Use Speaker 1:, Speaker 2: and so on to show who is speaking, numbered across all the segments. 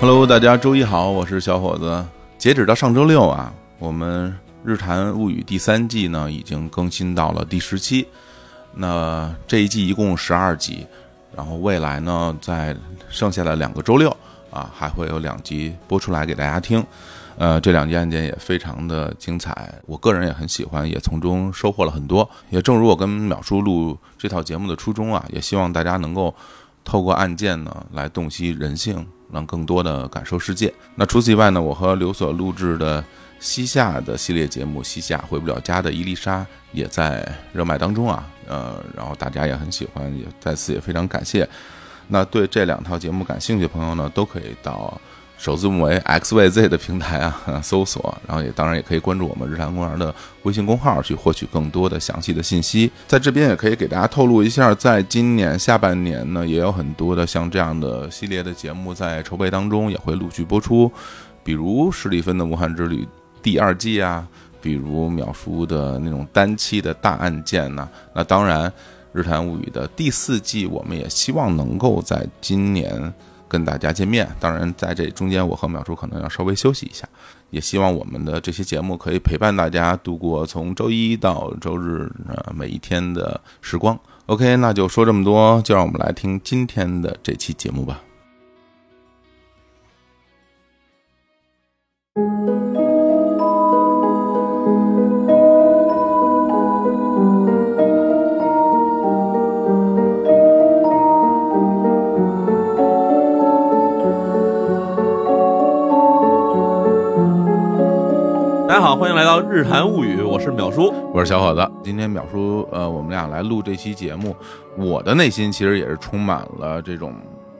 Speaker 1: Hello，大家周一好，我是小伙子。截止到上周六啊，我们《日谈物语》第三季呢已经更新到了第十期。那这一季一共十二集，然后未来呢，在剩下的两个周六啊，还会有两集播出来给大家听。呃，这两件案件也非常的精彩，我个人也很喜欢，也从中收获了很多。也正如我跟淼叔录这套节目的初衷啊，也希望大家能够透过案件呢来洞悉人性，让更多的感受世界。那除此以外呢，我和刘所录制的西夏的系列节目《西夏回不了家的伊丽莎》也在热卖当中啊，呃，然后大家也很喜欢，也在此也非常感谢。那对这两套节目感兴趣的朋友呢，都可以到首字母为 XYZ 的平台啊搜索，然后也当然也可以关注我们日坛公园的微信公号去获取更多的详细的信息。在这边也可以给大家透露一下，在今年下半年呢，也有很多的像这样的系列的节目在筹备当中，也会陆续播出，比如史蒂芬的《武汉之旅》第二季啊，比如秒叔的那种单期的大案件呐、那当然。《日谈物语》的第四季，我们也希望能够在今年跟大家见面。当然，在这中间，我和淼叔可能要稍微休息一下，也希望我们的这些节目可以陪伴大家度过从周一到周日呃每一天的时光。OK，那就说这么多，就让我们来听今天的这期节目吧。
Speaker 2: 大家好，欢迎来到《日谈物语》，我是淼叔。
Speaker 1: 我是小伙子，今天淼叔，呃，我们俩来录这期节目，我的内心其实也是充满了这种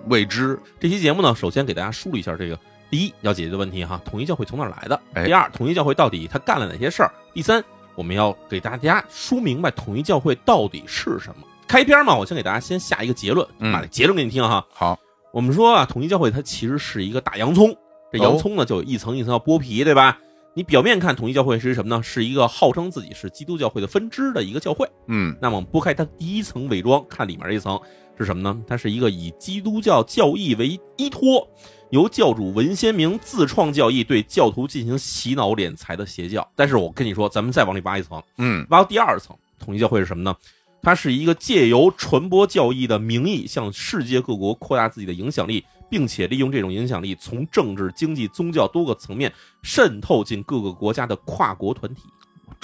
Speaker 1: 未知。
Speaker 2: 这期节目呢，首先给大家梳理一下这个：第一，要解决的问题哈，统一教会从哪儿来的
Speaker 1: 哎；
Speaker 2: 第二，统一教会到底他干了哪些事儿；第三，我们要给大家说明白统一教会到底是什么。开篇嘛，我先给大家先下一个结论，
Speaker 1: 嗯
Speaker 2: 把这结论给你听哈。
Speaker 1: 好，
Speaker 2: 我们说啊，统一教会它其实是一个大洋葱，这
Speaker 1: 哦
Speaker 2: 洋葱呢就有一层一层要剥皮，对吧？你表面看统一教会是什么呢？是一个号称自己是基督教会的分支的一个教会。
Speaker 1: 嗯
Speaker 2: 那么我们剥开它第一层伪装，看里面这一层是什么呢？它是一个以基督教教义为依托，由教主文先明自创教义对教徒进行洗脑敛财的邪教。但是我跟你说，咱们再往里挖一层，
Speaker 1: 嗯
Speaker 2: 挖到第二层，统一教会是什么呢？它是一个借由传播教义的名义，向世界各国扩大自己的影响力，并且利用这种影响力，从政治、经济、宗教多个层面渗透进各个国家的跨国团体。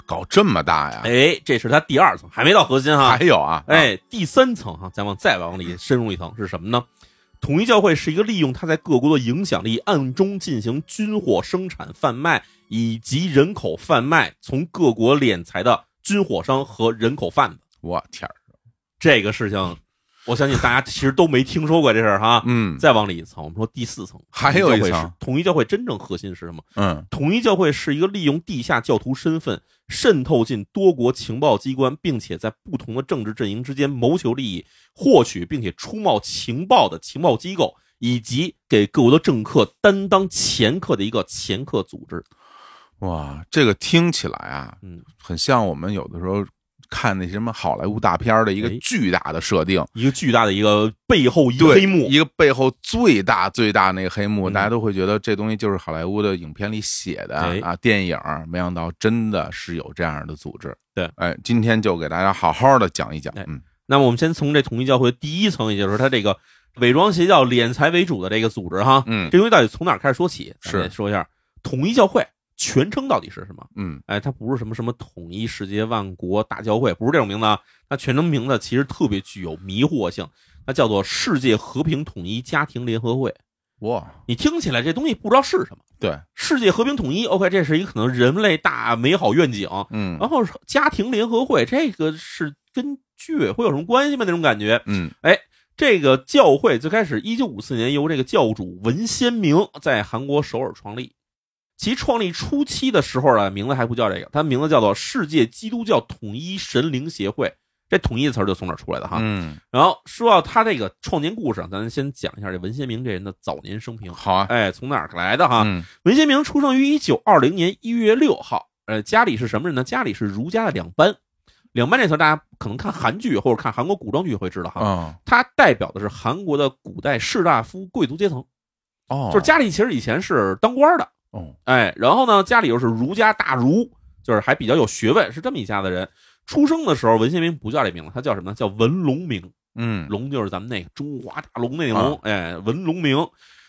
Speaker 1: 搞这么大呀？
Speaker 2: 哎，这是它第二层，还没到核心哈。
Speaker 1: 还有啊，啊，
Speaker 2: 哎，第三层哈、咱往再往里深入一层是什么呢？统一教会是一个利用它在各国的影响力，暗中进行军火生产、贩卖以及人口贩卖，从各国敛财的军火商和人口贩子。
Speaker 1: 我天儿，
Speaker 2: 这个事情，我相信大家其实都没听说过这事儿哈。
Speaker 1: 嗯
Speaker 2: 再往里一层，我们说第四层，
Speaker 1: 还有一层
Speaker 2: 统一教会是统一教会真正核心是什么？
Speaker 1: 嗯
Speaker 2: 统一教会是一个利用地下教徒身份渗透进多国情报机关，并且在不同的政治阵营之间谋求利益、获取并且出卖情报的情报机构，以及给各国的政客担当掮客的一个掮客组织。
Speaker 1: 哇，这个听起来啊，
Speaker 2: 嗯，
Speaker 1: 很像我们有的时候看那什么好莱坞大片儿的一个
Speaker 2: 哎
Speaker 1: 巨大的设定，
Speaker 2: 一个巨大的一个背后一个
Speaker 1: 对
Speaker 2: 黑幕，
Speaker 1: 一个背后最大最大那个黑幕，
Speaker 2: 嗯
Speaker 1: 大家都会觉得这东西就是好莱坞的影片里写的
Speaker 2: 哎
Speaker 1: 啊，电影儿，没想到真的是有这样的组织。
Speaker 2: 对，
Speaker 1: 哎，今天就给大家好好的讲一讲
Speaker 2: 哎，
Speaker 1: 嗯
Speaker 2: 那么我们先从这统一教会第一层，也就是它这个伪装邪教、敛财为主的这个组织哈，
Speaker 1: 嗯
Speaker 2: 这东西到底从哪儿开始说起？咱们
Speaker 1: 是
Speaker 2: 得说一下统一教会全称到底是什么？
Speaker 1: 嗯
Speaker 2: 哎，它不是什么什么统一世界万国大教会，不是这种名字啊。它全称名字其实特别具有迷惑性，它叫做世界和平统一家庭联合会。
Speaker 1: 哇，
Speaker 2: 你听起来这东西不知道是什么？
Speaker 1: 对，
Speaker 2: 世界和平统一，OK，这是一个可能人类大美好愿景。
Speaker 1: 嗯
Speaker 2: 然后家庭联合会，这个是跟居委会有什么关系吗？那种感觉。
Speaker 1: 嗯
Speaker 2: 这个教会最开始，一九五四年由这个教主文先明在韩国首尔创立。其创立初期的时候呢，啊名字还不叫这个，它名字叫做世界基督教统一神灵协会。这“统一”的词儿就从哪儿出来的哈？
Speaker 1: 嗯，
Speaker 2: 然后说到他这个创建故事啊，咱先讲一下这文先明这人的早年生平。
Speaker 1: 好啊，
Speaker 2: 哎，从哪儿来的哈？
Speaker 1: 嗯
Speaker 2: 文先明出生于一九二零年一月六号，呃，家里是什么人呢？家里是儒家的两班。两班这词儿大家可能看韩剧或者看韩国古装剧会知道哈。
Speaker 1: 啊
Speaker 2: 它代表的是韩国的古代士大夫贵族阶层。
Speaker 1: 哦，
Speaker 2: 就是家里其实以前是当官的，
Speaker 1: 哦，
Speaker 2: 哎，然后呢，家里又是儒家大儒，就是还比较有学问，是这么一家子人。出生的时候，文先明不叫这名字，他叫什么呢？叫文龙明，
Speaker 1: 嗯，
Speaker 2: 龙就是咱们那个中华大龙那个龙，哎，文龙明。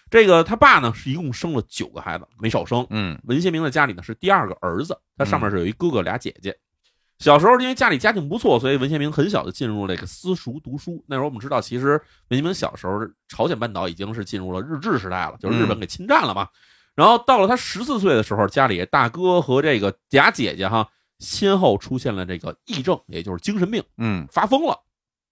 Speaker 2: 这个他爸呢，是一共生了九个孩子，没少生。
Speaker 1: 嗯
Speaker 2: 文先明的家里呢是第二个儿子，他上面是有一哥哥俩姐姐。小时候因为家里家境不错，所以文先明很小就进入了这个私塾读书。那时候我们知道，其实文先明小时候朝鲜半岛已经是进入了日治时代了，就是日本给侵占了嘛。然后到了他十四岁的时候，家里大哥和这个俩姐姐哈先后出现了这个癔症，也就是精神病，
Speaker 1: 嗯，
Speaker 2: 发疯了。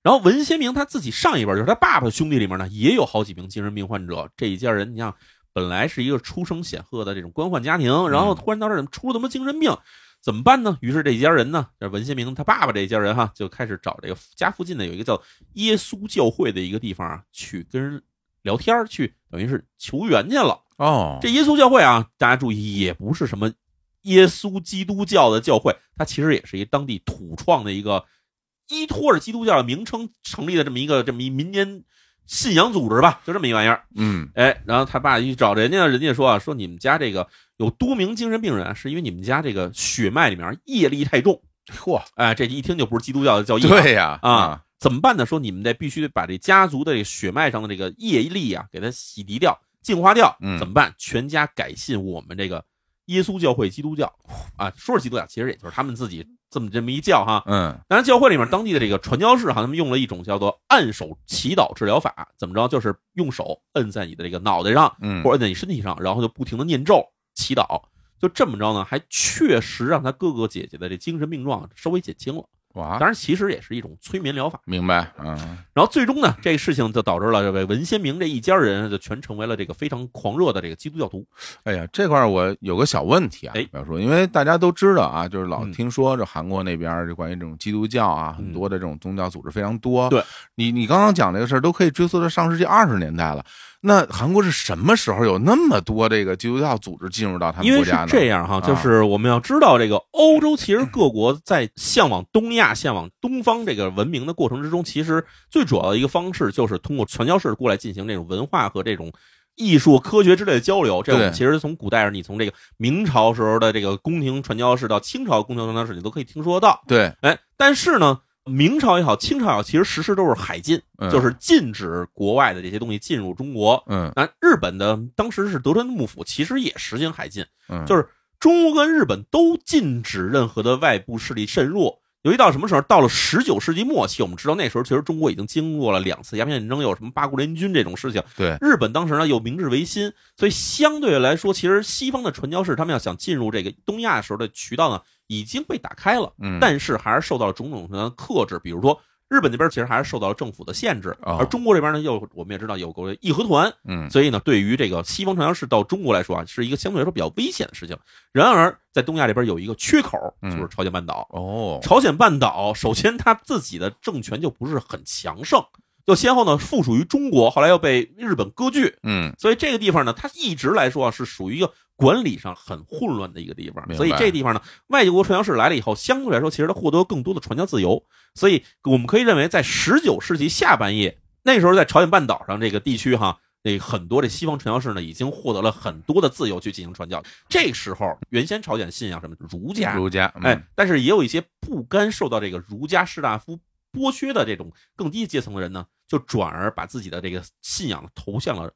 Speaker 2: 然后文先明他自己上一辈就是他爸爸兄弟里面呢，也有好几名精神病患者。这一家人，你像本来是一个出生显赫的这种官宦家庭，然后突然到这儿怎么出了他妈精神病，怎么办呢？于是这一家人呢，这文先明他爸爸这一家人哈，就开始找这个家附近的有一个叫耶稣教会的一个地方啊，去跟人聊天儿去，等于是求援去了。
Speaker 1: 哦，
Speaker 2: 这耶稣教会啊，大家注意，也不是什么耶稣基督教的教会，它其实也是一当地土创的一个依托着基督教的名称成立的这么一个这么一民间信仰组织吧，就这么一玩意儿。
Speaker 1: 嗯
Speaker 2: 哎，然后他爸一找人家，人家说啊，说你们家这个有多名精神病人啊，是因为你们家这个血脉里面业力太重。
Speaker 1: 嚯，
Speaker 2: 哎，这一听就不是基督教的教义、啊。
Speaker 1: 对呀
Speaker 2: 啊，怎么办呢？说你们得必须得把这家族的这个血脉上的这个业力啊，给它洗涤掉、净化掉。
Speaker 1: 嗯
Speaker 2: 怎么办？全家改信我们这个耶稣教会基督教啊，说是基督教，其实也就是他们自己这么这么一叫哈。
Speaker 1: 嗯
Speaker 2: 当然，教会里面当地的这个传教士哈，他们用了一种叫做按手祈祷治疗法，怎么着？就是用手摁在你的这个脑袋上，
Speaker 1: 嗯
Speaker 2: 或者摁在你身体上，然后就不停的念咒祈祷。就这么着呢，还确实让他哥哥姐姐的这精神病状稍微减轻了。
Speaker 1: 哇
Speaker 2: 当，然，其实也是一种催眠疗法。
Speaker 1: 明白，嗯
Speaker 2: 然后最终呢，这个事情就导致了这位文先明这一家人就全成为了这个非常狂热的这个基督教徒。
Speaker 1: 哎呀，这块儿我有个小问题啊
Speaker 2: 哎，
Speaker 1: 要说，因为大家都知道啊，就是老
Speaker 2: 嗯
Speaker 1: 听说这韩国那边儿就关于这种基督教啊，
Speaker 2: 嗯
Speaker 1: 很多的这种宗教组织非常多。
Speaker 2: 对，
Speaker 1: 你你刚刚讲这个事儿，都可以追溯到上世纪二十年代了。那韩国是什么时候有那么多这个基督教组织进入到他
Speaker 2: 因
Speaker 1: 们国
Speaker 2: 为是
Speaker 1: 家呢？啊
Speaker 2: 这样哈，就是我们要知道，这个欧洲其实各国在向往东亚、向往东方这个文明的过程之中，其实最主要的一个方式就是通过传教士过来进行这种文化和这种。艺术、科学之类的交流，这我们
Speaker 1: 对
Speaker 2: 其实从古代，你从这个明朝时候的这个宫廷传教士到清朝宫廷传教士，你都可以听说到。
Speaker 1: 对，
Speaker 2: 哎，但是呢，明朝也好，清朝也好，其实实施都是海禁，
Speaker 1: 嗯
Speaker 2: 就是禁止国外的这些东西进入中国。
Speaker 1: 嗯
Speaker 2: 那日本的当时是德川幕府，其实也实行海禁，
Speaker 1: 嗯，
Speaker 2: 就是中国跟日本都禁止任何的外部势力渗入。由于到什么时候？到了十九世纪末期，我们知道那时候其实中国已经经过了两次鸦片战争，又有什么八国联军这种事情。
Speaker 1: 对，
Speaker 2: 日本当时呢又明治维新，所以相对来说，其实西方的传教士他们要想进入这个东亚的时候的渠道呢，已经被打开了。
Speaker 1: 嗯，
Speaker 2: 但是还是受到了种种的克制，比如说日本那边其实还是受到了政府的限制，
Speaker 1: 哦
Speaker 2: 而中国这边呢，又我们也知道有个义和团，
Speaker 1: 嗯
Speaker 2: 所以呢，对于这个西方传教士到中国来说啊，是一个相对来说比较危险的事情。然而，在东亚这边有一个缺口，就
Speaker 1: 嗯
Speaker 2: 是朝鲜半岛。
Speaker 1: 哦，
Speaker 2: 朝鲜半岛首先他自己的政权就不是很强盛，就先后呢附属于中国，后来又被日本割据，
Speaker 1: 嗯
Speaker 2: 所以这个地方呢，它一直来说啊是属于一个管理上很混乱的一个地方
Speaker 1: 明。白
Speaker 2: 所以这地方呢，外国传教士来了以后，相对来说其实它获得更多的传教自由。所以我们可以认为，在十九世纪下半叶，那时候在朝鲜半岛上这个地区哈。那很多这西方传教士呢，已经获得了很多的自由去进行传教。这时候，原先朝鲜信仰什么儒家，
Speaker 1: 儒家，嗯
Speaker 2: 哎，，但是也有一些不甘受到这个儒家士大夫剥削的这种更低阶层的人呢，就转而把自己的这个信仰投向了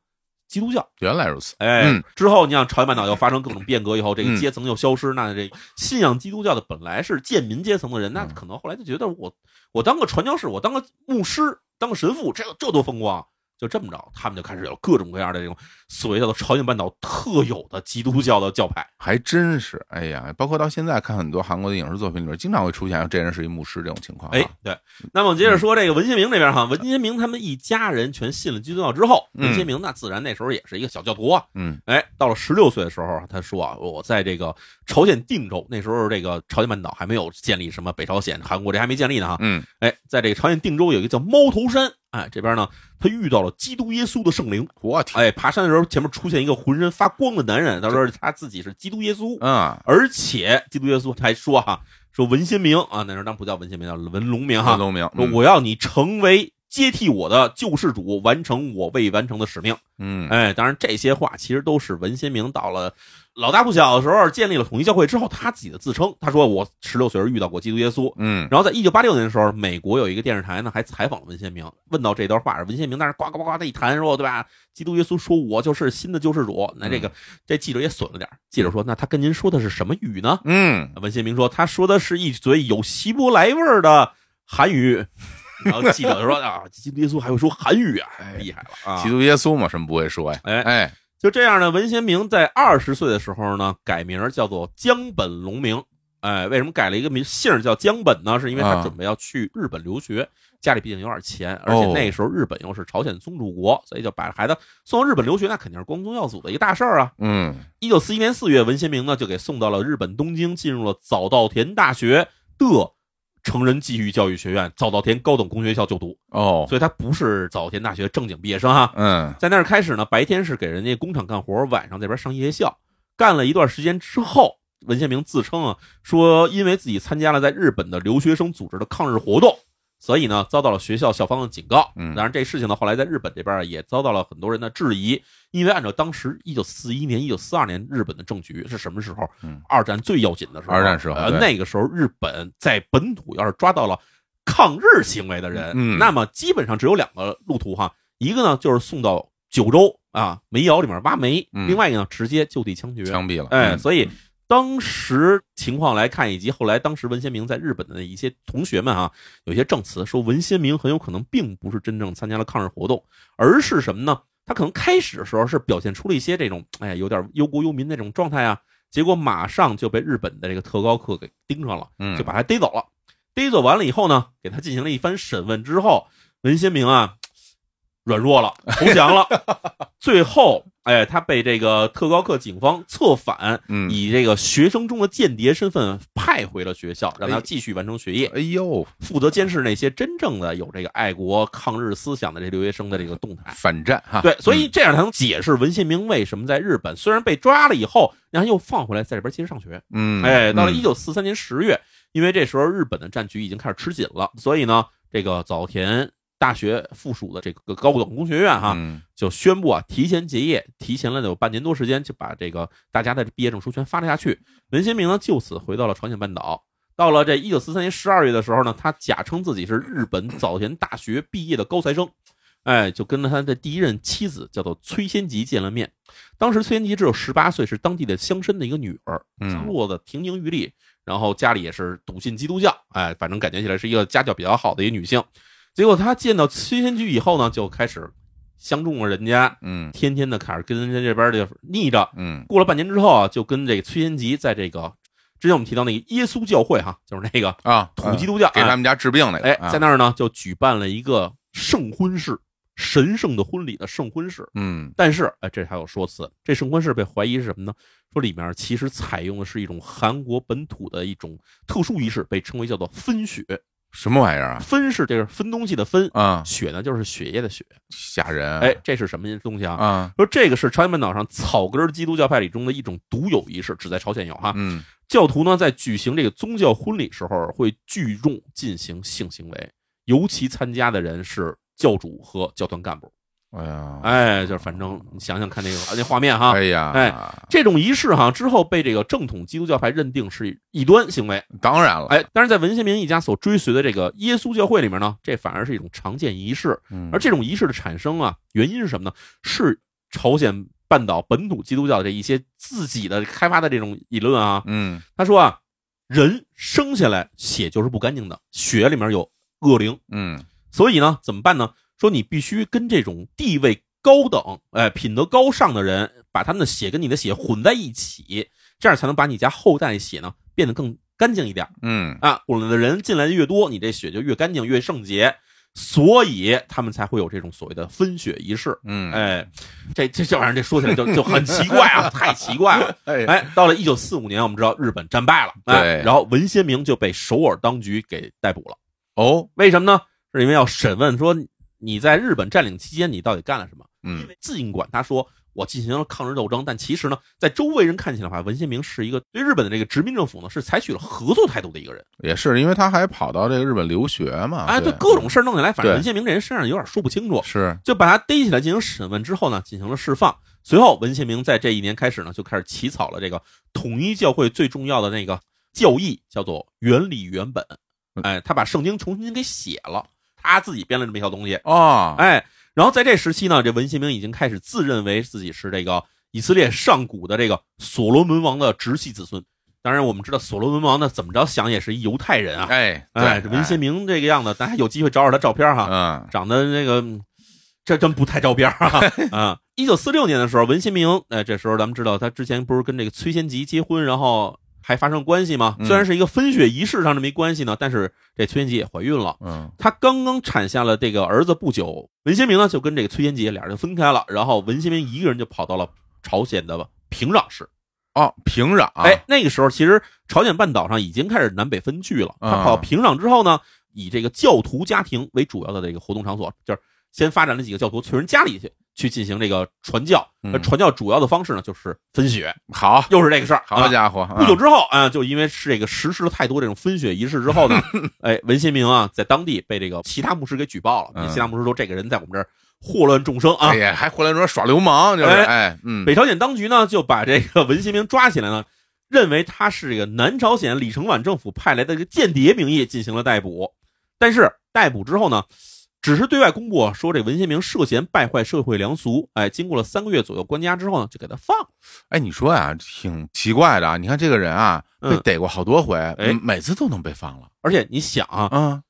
Speaker 2: 基督教。
Speaker 1: 原来如此，
Speaker 2: 哎，
Speaker 1: 嗯
Speaker 2: 之后你像朝鲜半岛又发生各种变革以后，这个
Speaker 1: 嗯
Speaker 2: 阶层又消失，那这信仰基督教的本来是贱民阶层的人，那
Speaker 1: 嗯
Speaker 2: 可能后来就觉得我我当个传教士，我当个牧师，当个神父，这这多风光。就这么着，他们就开始有各种各样的这种所谓叫做朝鲜半岛特有的基督教的教派。
Speaker 1: 还真是，哎呀，包括到现在看很多韩国的影视作品里边，经常会出现这人是一牧师这种情况、啊。
Speaker 2: 哎，对。那么我们接着说这个文先明这边哈，文先明他们一家人全信了基督教之后，
Speaker 1: 嗯
Speaker 2: 文先明那自然那时候也是一个小教徒啊。
Speaker 1: 嗯
Speaker 2: 哎，到了十六岁的时候啊，他说啊，我在这个朝鲜定州，那时候这个朝鲜半岛还没有建立什么北朝鲜、韩国这还没建立呢哈。
Speaker 1: 嗯，
Speaker 2: 哎，在这个朝鲜定州有一个叫猫头山，哎，这边呢他遇到了基督耶稣的圣灵。
Speaker 1: 我天，
Speaker 2: 哎，爬山的时候前面出现一个浑身发光的男人，他说他自己是基督耶稣。
Speaker 1: 啊，
Speaker 2: 而且基督耶稣还说哈、说文先明啊，那时候当然不叫文先明，叫文龙明哈、
Speaker 1: 都明，
Speaker 2: 说
Speaker 1: 嗯
Speaker 2: 我要你成为接替我的救世主，完成我未完成的使命。
Speaker 1: 嗯，
Speaker 2: 哎，当然这些话其实都是文先明到了老大不小的时候建立了统一教会之后他自己的自称。他说我十六岁时遇到过基督耶稣。
Speaker 1: 嗯，
Speaker 2: 然后在一九八六年的时候，美国有一个电视台呢还采访了文先明，问到这段话，文先明当时呱呱呱呱他一谈说对吧？基督耶稣说我就是新的救世主。那
Speaker 1: 嗯
Speaker 2: 这个这记者也损了点儿，记者说那他跟您说的是什么语呢？
Speaker 1: 嗯，
Speaker 2: 文先明说他说的是一嘴有希伯来味儿的韩语。然后记者就说 啊，基督耶稣还会说韩语啊，厉害了啊！
Speaker 1: 哎基督耶稣嘛，什么不会说呀？
Speaker 2: 哎
Speaker 1: 哎，
Speaker 2: 就这样呢，文先明在二十岁的时候呢，改名儿叫做江本龙明。哎，为什么改了一个名姓儿叫江本呢？是因为他
Speaker 1: 啊
Speaker 2: 准备要去日本留学，家里毕竟有点钱，而且
Speaker 1: 哦
Speaker 2: 那时候日本又是朝鲜宗主国，所以就把孩子送到日本留学，那肯定是光宗耀祖的一个大事儿啊。
Speaker 1: 嗯，
Speaker 2: 一九四一年四月，文先明呢就给送到了日本东京，进入了早稻田大学的成人继续教育学院早稻田高等工学校就读，
Speaker 1: 哦，
Speaker 2: 所以他不是早稻田大学正经毕业生啊哈、
Speaker 1: 嗯，
Speaker 2: 在那儿开始呢，白天是给人家工厂干活，晚上这边上夜校。干了一段时间之后，文献明自称啊，说因为自己参加了在日本的留学生组织的抗日活动，所以呢遭到了学校校方的警告。
Speaker 1: 嗯
Speaker 2: 当然这事情呢，后来在日本这边啊也遭到了很多人的质疑，因为按照当时一九四一年、一九四二年日本的政局是什么时候？
Speaker 1: 嗯
Speaker 2: 二战最要紧的时候。
Speaker 1: 二战时候
Speaker 2: 呃
Speaker 1: 对
Speaker 2: 那个时候日本在本土要是抓到了抗日行为的人，
Speaker 1: 嗯
Speaker 2: 那么基本上只有两个路途哈，一个呢就是送到九州啊煤窑里面挖煤，
Speaker 1: 嗯
Speaker 2: 另外一个呢直接就地枪决。
Speaker 1: 枪毙了。
Speaker 2: 哎，
Speaker 1: 嗯
Speaker 2: 所以当时情况来看，以及后来当时文先明在日本的一些同学们啊，有一些证词说文先明很有可能并不是真正参加了抗日活动，而是什么呢？他可能开始的时候是表现出了一些这种哎有点忧国忧民那种状态啊，结果马上就被日本的这个特高课给盯上了，
Speaker 1: 嗯
Speaker 2: 就把他逮走了。逮走完了以后呢，给他进行了一番审问之后，文先明啊软弱了，投降了。最后，哎，他被这个特高课警方策反，
Speaker 1: 嗯
Speaker 2: 以这个学生中的间谍身份派回了学校，让他
Speaker 1: 哎
Speaker 2: 继续完成学业，
Speaker 1: 哎呦，
Speaker 2: 负责监视那些真正的有这个爱国抗日思想的这留学生的这个动态。
Speaker 1: 反战哈。
Speaker 2: 对，所以这样才能解释文献明为什么在日本虽然被抓了以后，然后又放回来，在这边接着上学。
Speaker 1: 嗯，嗯，
Speaker 2: 哎，到了
Speaker 1: 嗯
Speaker 2: 一，九四三年十月，因为这时候日本的战局已经开始吃紧了，所以呢，这个早田大学附属的这个高等工学院哈，
Speaker 1: 嗯
Speaker 2: 就宣布啊提前结业，提前了有半年多时间，就把这个大家的毕业证书全发了下去。文先明呢就此回到了朝鲜半岛。到了这一九四三年十二月的时候呢，他假称自己是日本早田大学毕业的高材生，哎，就跟他的第一任妻子叫做崔先吉见了面。当时崔先吉只有十八岁，是当地的乡绅的一个女儿，
Speaker 1: 嗯
Speaker 2: 落得亭亭玉立，然后家里也是笃信基督教，哎，反正感觉起来是一个家教比较好的一个女性。结果她见到崔仙居以后呢，就开始相中了人家，
Speaker 1: 嗯
Speaker 2: 天天的开始跟人家这边就腻着。
Speaker 1: 嗯
Speaker 2: 过了半年之后啊，就跟这个崔仙吉在这个之前我们提到那个耶稣教会哈、就是那个
Speaker 1: 啊，
Speaker 2: 土基
Speaker 1: 督
Speaker 2: 督教，
Speaker 1: 给他们家治病那个，
Speaker 2: 哎，
Speaker 1: 啊
Speaker 2: 在那儿呢就举办了一个圣婚式，神圣的婚礼的圣婚式。
Speaker 1: 嗯
Speaker 2: 但是，哎，这还有说辞，这圣婚式被怀疑是什么呢？说里面其实采用的是一种韩国本土的一种特殊仪式，被称为叫做分血。
Speaker 1: 什么玩意儿啊
Speaker 2: 分是这个分东西的分，
Speaker 1: 啊，
Speaker 2: 血呢就是血液的血。
Speaker 1: 吓人
Speaker 2: 哎，这是什么东西啊？
Speaker 1: 啊
Speaker 2: 说这个是朝鲜半岛上草根基督教派里中的一种独有仪式，只在朝鲜有哈。
Speaker 1: 嗯
Speaker 2: 教徒呢在举行这个宗教婚礼时候，会聚众进行性行为，尤其参加的人是教主和教团干部。
Speaker 1: 哎呀
Speaker 2: 哎，就是反正你想想看那个那画面哈，
Speaker 1: 哎呀哎
Speaker 2: 这种仪式哈、之后被这个正统基督教派认定是异端行为。
Speaker 1: 当然了
Speaker 2: 哎，但是在文先明一家所追随的这个耶稣教会里面呢，这反而是一种常见仪式。
Speaker 1: 嗯
Speaker 2: 而这种仪式的产生啊，原因是什么呢？是朝鲜半岛本土基督教的这一些自己的开发的这种理论啊。
Speaker 1: 嗯
Speaker 2: 他说啊，人生下来血就是不干净的，血里面有恶灵，
Speaker 1: 嗯
Speaker 2: 所以呢，怎么办呢？说你必须跟这种地位高等、哎品德高尚的人，把他们的血跟你的血混在一起，这样才能把你家后代血呢变得更干净一点
Speaker 1: 嗯
Speaker 2: 啊。混的人进来的越多，你这血就越干净、越圣洁，所以他们才会有这种所谓的分血仪式。
Speaker 1: 嗯
Speaker 2: 哎，这这这玩意儿，这说起来就就很奇怪啊，太奇怪了。
Speaker 1: 哎
Speaker 2: 哎，到了一九四五年，我们知道日本战败了，哎，
Speaker 1: 对
Speaker 2: 然后文先明就被首尔当局给逮捕了。
Speaker 1: 哦
Speaker 2: 为什么呢？是因为要审问说你在日本占领期间你到底干了什么？
Speaker 1: 嗯
Speaker 2: 尽管他说我进行了抗日斗争。但其实呢，在周围人看起来的话，文先明是一个对日本的这个殖民政府呢是采取了合作态度的一个人。
Speaker 1: 也是因为他还跑到这个日本留学嘛，
Speaker 2: 哎，
Speaker 1: 啊对
Speaker 2: 对，各种事儿弄起来，反正
Speaker 1: 对
Speaker 2: 文先明这人身上有点说不清楚，
Speaker 1: 是
Speaker 2: 就把他逮起来进行审问之后呢，进行了释放。随后，文先明在这一年开始呢，就开始起草了这个统一教会最重要的那个教义，叫做《原理原本》。哎，他把圣经重新给写了，他自己编了这么一套东西。
Speaker 1: 哦，
Speaker 2: 哎，然后在这时期呢，这文先明已经开始自认为自己是这个以色列上古的这个所罗门王的直系子孙。当然，我们知道所罗门王呢，怎么着想也是一犹太人啊。
Speaker 1: 哎
Speaker 2: 哎，
Speaker 1: 对，
Speaker 2: 这文先明啊这个样子，大家有机会找找他照片哈，
Speaker 1: 嗯
Speaker 2: 长得这个嗯这真不太照片 啊。啊，一九四六年的时候，文先明，哎，这时候咱们知道他之前不是跟这个崔仙吉结婚，然后还发生关系吗？
Speaker 1: 嗯
Speaker 2: 虽然是一个分血仪式上这么一关系呢，但是这崔仙吉也怀孕了。
Speaker 1: 嗯
Speaker 2: 他刚刚产下了这个儿子不久，文先明呢就跟这个崔仙杰俩人就分开了，然后文先明一个人就跑到了朝鲜的平壤市。
Speaker 1: 哦，平壤，
Speaker 2: 哎，那个时候其实朝鲜半岛上已经开始南北分居了。他
Speaker 1: 啊
Speaker 2: 跑到平壤之后呢，以这个教徒家庭为主要的这个活动场所，就是先发展了几个教徒去人家里去去进行这个传教。
Speaker 1: 嗯
Speaker 2: 那传教主要的方式呢就是分血，
Speaker 1: 好，
Speaker 2: 又是这个事儿。
Speaker 1: 好
Speaker 2: 啊
Speaker 1: 家伙，
Speaker 2: 不久之后啊，就因为是这个实施了太多这种分血仪式之 后呢，哎，文先明啊，在当地被这个其他牧师给举报了。
Speaker 1: 嗯
Speaker 2: 其他牧师说这个人在我们这儿祸乱众生啊
Speaker 1: 哎。呀，还回来说耍流氓，就是
Speaker 2: 哎
Speaker 1: 哎，嗯，
Speaker 2: 北朝鲜当局呢就把这个文先明抓起来呢，认为他是这个南朝鲜李承晚政府派来的这个间谍名义进行了逮捕。但是逮捕之后呢，只是对外公布啊说这文先明涉嫌败坏社会良俗。哎，经过了三个月左右关押之后呢，就给他放了。
Speaker 1: 哎，你说呀，挺奇怪的啊！你看这个人啊，被
Speaker 2: 嗯
Speaker 1: 逮过好多回，
Speaker 2: 哎
Speaker 1: 每次都能被放了
Speaker 2: 而且你想啊，
Speaker 1: 啊！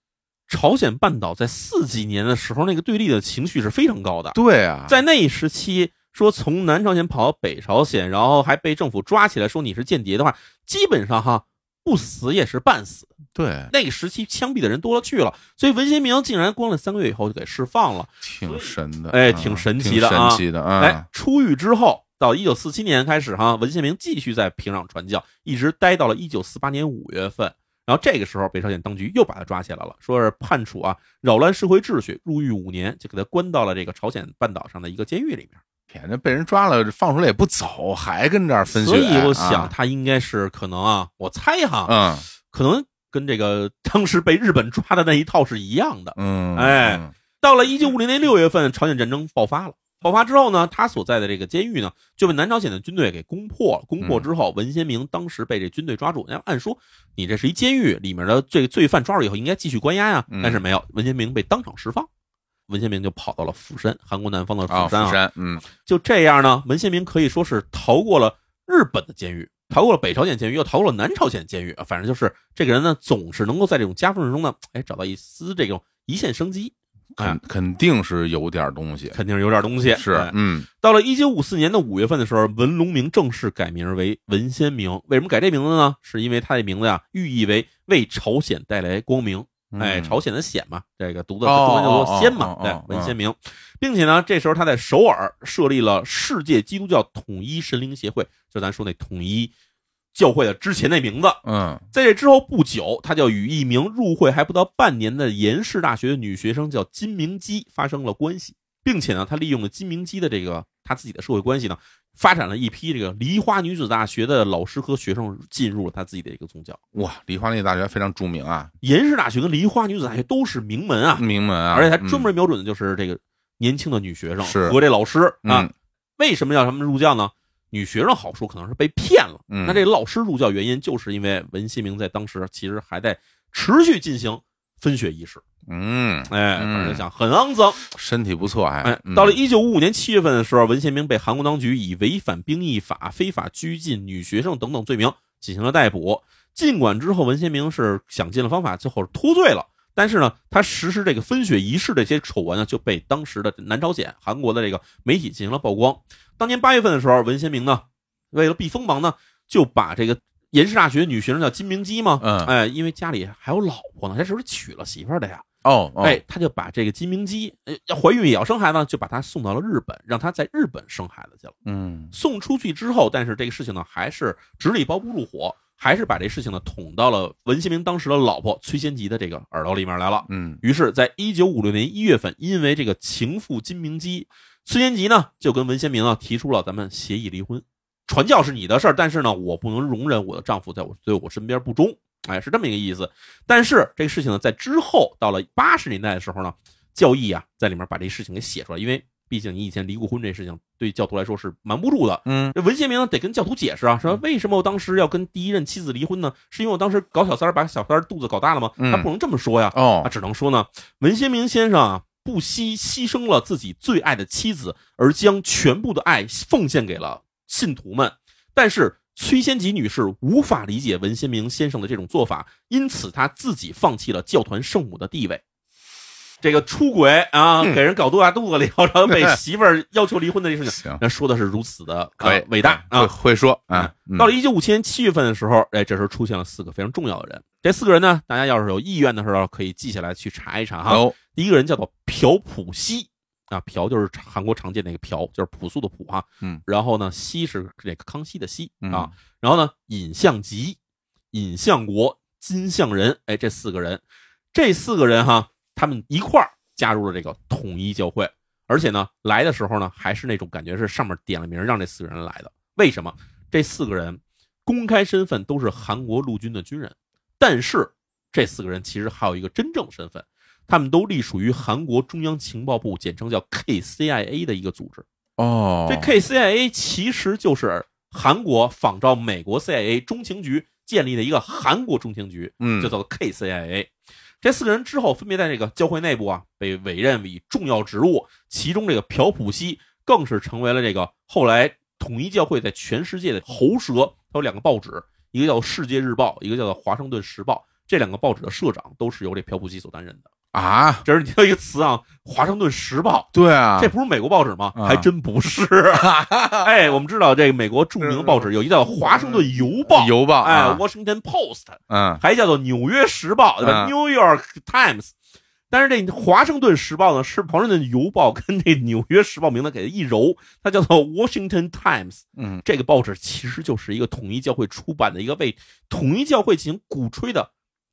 Speaker 2: 朝鲜半岛在四几年的时候，那个对立的情绪是非常高的。
Speaker 1: 对啊，
Speaker 2: 在那一时期，说从南朝鲜跑到北朝鲜，然后还被政府抓起来说你是间谍的话，基本上哈不死也是半死。
Speaker 1: 对，
Speaker 2: 那个时期枪毙的人多了去了，所以文先明竟然关了三个月以后就给释放了。
Speaker 1: 挺神的，
Speaker 2: 哎
Speaker 1: 啊
Speaker 2: 挺
Speaker 1: 挺
Speaker 2: 神奇的啊
Speaker 1: 神奇的
Speaker 2: 哎
Speaker 1: 啊！，
Speaker 2: 出狱之后，到一九四七年开始哈，文先明继续在平壤传教，一直待到了一九四八年五月份。然后这个时候，北朝鲜当局又把他抓起来了，说是判处啊扰乱社会秩序，入狱五年，就给他关到了这个朝鲜半岛上的一个监狱里面。
Speaker 1: 天，这被人抓了，放出来也不走，还跟这儿分
Speaker 2: 所
Speaker 1: 血，
Speaker 2: 以我想
Speaker 1: 啊，
Speaker 2: 他应该是可能啊，我猜哈，
Speaker 1: 嗯
Speaker 2: 可能跟这个当时被日本抓的那一套是一样的。
Speaker 1: 嗯，
Speaker 2: 哎
Speaker 1: 嗯，
Speaker 2: 到了一九五零年六月份，朝鲜战争爆发了。爆发之后呢，他所在的这个监狱呢，就被南朝鲜的军队给攻破了。攻破之后，文先明当时被这军队抓住。那按说你这是一监狱，里面的罪罪犯抓住以后应该继续关押呀，
Speaker 1: 嗯
Speaker 2: 但是没有，文先明被当场释放。文先明就跑到了釜山，韩国南方的釜
Speaker 1: 啊，
Speaker 2: 山
Speaker 1: 釜
Speaker 2: 啊。
Speaker 1: 山，嗯，
Speaker 2: 就这样呢，文先明可以说是逃过了日本的监狱，逃过了北朝鲜监狱，又逃过了南朝鲜监狱。啊反正就是这个人呢，总是能够在这种夹缝中呢，哎，找到一丝这种一线生机。哎
Speaker 1: 肯肯定是有点东西，
Speaker 2: 肯定是有点东西。
Speaker 1: 是
Speaker 2: 哎，
Speaker 1: 嗯，
Speaker 2: 到了一九五四年的五月份的时候，文龙明正式改名为文先明。为什么改这名字呢？是因为他这名字呀、寓意为为朝鲜带来光明。哎，
Speaker 1: 嗯
Speaker 2: 朝鲜的鲜嘛，这个读的
Speaker 1: 哦
Speaker 2: 中文叫做
Speaker 1: 哦
Speaker 2: 鲜嘛
Speaker 1: 哦，哦
Speaker 2: 对
Speaker 1: 哦，
Speaker 2: 文先明，并且呢，这时候他在首尔设立了世界基督教统一神灵协会，就咱说那统一教会的之前那名字。
Speaker 1: 嗯，
Speaker 2: 在这之后不久，他就与一名入会还不到半年的延世大学的女学生叫金明基发生了关系，并且呢，他利用了金明基的这个他自己的社会关系呢，发展了一批这个梨花女子大学的老师和学生进入了他自己的一个宗教。
Speaker 1: 哇，梨花那大学非常著名啊，
Speaker 2: 延世大学跟梨花女子大学都是名门啊，
Speaker 1: 名门啊，
Speaker 2: 而且他专
Speaker 1: 嗯
Speaker 2: 门瞄准的就是这个年轻的女学生
Speaker 1: 是
Speaker 2: 和这老师啊。
Speaker 1: 嗯
Speaker 2: 为什么要他们入教呢？女学生好说可能是被骗了，
Speaker 1: 嗯
Speaker 2: 那这个老师入教原因就是因为文新明在当时其实还在持续进行分血仪式，
Speaker 1: 嗯，
Speaker 2: 哎，
Speaker 1: 嗯
Speaker 2: 反正想很肮脏。
Speaker 1: 身体不错，还
Speaker 2: 哎，到了
Speaker 1: 嗯
Speaker 2: 一九五五年七月份的时候，文先明被韩国当局以违反兵役法、非法拘禁女学生等等罪名进行了逮捕。尽管之后文先明是想尽了方法，最后是脱罪了，但是呢，他实施这个分血仪式的这些丑闻呢，就被当时的南朝鲜、韩国的这个媒体进行了曝光。当年八月份的时候，文先明呢，为了避锋芒呢，就把这个延世大学女学生叫金明基嘛，
Speaker 1: 嗯
Speaker 2: 哎，因为家里还有老婆呢，他是不是娶了媳妇儿的呀？
Speaker 1: 哦，哦
Speaker 2: 哎，他就把这个金明基呃要怀孕也要生孩子，就把她送到了日本，让她在日本生孩子去了。
Speaker 1: 嗯
Speaker 2: 送出去之后，但是这个事情呢，还是纸里包不住火，还是把这事情呢捅到了文先明当时的老婆崔仙吉的这个耳朵里面来了。
Speaker 1: 嗯
Speaker 2: 于是，在一九五六年一月份，因为这个情妇金明基孙延吉呢就跟文先明啊提出了咱们协议离婚，传教是你的事儿，但是呢，我不能容忍我的丈夫在我对我身边不忠，哎，是这么一个意思。但是这个事情呢，在之后到了八十年代的时候呢，教义啊在里面把这事情给写出来，因为毕竟你以前离过婚这事情对教徒来说是瞒不住的，
Speaker 1: 嗯，
Speaker 2: 这文先明得跟教徒解释啊，说为什么我当时要跟第一任妻子离婚呢？是因为我当时搞小三儿，把小三儿肚子搞大了吗？
Speaker 1: 嗯
Speaker 2: 他不能这么说呀，啊，
Speaker 1: 哦，
Speaker 2: 只能说呢，文先明先生啊，不惜牺牲了自己最爱的妻子，而将全部的爱奉献给了信徒们。但是崔仙吉女士无法理解文先明先生的这种做法，因此她自己放弃了教团圣母的地位。这个出轨啊，给人搞肚大肚子里， 然后被媳妇儿要求离婚的这事情，
Speaker 1: 行，
Speaker 2: 那说的是如此的
Speaker 1: 可以
Speaker 2: 呃，伟大
Speaker 1: 会
Speaker 2: 啊！
Speaker 1: 会说啊，嗯
Speaker 2: 到了一九五七年七月份的时候，哎，这时候出现了四个非常重要的人。这四个人呢，大家要是有意愿的时候，可以记下来去查一查哈。
Speaker 1: 哦，
Speaker 2: 第一个人叫做朴普熙啊，朴就是韩国常见的那个朴，就是朴素的朴哈。
Speaker 1: 嗯，
Speaker 2: 然后呢，熙是这个康熙的熙
Speaker 1: 嗯
Speaker 2: 啊。然后呢，尹相吉、尹相国、金相仁，哎，这四个人，这四个人哈，他们一块儿加入了这个统一教会，而且呢，来的时候呢，还是那种感觉是上面点了名让这四个人来的。为什么？这四个人公开身份都是韩国陆军的军人，但是这四个人其实还有一个真正身份，他们都隶属于韩国中央情报部，简称叫 KCIA 的一个组织。
Speaker 1: 哦，
Speaker 2: 啊这 KCIA 其实就是韩国仿照美国 CIA 中情局建立的一个韩国中情局，
Speaker 1: 嗯
Speaker 2: 就叫做 KCIA。这四个人之后分别在这个教会内部啊被委任以重要职务，其中这个朴普熙更是成为了这个后来统一教会在全世界的喉舌。它有两个报纸，一个叫《世界日报》，一个叫做《华盛顿时报》。这两个报纸的社长都是由这朴普熙所担任的。
Speaker 1: 啊，
Speaker 2: 这是你听一个词啊，《华盛顿时报》。
Speaker 1: 对啊，
Speaker 2: 这不是美国报纸吗？
Speaker 1: 啊
Speaker 2: 还真 不是。哎，我们知道这个美国著名的报纸有一叫《华盛顿邮报》，
Speaker 1: 邮报
Speaker 2: 哎，《
Speaker 1: 啊
Speaker 2: Washington Post》，
Speaker 1: 嗯
Speaker 2: 还叫做《纽约时报》，对吧？
Speaker 1: 嗯
Speaker 2: New York Times》。但是这《华盛顿时报》呢，是华盛顿邮报跟这《纽约时报》名字给它一揉，它叫做《Washington Times》。
Speaker 1: 嗯
Speaker 2: 这个报纸其实就是一个统一教会出版的一个为统一教会进行鼓吹的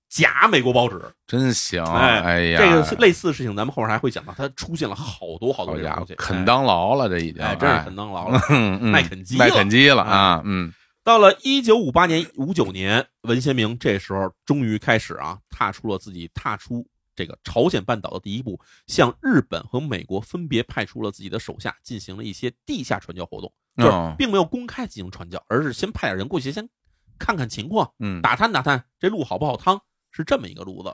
Speaker 2: 假美国报纸。
Speaker 1: 真行，
Speaker 2: 哎
Speaker 1: 哎呀，
Speaker 2: 这个类似的事情，咱们后面还会讲到，它出现了好多好多
Speaker 1: 好
Speaker 2: 这种
Speaker 1: 家伙
Speaker 2: 东西，，
Speaker 1: 肯当劳了，这已经，
Speaker 2: 哎，真是肯当 劳了。
Speaker 1: 嗯嗯
Speaker 2: 麦肯基
Speaker 1: 麦
Speaker 2: 了
Speaker 1: 肯基了
Speaker 2: 哎
Speaker 1: 啊，嗯
Speaker 2: 到了一九五八年、五九年，文先明这时候终于开始啊，踏出了自己踏出这个朝鲜半岛的第一步，向日本和美国分别派出了自己的手下，进行了一些地下传教活动，就是
Speaker 1: 哦
Speaker 2: 并没有公开进行传教，而是先派点人过去先看看情况，
Speaker 1: 嗯，
Speaker 2: 打探打探这路好不好趟，是这么一个路子。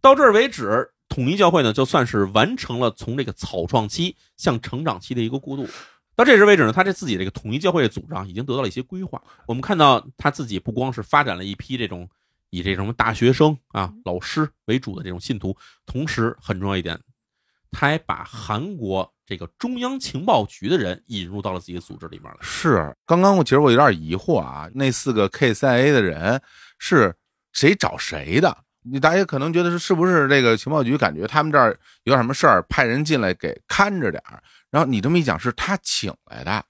Speaker 2: 到这儿为止，统一教会呢，就算是完成了从这个草创期向成长期的一个过渡。到这时为止呢，他这自己这个统一教会的组织啊，已经得到了一些规划。我们看到他自己不光是发展了一批这种以这种大学生啊、老师为主的这种信徒，同时很重要一点，他还把韩国这个中央情报局的人引入到了自己的组织里面来。
Speaker 1: 是，刚刚我其实我有点疑惑啊，那四个 KCIA 的人是谁找谁的？你大家可能觉得是是不是这个情报局感觉他们这儿有点什么事儿，派人进来给看着点儿。然后你这么一讲，是他请来的，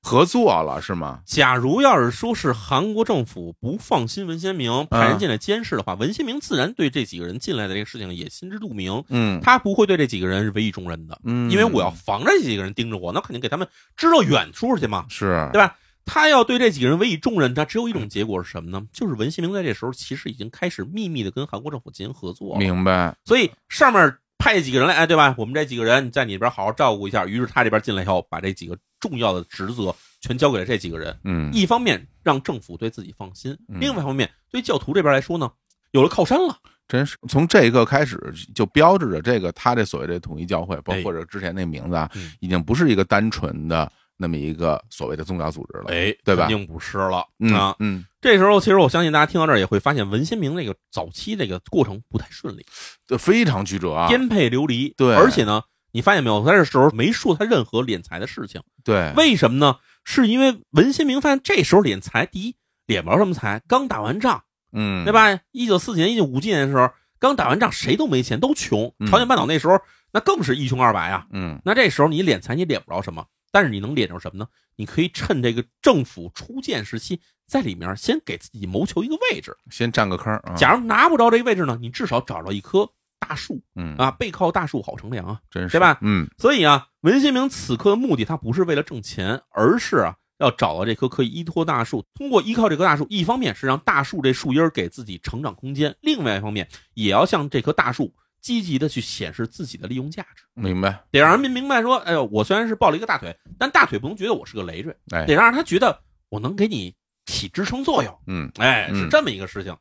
Speaker 1: 合作了是吗？
Speaker 2: 假如要是说是韩国政府不放心文先明
Speaker 1: 嗯
Speaker 2: 派人进来监视的话，文先明自然对这几个人进来的这个事情也心知肚明，
Speaker 1: 嗯
Speaker 2: 他不会对这几个人是委以重任的，
Speaker 1: 嗯，
Speaker 2: 因为我要防着这几个人盯着我，那肯定给他们支到远处去嘛，
Speaker 1: 是
Speaker 2: 对吧？他要对这几个人委以重任，他只有一种结果是什么呢？
Speaker 1: 嗯
Speaker 2: 就是文先明在这时候其实已经开始秘密的跟韩国政府进行合作了，
Speaker 1: 明白，
Speaker 2: 所以上面派几个人来，哎，对吧？我们这几个人你在你这边好好照顾一下。于是他这边进来以后，把这几个重要的职责全交给了这几个人。
Speaker 1: 嗯
Speaker 2: 一方面让政府对自己放心，
Speaker 1: 嗯
Speaker 2: 另外一方面对教徒这边来说呢，有了靠山了。
Speaker 1: 真是从这一刻开始，就标志着这个他这所谓的统一教会，包
Speaker 2: 哎
Speaker 1: 括者之前那名字啊，
Speaker 2: 嗯
Speaker 1: 已经不是一个单纯的那么一个所谓的宗教组织了，
Speaker 2: 哎，
Speaker 1: 对吧
Speaker 2: 肯定不是了、
Speaker 1: 嗯
Speaker 2: 啊。
Speaker 1: 嗯，
Speaker 2: 这时候，其实我相信大家听到这儿也会发现，文先明这个早期这个过程不太顺利，
Speaker 1: 这非常曲折啊，
Speaker 2: 颠沛流离。
Speaker 1: 对
Speaker 2: 而且呢，你发现没有，他这时候没说他任何敛财的事情，
Speaker 1: 对，
Speaker 2: 为什么呢？是因为文先明发现这时候敛财，第一敛不着什么财，刚打完仗，
Speaker 1: 嗯，
Speaker 2: 对？吧？一九四几年、一九五几年的时候，刚打完仗，谁都没钱，都穷
Speaker 1: 嗯。
Speaker 2: 朝鲜半岛那时候那更是一穷二白啊。
Speaker 1: 嗯
Speaker 2: 那这时候你敛财，你敛不着什么，但是你能敛着什么呢？你可以趁这个政府初建时期，在里面先给自己谋求一个位置。，
Speaker 1: 先占个坑啊。
Speaker 2: 假如拿不着这个位置呢，你至少找着一颗大树
Speaker 1: 嗯，
Speaker 2: 啊，背靠大树好乘凉啊。
Speaker 1: 真是
Speaker 2: 对吧
Speaker 1: 嗯
Speaker 2: 所以啊，文新明此刻的目的，他不是为了挣钱，而是啊，要找到这棵可以依托大树，通过依靠这棵大树，一方面是让大树这树荫儿给自己成长空间，另外一方面也要向这棵大树积极的去显示自己的利用价值，
Speaker 1: 明白，
Speaker 2: 得让人民明白说，哎呦，我虽然是抱了一个大腿，但大腿不能觉得我是个累赘，
Speaker 1: 哎
Speaker 2: 得让他觉得我能给你起支撑作用。
Speaker 1: 嗯
Speaker 2: 哎，
Speaker 1: 嗯
Speaker 2: 是这么一个事情。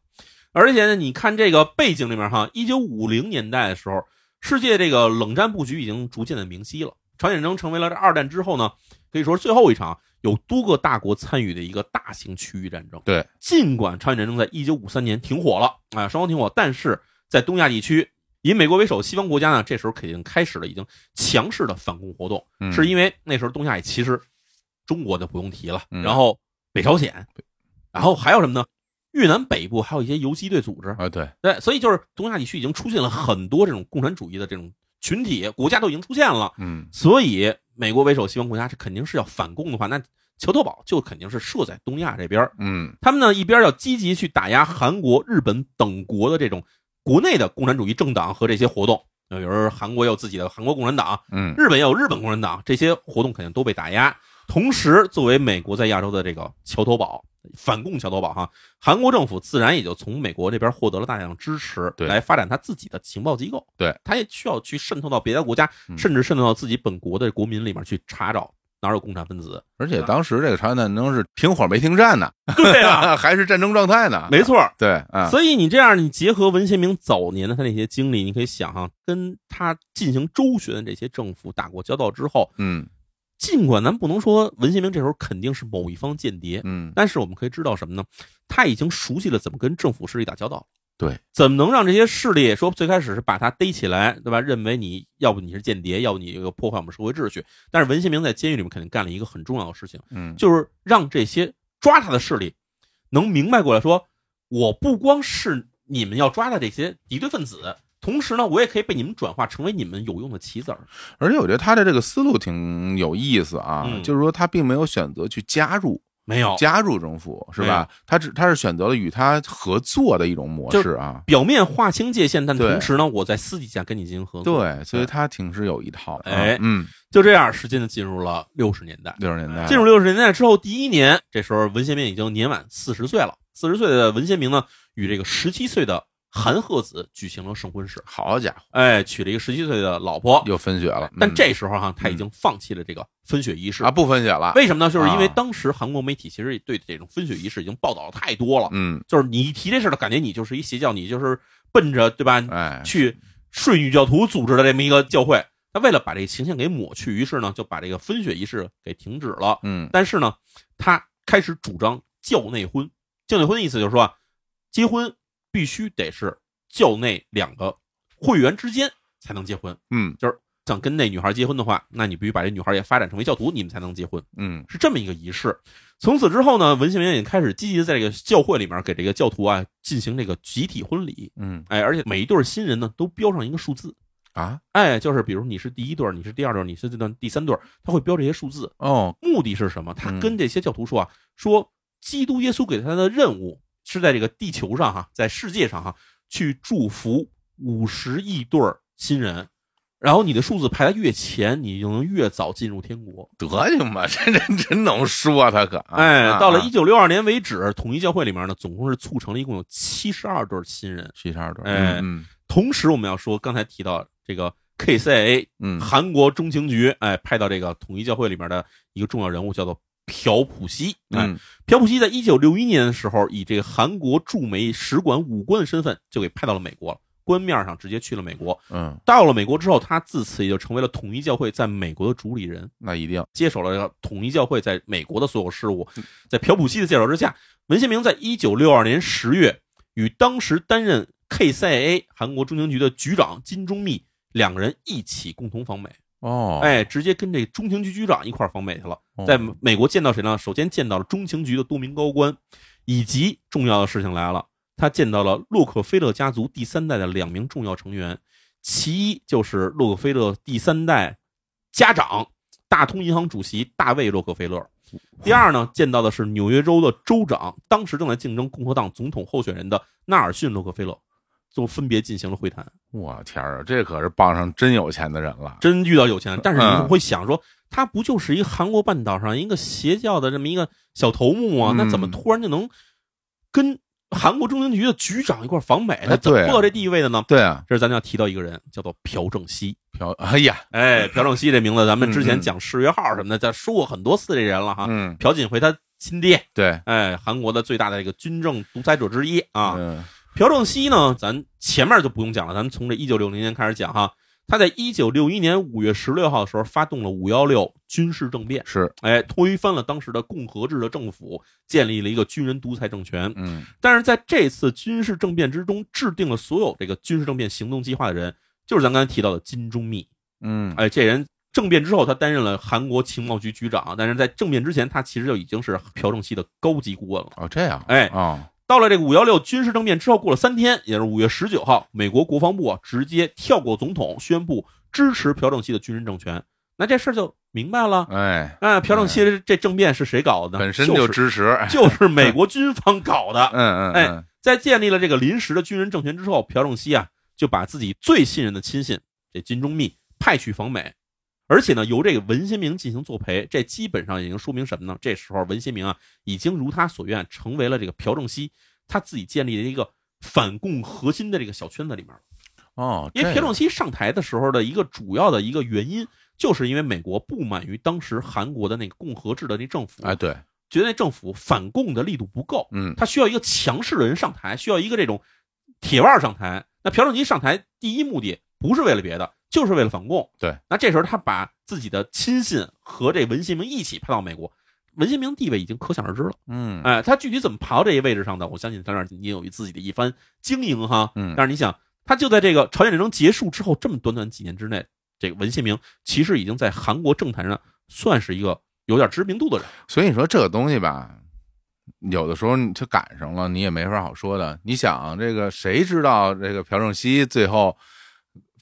Speaker 2: 而且呢，你看这个背景里面哈，一九五零年代的时候，世界这个冷战布局已经逐渐的明晰了。朝鲜战争成为了这二战之后呢，可以说是最后一场有多个大国参与的一个大型区域战争。
Speaker 1: 对，
Speaker 2: 尽管朝鲜战争在一九五三年停火了啊，双方停火，但是在东亚地区，以美国为首西方国家呢，这时候肯定开始了已经强势的反共活动，
Speaker 1: 嗯
Speaker 2: 是因为那时候东亚也其实中国就不用提了，
Speaker 1: 嗯
Speaker 2: 然后北朝鲜，然后还有什么呢？越南北部还有一些游击队组织，
Speaker 1: 啊，对，
Speaker 2: 对，所以就是东亚地区已经出现了很多这种共产主义的这种群体国家都已经出现了，
Speaker 1: 嗯
Speaker 2: 所以美国为首西方国家这肯定是要反共的话，那桥头堡就肯定是设在东亚这边儿。
Speaker 1: 嗯
Speaker 2: 他们呢一边要积极去打压韩国、日本等国的这种国内的共产主义政党和这些活动。呃，有时候韩国有自己的韩国共产党，
Speaker 1: 嗯
Speaker 2: 日本也有日本共产党，这些活动肯定都被打压。同时，作为美国在亚洲的这个桥头堡，反共桥头堡哈，韩国政府自然也就从美国这边获得了大量支持，
Speaker 1: 对
Speaker 2: 来发展他自己的情报机构。
Speaker 1: 对，
Speaker 2: 他也需要去渗透到别的国家，
Speaker 1: 嗯
Speaker 2: 甚至渗透到自己本国的国民里面去查找哪有共产分子。
Speaker 1: 而且当时这个朝鲜战争是停火没停战呢，
Speaker 2: 啊对啊，
Speaker 1: 还是战争状态呢，
Speaker 2: 没错儿。
Speaker 1: 对啊，
Speaker 2: 所以你这样，你结合文先明早年的他那些经历，你可以想哈、跟他进行周旋的这些政府打过交道之后，
Speaker 1: 嗯
Speaker 2: 尽管咱不能说文先明这时候肯定是某一方间谍，
Speaker 1: 嗯
Speaker 2: 但是我们可以知道什么呢？他已经熟悉了怎么跟政府势力打交道。
Speaker 1: 对，
Speaker 2: 怎么能让这些势力说最开始是把他逮起来，对吧？认为你要不你是间谍，要不你有破坏我们社会秩序。但是文先明在监狱里面肯定干了一个很重要的事情，
Speaker 1: 嗯，
Speaker 2: 就是让这些抓他的势力能明白过来说，我不光是你们要抓的这些敌对分子，同时呢，我也可以被你们转化成为你们有用的棋子儿。
Speaker 1: 而且我觉得他的这个思路挺有意思啊，
Speaker 2: 嗯哦
Speaker 1: 就是说他并没有选择去加入
Speaker 2: 没有，
Speaker 1: 加入政府是吧？他只他是选择了与他合作的一种模式啊，
Speaker 2: 表面划清界限，但
Speaker 1: 对
Speaker 2: 同时呢，我在私底下跟你进行合作。
Speaker 1: 对，所以他挺是有一套的啊，
Speaker 2: 哎
Speaker 1: 嗯，
Speaker 2: 就这样，时间就进入了六十年代。
Speaker 1: 六十年代
Speaker 2: 进入六十年代之后，第一年，这时候文先明已经年满四十岁了。四十岁的文先明呢，与这个十七岁的韩鹤子举行了圣婚式，
Speaker 1: 好家伙，
Speaker 2: 哎，娶了一个十七岁的老婆。
Speaker 1: 又分血了，
Speaker 2: 但
Speaker 1: 嗯
Speaker 2: 这时候哈、他已经放弃了这个分血仪式
Speaker 1: 啊。不分血了，
Speaker 2: 为什么呢？就是因为
Speaker 1: 啊
Speaker 2: 当时韩国媒体其实对这种分血仪式已经报道了太多了，
Speaker 1: 嗯，
Speaker 2: 就是你一提这事儿，感觉你就是一邪教，你就是奔着对吧
Speaker 1: 哎，
Speaker 2: 去顺与教徒组织的这么一个教会。他为了把这个形象给抹去，于是呢就把这个分血仪式给停止了。
Speaker 1: 嗯
Speaker 2: 但是呢，他开始主张教内婚。教内婚的意思就是说啊，结婚必须得是教内两个会员之间才能结婚。
Speaker 1: 嗯
Speaker 2: 想跟那女孩结婚的话，那你必须把这女孩也发展成为教徒，你们才能结婚，
Speaker 1: 嗯
Speaker 2: 是这么一个仪式。从此之后呢，文献明也开始积极地在这个教会里面给这个教徒啊进行这个集体婚礼。
Speaker 1: 嗯
Speaker 2: 哎，而且每一对新人呢都标上一个数字，
Speaker 1: 啊
Speaker 2: 哎，就是比如你是第一对儿，你是第二对儿，你是这段第三对儿，他会标这些数字。
Speaker 1: 哦
Speaker 2: 目的是什么？他
Speaker 1: 嗯
Speaker 2: 跟这些教徒说啊，说基督耶稣给他的任务是在这个地球上哈、在世界上哈、去祝福五十亿对儿新人，然后你的数字排得越前，你就能越早进入天国。
Speaker 1: 德行吧， 这人真能说他可，啊
Speaker 2: 哎，到了
Speaker 1: 啊
Speaker 2: 一九六二年为止，统一教会里面呢，总共是促成了一共有七十二对儿新人。
Speaker 1: 七十二对，
Speaker 2: 哎
Speaker 1: 嗯
Speaker 2: 同时，我们要说刚才提到这个 KCA
Speaker 1: 嗯嗯
Speaker 2: 韩国中情局哎派到这个统一教会里面的一个重要人物叫做朴普熙。哎，
Speaker 1: 嗯
Speaker 2: 朴普熙在一九六一年的时候，以这个韩国驻美使馆武官的身份就给派到了美国了，官面上直接去了美国。
Speaker 1: 嗯，
Speaker 2: 到了美国之后，他自此也就成为了统一教会在美国的主理人，
Speaker 1: 那一定，
Speaker 2: 接手了这个统一教会在美国的所有事务。在朴普熙的介绍之下，文先明在一九六二年十月与当时担任 KCIA 韩国中情局的局长金钟密两个人一起共同访美。
Speaker 1: 哦，
Speaker 2: 哎，直接跟这中情局局长一块儿访美去了。
Speaker 1: 哦，
Speaker 2: 在美国见到谁呢？首先见到了中情局的多名高官，以及重要的事情来了，他见到了洛克菲勒家族第三代的两名重要成员，其一就是洛克菲勒第三代家长、大通银行主席大卫·洛克菲勒。第二呢，见到的是纽约州的州长，当时正在竞争共和党总统候选人的纳尔逊·洛克菲勒。就分别进行了会谈。
Speaker 1: 我天儿啊，这可是傍上真有钱的人了。
Speaker 2: 真遇到有钱人，但是
Speaker 1: 嗯
Speaker 2: 你会想说，他不就是一个韩国半岛上一个邪教的这么一个小头目吗？
Speaker 1: 嗯
Speaker 2: 那怎么突然就能跟韩国中情局的局长一块儿访美？
Speaker 1: 哎
Speaker 2: 他怎么
Speaker 1: 对啊
Speaker 2: 做到这地位的呢？
Speaker 1: 对啊，
Speaker 2: 这是咱要提到一个人，叫做朴正熙。
Speaker 1: 朴，哎呀，
Speaker 2: 哎，朴正熙这名字，咱们之
Speaker 1: 嗯嗯
Speaker 2: 前讲世越号什么的，咱说过很多次这人了哈。
Speaker 1: 嗯，
Speaker 2: 朴槿惠他亲爹，
Speaker 1: 对，
Speaker 2: 哎，韩国的最大的这个军政独裁者之一啊。
Speaker 1: 嗯
Speaker 2: 朴正熙呢，咱前面就不用讲了，咱们从这一九六零年开始讲哈。他在一九六一年五月十六号的时候发动了五幺六军事政变，
Speaker 1: 是，
Speaker 2: 哎，推翻了当时的共和制的政府，建立了一个军人独裁政权。
Speaker 1: 嗯
Speaker 2: 但是在这次军事政变之中，制定了所有这个军事政变行动计划的人，就是咱刚才提到的金钟密。
Speaker 1: 嗯，
Speaker 2: 哎，这人政变之后，他担任了韩国情报局局长，但是在政变之前，他其实就已经是朴正熙的高级顾问了。
Speaker 1: 哦，这样，
Speaker 2: 哎
Speaker 1: 哦，
Speaker 2: 到了这个五幺六军事政变之后，过了三天，也是五月十九号，美国国防部啊直接跳过总统，宣布支持朴正熙的军人政权。那这事儿就明白了。
Speaker 1: 哎，
Speaker 2: 啊，朴正熙这这政变是谁搞的呢？
Speaker 1: 本身
Speaker 2: 就
Speaker 1: 就是支持，
Speaker 2: 就是美国军方 搞的。
Speaker 1: 嗯嗯，
Speaker 2: 哎
Speaker 1: 嗯，
Speaker 2: 在建立了这个临时的军人政权之后，朴正熙啊就把自己最信任的亲信这金钟密派去访美，而且呢由这个文先明进行作陪，这基本上已经说明什么呢？这时候文先明啊已经如他所愿，成为了这个朴正熙他自己建立的一个反共核心的这个小圈子里面了。
Speaker 1: 哦，
Speaker 2: 因为
Speaker 1: 这样
Speaker 2: 朴正熙上台的时候的一个主要的一个原因，就是因为美国不满于当时韩国的那个共和制的那政府，
Speaker 1: 哎，对，
Speaker 2: 觉得那政府反共的力度不够，
Speaker 1: 嗯
Speaker 2: 他需要一个强势的人上台，需要一个这种铁腕儿上台。那朴正熙上台第一目的不是为了别的，就是为了反共。
Speaker 1: 对，
Speaker 2: 那这时候他把自己的亲信和这文新明一起派到美国，文新明地位已经可想而知了。
Speaker 1: 嗯
Speaker 2: 哎，他具体怎么爬到这一位置上的，我相信他那儿也有自己的一番经营哈。
Speaker 1: 嗯
Speaker 2: 但是你想，他就在这个朝鲜战争结束之后，这么短短几年之内，这个文新明其实已经在韩国政坛上算是一个有点知名度的人。
Speaker 1: 所以你说这个东西吧，有的时候你就赶上了，你也没法好说的。你想这个，谁知道这个朴正熙最后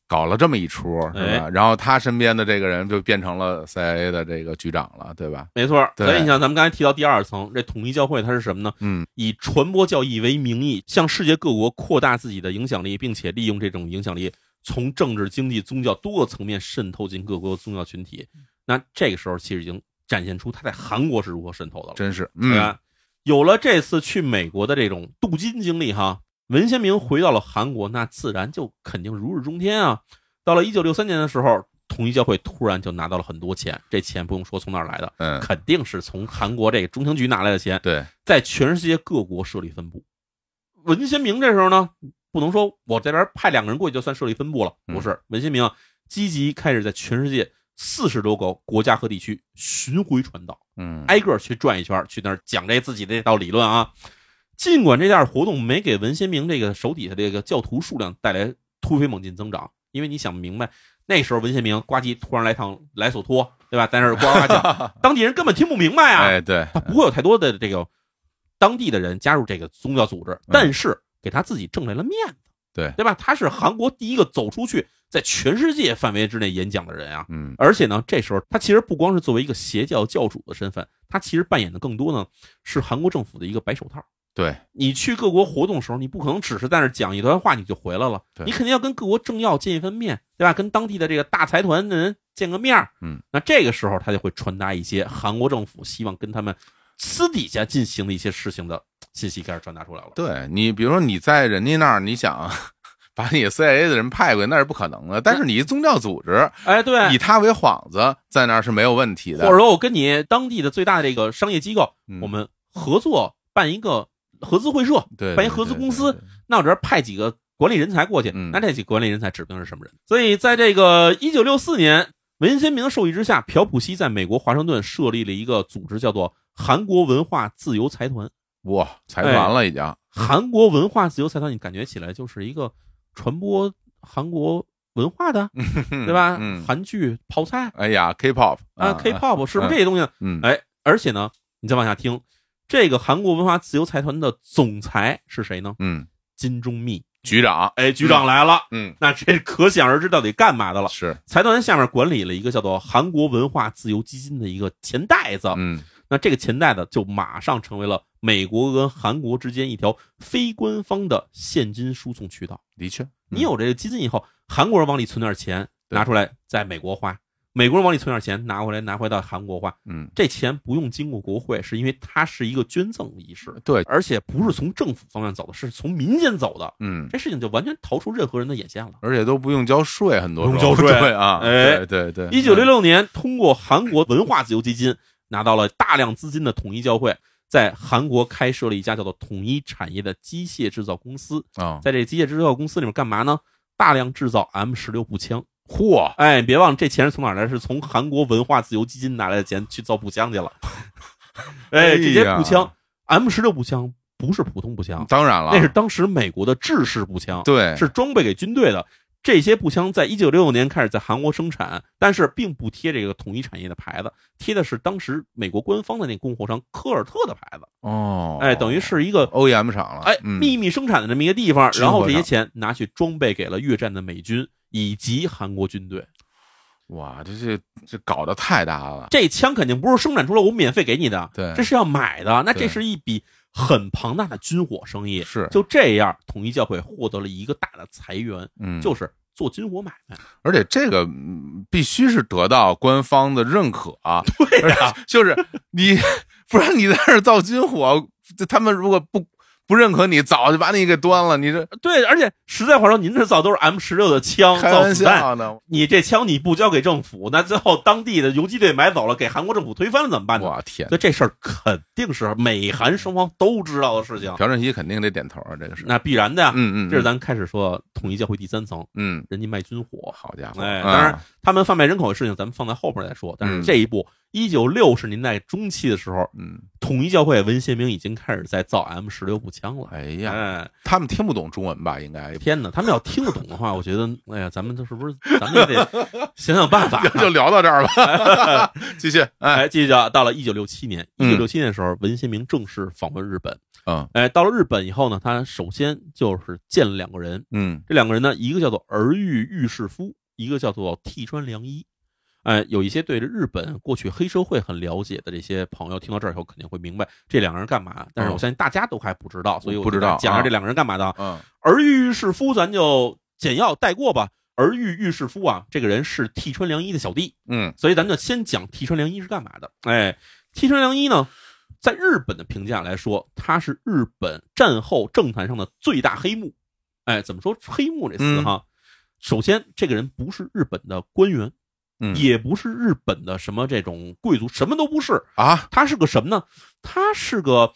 Speaker 1: 搞了这么一出，是
Speaker 2: 哎
Speaker 1: 吧？然后他身边的这个人就变成了 CIA 的这个局长了，对吧？
Speaker 2: 没错儿，
Speaker 1: 对
Speaker 2: 所以你想，咱们刚才提到第二层，这统一教会它是什么呢？
Speaker 1: 嗯，
Speaker 2: 以传播教义为名义，向世界各国扩大自己的影响力，并且利用这种影响力，从政治、经济、宗教多个层面渗透进各国宗教群体。那这个时候，其实已经展现出他在韩国是如何渗透的了。
Speaker 1: 真是，
Speaker 2: 对
Speaker 1: 嗯
Speaker 2: 吧？有了这次去美国的这种镀金经历哈，文先明回到了韩国，那自然就肯定如日中天啊。到了一九六三年的时候，统一教会突然就拿到了很多钱，这钱不用说从哪儿来的，
Speaker 1: 嗯，
Speaker 2: 肯定是从韩国这个中情局拿来的钱，
Speaker 1: 对，
Speaker 2: 在全世界各国设立分部。文先明这时候呢，不能说我这边派两个人过去就算设立分部了，
Speaker 1: 嗯
Speaker 2: 不是。文先明啊积极开始在全世界四十多个国家和地区巡回传道，
Speaker 1: 嗯，
Speaker 2: 挨个儿去转一圈儿，去那儿讲这自己这套理论啊。尽管这件活动没给文先明这个手底下这个教徒数量带来突飞猛进增长，因为你想明白，那时候文先明呱唧突然来趟莱索托，对吧？在那儿呱呱讲， 当地人根本听不明白啊。
Speaker 1: 哎，对，
Speaker 2: 他不会有太多的这个当地的人加入这个宗教组织，但是给他自己挣来了面子，
Speaker 1: 嗯对
Speaker 2: 对吧？他是韩国第一个走出去，在全世界范围之内演讲的人啊。
Speaker 1: 嗯
Speaker 2: 而且呢，这时候他其实不光是作为一个邪教教主的身份，他其实扮演的更多呢是韩国政府的一个白手套。
Speaker 1: 对，
Speaker 2: 你去各国活动的时候，你不可能只是在那儿讲一段话你就回来了
Speaker 1: 对，
Speaker 2: 你肯定要跟各国政要见一份面，对吧？跟当地的这个大财团的人见个面儿
Speaker 1: 嗯，
Speaker 2: 那这个时候他就会传达一些韩国政府希望跟他们私底下进行的一些事情的信息开始传达出来了。
Speaker 1: 对你，比如说你在人家那儿，你想 把你 CIA 的人派过去，那是不可能的。但是你一宗教组织，
Speaker 2: 哎，对，
Speaker 1: 以他为幌子，在那儿是没有问题的
Speaker 2: 或。者说我跟你当地的最大的这个商业机构，
Speaker 1: 嗯
Speaker 2: 我们合作办一个合资会社，
Speaker 1: 对，
Speaker 2: 办
Speaker 1: 对
Speaker 2: 一合资
Speaker 1: 对
Speaker 2: 公
Speaker 1: 对
Speaker 2: 司
Speaker 1: 对
Speaker 2: 那我这儿派几个管理人才过去，
Speaker 1: 嗯
Speaker 2: 那这几个管理人才指不定是什么人。所以，在这个一九六四年，文先明的授意之下，朴普熙在美国华盛顿设立了一个组织，叫做韩国文化自由财
Speaker 1: 嗯
Speaker 2: 团。
Speaker 1: 哇，财团
Speaker 2: 哎
Speaker 1: 了已经。
Speaker 2: 韩国文化自由财团，你感觉起来就是一个传播韩国文化的，对吧？
Speaker 1: 嗯，
Speaker 2: 韩剧、泡菜
Speaker 1: 哎呀，K-pop
Speaker 2: 啊，K-pop 是不是这些东西？
Speaker 1: 嗯，
Speaker 2: 哎，而且呢，你再往下听，这个韩国文化自由财团的总裁是谁呢？
Speaker 1: 嗯，
Speaker 2: 金钟密。
Speaker 1: 局长，
Speaker 2: 哎，局长来了。
Speaker 1: 嗯，
Speaker 2: 那这可想而知到底干嘛的了。
Speaker 1: 是，
Speaker 2: 财团下面管理了一个叫做韩国文化自由基金的一个钱袋子，
Speaker 1: 嗯
Speaker 2: 那这个钱袋子就马上成为了美国跟韩国之间一条非官方的现金输送渠道。
Speaker 1: 的确，
Speaker 2: 你有这个基金以后，韩国人往里存点钱，
Speaker 1: 对
Speaker 2: 拿出来在美国花；美国人往里存点钱，拿回来拿回到韩国花。
Speaker 1: 嗯，
Speaker 2: 这钱不用经过国会，是因为它是一个捐赠仪式，
Speaker 1: 对，
Speaker 2: 而且不是从政府方面走的，是从民间走的。
Speaker 1: 嗯，
Speaker 2: 这事情就完全逃出任何人的眼线了。
Speaker 1: 而且都不用交税，很多时候
Speaker 2: 不用交税
Speaker 1: 对啊，
Speaker 2: 哎
Speaker 1: 对对对，
Speaker 2: 一九六六年，通过韩国文化自由基金，拿到了大量资金的统一教会，在韩国开设了一家叫做统一产业的机械制造公司。
Speaker 1: 啊，
Speaker 2: 在这机械制造公司里面干嘛呢？大量制造 M 十六步枪。
Speaker 1: 嚯，
Speaker 2: 哎，别忘了这钱是从哪儿来？是从韩国文化自由基金拿来的钱去造步枪去了。哎，这些步枪 M 十六步枪不是普通步枪，
Speaker 1: 当然了，
Speaker 2: 那是当时美国的制式步枪。
Speaker 1: 对，
Speaker 2: 是装备给军队的。这些步枪在一九六六年开始在韩国生产，但是并不贴这个统一产业的牌子，贴的是当时美国官方的那供货商科尔特的牌子。
Speaker 1: 哦，
Speaker 2: 哎，等于是一个
Speaker 1: OEM 厂了，
Speaker 2: 哎
Speaker 1: 嗯
Speaker 2: 秘密生产的这么一个地方，
Speaker 1: 进货商
Speaker 2: 然后这些钱拿去装备给了越战的美军以及韩国军队。
Speaker 1: 哇，这这这搞得太大了，
Speaker 2: 这枪肯定不是生产出来我免费给你的，
Speaker 1: 对
Speaker 2: 这是要买的。那
Speaker 1: 对
Speaker 2: 这是一笔很庞大的军火生意。
Speaker 1: 是
Speaker 2: 就这样，统一教会获得了一个大的财源，
Speaker 1: 嗯，
Speaker 2: 就是做军火买卖。
Speaker 1: 而且这个嗯必须是得到官方的认可， 对呀、就是你，不然你在这儿造军火，这他们如果不不认可你，早就把你给端了。你这
Speaker 2: 对，而且实在话说，您这造都是 M 十六的枪
Speaker 1: 开
Speaker 2: 造
Speaker 1: 玩
Speaker 2: 子弹，
Speaker 1: 笑呢？
Speaker 2: 你这枪你不交给政府，那最后当地的游击队买走了，给韩国政府推翻了怎么办呢？
Speaker 1: 我天
Speaker 2: 所！以这事儿肯定是美韩双方都知道的事情，
Speaker 1: 朴正熙肯定得点头啊，这个是，
Speaker 2: 那必然的呀。
Speaker 1: 嗯嗯，
Speaker 2: 这是
Speaker 1: 嗯
Speaker 2: 咱开始说统一教会第三层，
Speaker 1: 嗯，
Speaker 2: 人家卖军火，
Speaker 1: 好家伙，
Speaker 2: 哎，
Speaker 1: 嗯
Speaker 2: 当然，他们贩卖人口的事情咱们放在后边再说。但是
Speaker 1: 嗯
Speaker 2: 这一步，一九六十年代中期的时候，
Speaker 1: 嗯，
Speaker 2: 统一教会文贤明已经开始在造 M 十六步枪了。
Speaker 1: 哎呀，
Speaker 2: 哎，
Speaker 1: 他们听不懂中文吧？应 该
Speaker 2: 天哪，他们要听得懂的话，我觉得，哎呀，咱们这是不是咱们也得 想想办法？啊
Speaker 1: 就聊到这儿 吧，继续，哎，
Speaker 2: 哎，继续啊，到了一九六七年，一
Speaker 1: 嗯
Speaker 2: 九六七年的时候，文先明正式访问日本。
Speaker 1: 嗯
Speaker 2: 哎，到了日本以后呢，他首先就是见了两个人，
Speaker 1: 嗯
Speaker 2: 这两个人呢，一个叫做儿玉玉士夫，一个叫做替川良一。哎，有一些对日本过去黑社会很了解的这些朋友，听到这儿以后肯定会明白这两个人干嘛。但是我
Speaker 1: 嗯
Speaker 2: 相信大家都还不知道，所以我
Speaker 1: 不知道
Speaker 2: 就讲一下
Speaker 1: 啊
Speaker 2: 这两个人干嘛的啊。
Speaker 1: 嗯
Speaker 2: 而玉士夫，咱就简要带过吧。而玉玉士夫啊，这个人是替川良一的小弟，
Speaker 1: 嗯
Speaker 2: 所以咱们就先讲替川良一是干嘛的。哎，替川良一呢，在日本的评价来说，他是日本战后政坛上的最大黑幕。哎，怎么说黑幕这词哈？首先，这个人不是日本的官员，
Speaker 1: 嗯
Speaker 2: 也不是日本的什么这种贵族，什么都不是。
Speaker 1: 啊，
Speaker 2: 他是个什么呢？他是个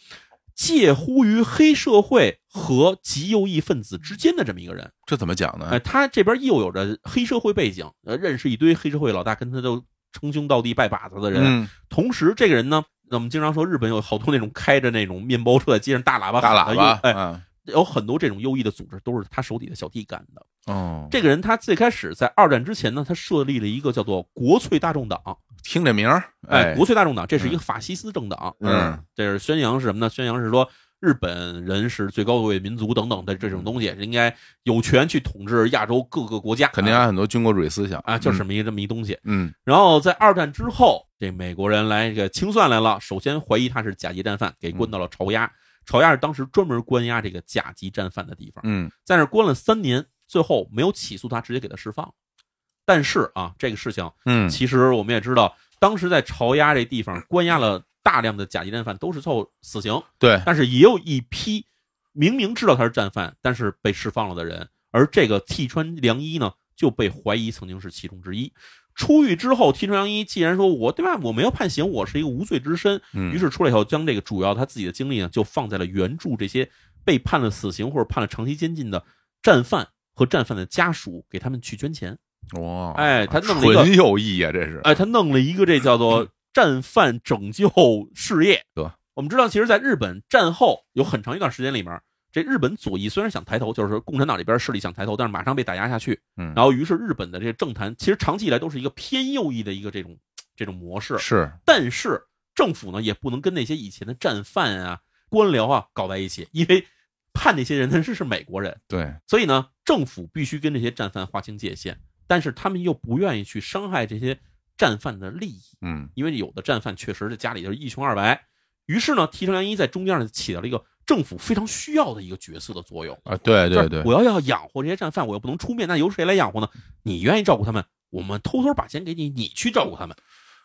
Speaker 2: 介乎于黑社会和极右翼分子之间的这么一个人。
Speaker 1: 这怎么讲呢？
Speaker 2: 呃，他这边又有着黑社会背景，呃，认识一堆黑社会老大，跟他都称兄道弟、拜把子的人。
Speaker 1: 嗯，
Speaker 2: 同时，这个人呢，我们经常说日本有好多那种开着那种面包车在街上大喇叭
Speaker 1: 大
Speaker 2: 喊
Speaker 1: 喇
Speaker 2: 的
Speaker 1: 叭，
Speaker 2: 哎，
Speaker 1: 嗯
Speaker 2: 有很多这种右翼的组织都是他手底下小弟干的。
Speaker 1: 哦，
Speaker 2: 这个人他最开始在二战之前呢，他设立了一个叫做国粹大众党。
Speaker 1: 听这名儿，
Speaker 2: 哎，
Speaker 1: 哎，
Speaker 2: 国粹大众党，这是一个法西斯政党。
Speaker 1: 嗯，
Speaker 2: 这是宣扬是什么呢？宣扬是说日本人是最高贵民族等等的这种东西，应该有权去统治亚洲各个国家。
Speaker 1: 肯定还有啊很多军国主义思想
Speaker 2: 啊，就是这么一这么一东西。
Speaker 1: 嗯
Speaker 2: 然后在二战之后，这美国人来这个清算来了，首先怀疑他是甲级战犯，给关到了巢押。巢押是当时专门关押这个甲级战犯的地方，
Speaker 1: 嗯
Speaker 2: 在那儿关了三年，最后没有起诉他，直接给他释放了。但是啊，这个事情
Speaker 1: 嗯
Speaker 2: 其实我们也知道，当时在巢押这地方关押了大量的甲级战犯，都是凑死刑，
Speaker 1: 对，
Speaker 2: 但是也有一批明明知道他是战犯，但是被释放了的人。而这个替川良一呢，就被怀疑曾经是其中之一。出狱之后，替川良一既然说我对吧，我没有判刑，我是一个无罪之身，
Speaker 1: 嗯
Speaker 2: 于是出来以后，将这个主要他自己的精力呢，就放在了援助这些被判了死刑或者判了长期监禁的战犯和战犯的家属，给他们去捐钱。
Speaker 1: 哇，
Speaker 2: 哎他弄了一
Speaker 1: 哦
Speaker 2: 个
Speaker 1: 啊纯右翼啊，这是，
Speaker 2: 哎，他弄了一个这叫做战犯拯救事业。
Speaker 1: 对，
Speaker 2: 我们知道，其实，在日本战后有很长一段时间里面，这日本左翼虽然想抬头，就是共产党这边势力想抬头，但是马上被打压下去。
Speaker 1: 嗯
Speaker 2: 然后，于是日本的这个政坛其实长期以来都是一个偏右翼的一个这种这种模式。
Speaker 1: 是
Speaker 2: 但是政府呢，也不能跟那些以前的战犯啊、官僚啊搞在一起，因为判那些人的是是美国人。
Speaker 1: 对，
Speaker 2: 所以呢，政府必须跟这些战犯划清界限，但是他们又不愿意去伤害这些战犯的利益，
Speaker 1: 嗯
Speaker 2: 因为有的战犯确实是家里就是一穷二白。于是呢，提成良一在中间呢起到了一个政府非常需要的一个角色的作用。
Speaker 1: 啊，对对
Speaker 2: 就是
Speaker 1: 对，
Speaker 2: 我要要养活这些战犯，我又不能出面，那由谁来养活呢？你愿意照顾他们，我们偷偷把钱给你，你去照顾他们。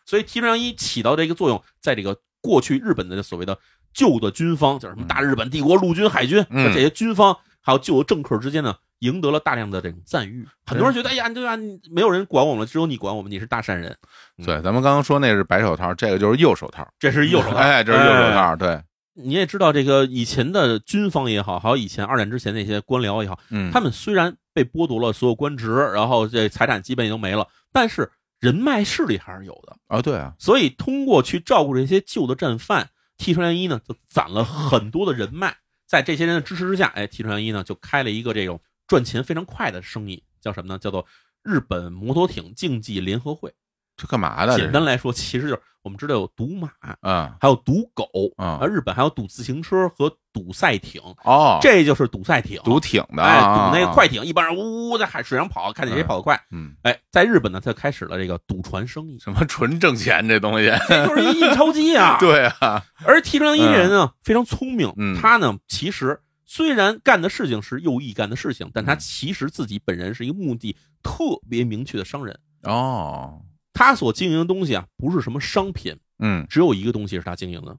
Speaker 2: 所以提成良一起到这个作用，在这个过去日本的所谓的旧的军方，叫什么大日本帝国陆军、海军，
Speaker 1: 嗯
Speaker 2: 这些军方还有旧的政客之间呢，赢得了大量的这种赞誉。很多人觉得，哎呀，对吧？你没有人管我们了，只有你管我们，你是大善人。
Speaker 1: 对，咱们刚刚说那是白手套，这个就是右手套，
Speaker 2: 这是右手套，
Speaker 1: 哎，这是右手套，对，
Speaker 2: 你也知道，这个以前的军方也好，还有以前二战之前那些官僚也好，
Speaker 1: 嗯，
Speaker 2: 他们虽然被剥夺了所有官职，然后这财产基本也都没了，但是人脉势力还是有的。
Speaker 1: 啊，对啊，
Speaker 2: 所以通过去照顾这些旧的战犯，替川良一呢就攒了很多的人脉，在这些人的支持之下，哎，替川良一呢就开了一个这种赚钱非常快的生意，叫什么呢？叫做日本摩托艇竞技联合会。
Speaker 1: 这干嘛的？这
Speaker 2: 简
Speaker 1: 啊是
Speaker 2: 单来说，其实就是我们知道有赌马，
Speaker 1: 啊，
Speaker 2: 还有赌狗
Speaker 1: 啊
Speaker 2: 而日本还有赌自行车和赌赛艇，
Speaker 1: 哦，
Speaker 2: 这就是赌赛艇。
Speaker 1: 赌挺的，
Speaker 2: 哎，
Speaker 1: 啊
Speaker 2: 赌那个快，艇，一帮人呜呜在海水上跑，看见谁跑得快。
Speaker 1: 嗯，，
Speaker 2: 哎，在日本呢，他就开始了这个赌船生意
Speaker 1: 什么纯挣钱这 东西，
Speaker 2: 这就是一印钞机啊。，
Speaker 1: 对啊，
Speaker 2: 而提成良一人呢非常聪明
Speaker 1: 嗯，
Speaker 2: 他呢其实虽然干的事情是右翼干的事情，
Speaker 1: 嗯
Speaker 2: 但他其实自己本人是一个目的特别明确的商人。
Speaker 1: 哦，
Speaker 2: 他所经营的东西啊，不是什么商品，
Speaker 1: 嗯
Speaker 2: 只有一个东西是他经营的，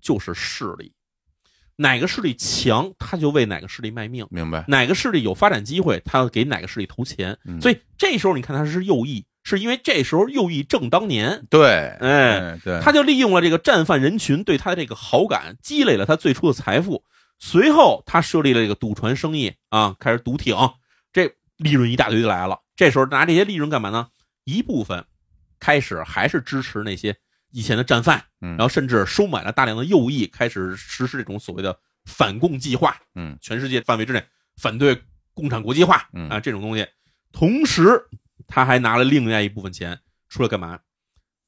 Speaker 2: 就是势力。哪个势力强，他就为哪个势力卖命。
Speaker 1: 明白，
Speaker 2: 哪个势力有发展机会，他要给哪个势力投钱。
Speaker 1: 嗯
Speaker 2: 所以这时候你看他是右翼，是因为这时候右翼正当年，
Speaker 1: 对，
Speaker 2: 哎
Speaker 1: 嗯，对，
Speaker 2: 他就利用了这个战犯人群对他的这个好感，积累了他最初的财富。随后他设立了这个赌船生意啊，开始赌艇，这利润一大堆就来了。这时候拿这些利润干嘛呢？一部分开始还是支持那些以前的战犯，
Speaker 1: 嗯
Speaker 2: 然后甚至收买了大量的右翼，开始实施这种所谓的反共计划。
Speaker 1: 嗯
Speaker 2: 全世界范围之内反对共产国际化
Speaker 1: 嗯
Speaker 2: 啊这种东西。同时，他还拿了另外一部分钱出来干嘛？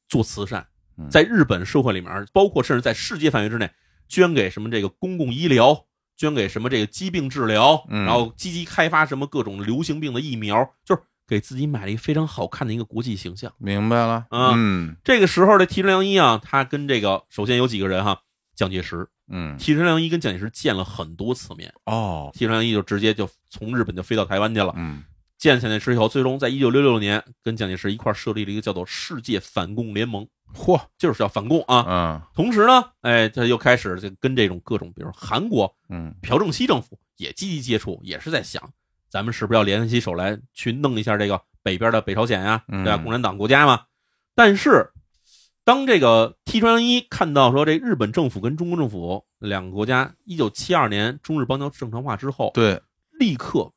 Speaker 2: 做慈善
Speaker 1: 嗯，
Speaker 2: 在日本社会里面，包括甚至在世界范围之内，捐给什么这个公共医疗，捐给什么这个疾病治疗，
Speaker 1: 嗯
Speaker 2: 然后积极开发什么各种流行病的疫苗，就是给自己买了一个非常好看的一个国际形象。
Speaker 1: 明白了，
Speaker 2: 啊
Speaker 1: 嗯
Speaker 2: 这个时候的提纯良一啊，他跟这个首先有几个人哈、蒋介石，
Speaker 1: 嗯，
Speaker 2: 提纯良一跟蒋介石见了很多次面，
Speaker 1: 哦，
Speaker 2: 提上一就直接就从日本就飞到台湾去了。
Speaker 1: 嗯
Speaker 2: 见蒋介石以后，最终在一九六六年跟蒋介石一块儿设立了一个叫做世界反共联盟，嚯，就是要反共啊。
Speaker 1: 嗯
Speaker 2: 同时呢，哎，他又开始就跟这种各种，比如韩国
Speaker 1: 嗯，
Speaker 2: 朴正熙政府也积极接触，也是在想，咱们是不是要联起手来去弄一下这个北边的北朝鲜呀、
Speaker 1: 嗯
Speaker 2: 对吧、共产党国家嘛。但是，当这个 T 川一看到说这日本政府跟中国政府两个国家，一九七二年中日邦交正常化之后，
Speaker 1: 对，
Speaker 2: 立刻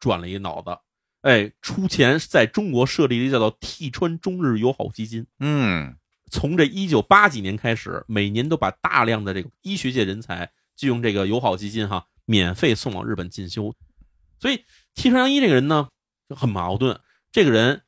Speaker 2: 转了一脑子，哎，出钱在中国设立了一个叫做“替川中日友好基金”。
Speaker 1: 嗯
Speaker 2: 从这一九八几年开始，每年都把大量的这个医学界人才就用这个友好基金哈，免费送往日本进修。所以替川良一这个人呢，就很矛盾。这个人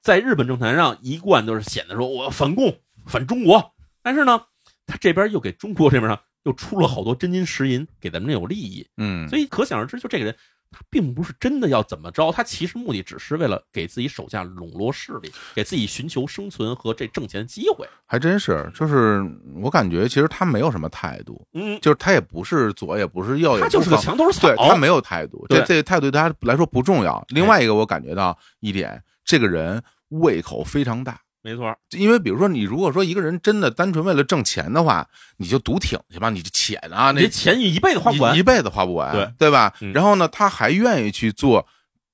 Speaker 2: 在日本政坛上一贯都是显得说我要反共、反中国，但是呢，他这边又给中国这边呢又出了好多真金实银，给咱们这有利益。
Speaker 1: 嗯，
Speaker 2: 所以可想而知，就这个人，他并不是真的要怎么着，他其实目的只是为了给自己手下笼络势力，给自己寻求生存和这挣钱的机会。
Speaker 1: 还真是，就是我感觉其实他没有什么态度，
Speaker 2: 嗯，
Speaker 1: 就是他也不是左，也不是右，也
Speaker 2: 他
Speaker 1: 不
Speaker 2: 就是个
Speaker 1: 防
Speaker 2: 墙头草，
Speaker 1: 对他没有态度，这
Speaker 2: 对哎
Speaker 1: 这态度对他来说不重要。另外一个，我感觉到一点，这个人胃口非常大。
Speaker 2: 没错，
Speaker 1: 因为比如说，你如果说一个人真的单纯为了挣钱的话，你就赌挺去吧，你这钱啊，
Speaker 2: 你
Speaker 1: 那
Speaker 2: 这钱你一辈子花不
Speaker 1: 一
Speaker 2: 完
Speaker 1: 一。辈子花不完，
Speaker 2: 对
Speaker 1: 吧？
Speaker 2: 嗯
Speaker 1: 然后呢，他还愿意去做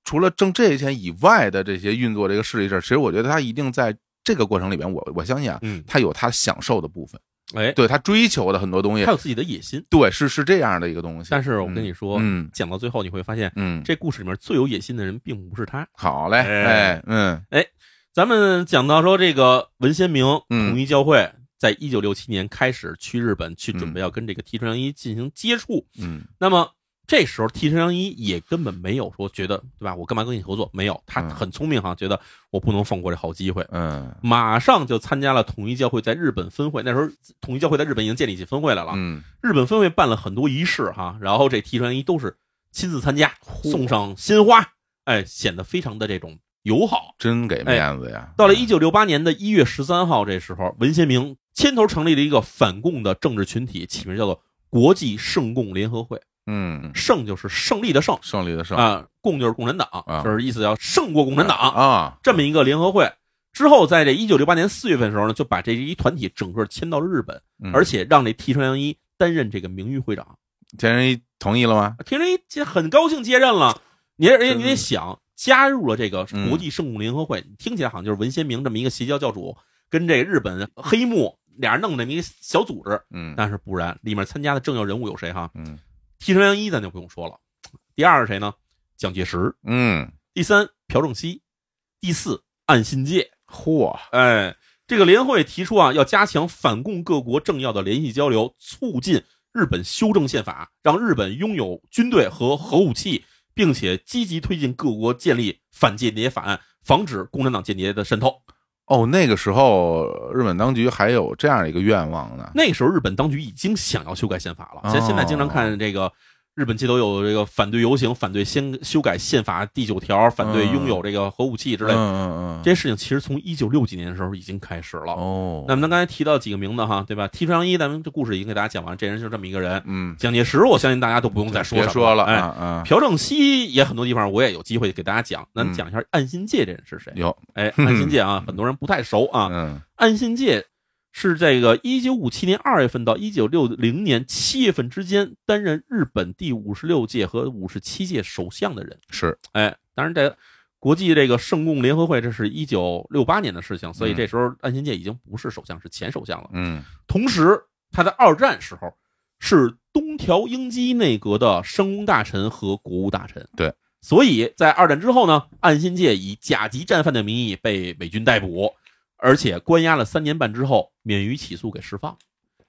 Speaker 1: 除了挣这些钱以外的这些运作这个势力事儿。其实我觉得他一定在这个过程里边，我我相信啊，
Speaker 2: 嗯，
Speaker 1: 他有他享受的部分，
Speaker 2: 哎，
Speaker 1: 对他追求的很多东西
Speaker 2: 他，有自己的野心。
Speaker 1: 对，是是这样的一个东西。
Speaker 2: 但是我跟你说，
Speaker 1: 嗯
Speaker 2: 讲到最后你会发现，
Speaker 1: 嗯，
Speaker 2: 这故事里面最有野心的人并不是他。
Speaker 1: 好嘞，
Speaker 2: 哎
Speaker 1: 哎，嗯
Speaker 2: 咱们讲到说这个文先明
Speaker 1: 嗯
Speaker 2: 统一教会。在一九六七年开始去日本，去准
Speaker 1: 嗯
Speaker 2: 备要跟这个提纯良一进行接触。
Speaker 1: 嗯
Speaker 2: 那么这时候替身良一也根本没有说觉得对吧？我干嘛跟你合作？没有，他
Speaker 1: 嗯
Speaker 2: 很聪明哈，觉得我不能放过这好机会，
Speaker 1: 嗯
Speaker 2: 马上就参加了统一教会在日本分会。那时候统一教会在日本已经建立起分会来了，
Speaker 1: 嗯，
Speaker 2: 日本分会办了很多仪式哈，然后这替身良一都是亲自参加，送上鲜花，哎，显得非常的这种友好。
Speaker 1: 真给面子呀！
Speaker 2: 到了一九六八年的一月十三号，这时候文先明牵头成立了一个反共的政治群体，起名叫做国际圣共联合会。
Speaker 1: 嗯，
Speaker 2: 胜就是胜利的胜
Speaker 1: 胜利的胜
Speaker 2: 啊，共就是共产党，
Speaker 1: 啊
Speaker 2: 就是意思叫胜过共产党。
Speaker 1: 啊，
Speaker 2: 这么一个联合会。之后，在这一九六八年四月份的时候呢，就把这一团体整个迁到了日本，
Speaker 1: 嗯
Speaker 2: 而且让这替川洋一担任这个名誉会长。
Speaker 1: 田仁一同意了吗？
Speaker 2: 田真一这很高兴接任了，你而且
Speaker 1: 真
Speaker 2: 你
Speaker 1: 的
Speaker 2: 得想加入了这个
Speaker 1: 嗯
Speaker 2: 国际圣共联合会，听起来好像就是文先明这么一个邪教教主跟这日本黑幕俩人弄这么一个小组织，
Speaker 1: 嗯
Speaker 2: 但是不然，里面参加的政要人物有谁哈？
Speaker 1: 嗯
Speaker 2: 替川洋一咱就不用说了，第二是谁呢？蒋介石，
Speaker 1: 嗯，
Speaker 2: 第三朴正熙，第四岸信介，
Speaker 1: 嚯，
Speaker 2: 哎，这个联会提出啊，要加强反共各国政要的联系交流，促进日本修正宪法，让日本拥有军队和核武器，并且积极推进各国建立反间谍法案，防止共产党间谍的渗透。
Speaker 1: 哦，那个时候日本当局还有这样一个愿望呢。
Speaker 2: 那时候，日本当局已经想要修改宪法了。
Speaker 1: 哦
Speaker 2: 像现在经常看这个。日本街头有这个反对游行、反对先修改宪法第九条、反对拥有这个核武器之类
Speaker 1: 嗯
Speaker 2: 的，
Speaker 1: 嗯嗯，
Speaker 2: 这些事情其实从一九六几年的时候已经开始了。
Speaker 1: 哦，
Speaker 2: 那么咱刚才提到几个名字哈，对吧？提川洋一，咱们这故事已经给大家讲完，这人就这么一个人。
Speaker 1: 嗯，
Speaker 2: 蒋介石，我相信大家都不用再说
Speaker 1: 别
Speaker 2: 什么
Speaker 1: 说了
Speaker 2: 哎，
Speaker 1: 啊啊，
Speaker 2: 朴正熙也很多地方我也有机会给大家讲。咱
Speaker 1: 嗯
Speaker 2: 讲一下岸信介这人是谁？
Speaker 1: 有
Speaker 2: 哎，岸信介啊，很多人不太熟啊。
Speaker 1: 嗯
Speaker 2: 岸信介是这个一九五七年二月份到一九六零年七月份之间担任日本第五十六届和五十七届首相的人。
Speaker 1: 是
Speaker 2: 哎，当然这国际这个圣共联合会，这是一九六八年的事情，所以
Speaker 1: 嗯
Speaker 2: 这时候岸信介已经不是首相，是前首相了。
Speaker 1: 嗯
Speaker 2: 同时，他在二战时候是东条英机内阁的商工大臣和国务大臣。
Speaker 1: 对，
Speaker 2: 所以在二战之后呢，岸信介以甲级战犯的名义被美军逮捕，而且关押了三年半之后，免于起诉给释放。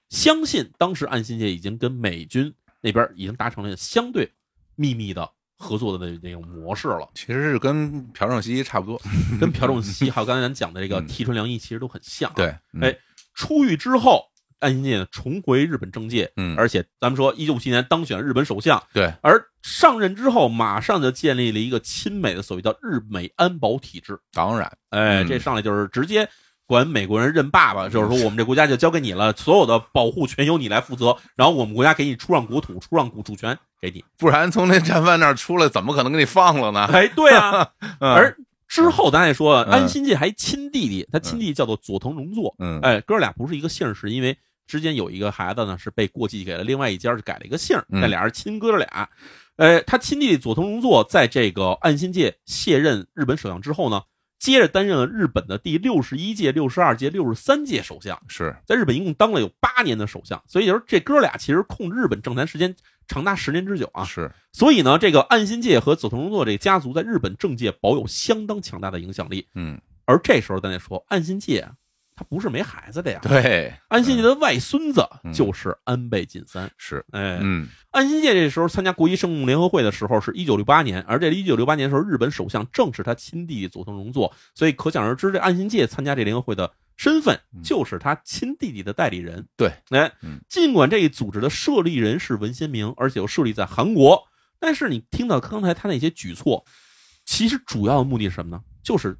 Speaker 2: 相信当时岸信介已经跟美军那边已经达成了相对秘密的合作的那那种模式了，
Speaker 1: 其实是跟朴正熙差不多。
Speaker 2: 跟朴正熙还有刚才咱讲的这个
Speaker 1: 嗯
Speaker 2: 提纯良一其实都很像、啊。
Speaker 1: 对，嗯
Speaker 2: 哎，出狱之后，岸信介呢重回日本政界，
Speaker 1: 嗯
Speaker 2: 而且咱们说，一九五七年当选日本首相，
Speaker 1: 对，
Speaker 2: 而上任之后，马上就建立了一个亲美的所谓叫日美安保体制。
Speaker 1: 当然，
Speaker 2: 哎，
Speaker 1: 嗯
Speaker 2: 这上来就是直接管美国人认爸爸，就是说我们这国家就交给你了，所有的保护全由你来负责，然后我们国家给你出让国土、出让股主权给你。
Speaker 1: 不然从那战犯那儿出来，怎么可能给你放了呢？
Speaker 2: 哎，对 啊，
Speaker 1: 嗯
Speaker 2: 而之后咱也说，
Speaker 1: 嗯
Speaker 2: 安新介还亲弟弟，他亲弟弟叫做佐藤荣作，
Speaker 1: 嗯
Speaker 2: 哎，哥俩不是一个姓儿，是因为之间有一个孩子呢是被过继给了另外一家，就改了一个姓儿，
Speaker 1: 嗯
Speaker 2: 那俩人亲哥俩。呃，他亲弟弟佐藤荣作在这个岸信介卸任日本首相之后呢，接着担任了日本的第六十一届、六十二届、六十三届首相，
Speaker 1: 是
Speaker 2: 在日本一共当了有八年的首相，所以就是这哥俩其实控制日本政坛时间长达十年之久啊。
Speaker 1: 是，
Speaker 2: 所以呢，这个岸信介和佐藤荣作这个家族在日本政界保有相当强大的影响力。
Speaker 1: 嗯，
Speaker 2: 而这时候咱得说，岸信介啊他不是没孩子的呀，
Speaker 1: 对，
Speaker 2: 安信介的外孙子
Speaker 1: 嗯
Speaker 2: 就是安倍晋三。
Speaker 1: 是，
Speaker 2: 哎，
Speaker 1: 嗯
Speaker 2: 安信介这时候参加国际圣母联合会的时候是一九六八年，而这一九六八年的时候，日本首相正是他亲弟弟佐藤荣作，所以可想而知，这安信介参加这联合会的身份就是他亲弟弟的代理人。
Speaker 1: 嗯对，
Speaker 2: 哎
Speaker 1: 嗯，
Speaker 2: 尽管这一组织的设立人是文先明，而且又设立在韩国，但是你听到刚才他那些举措，其实主要的目的是什么呢？就是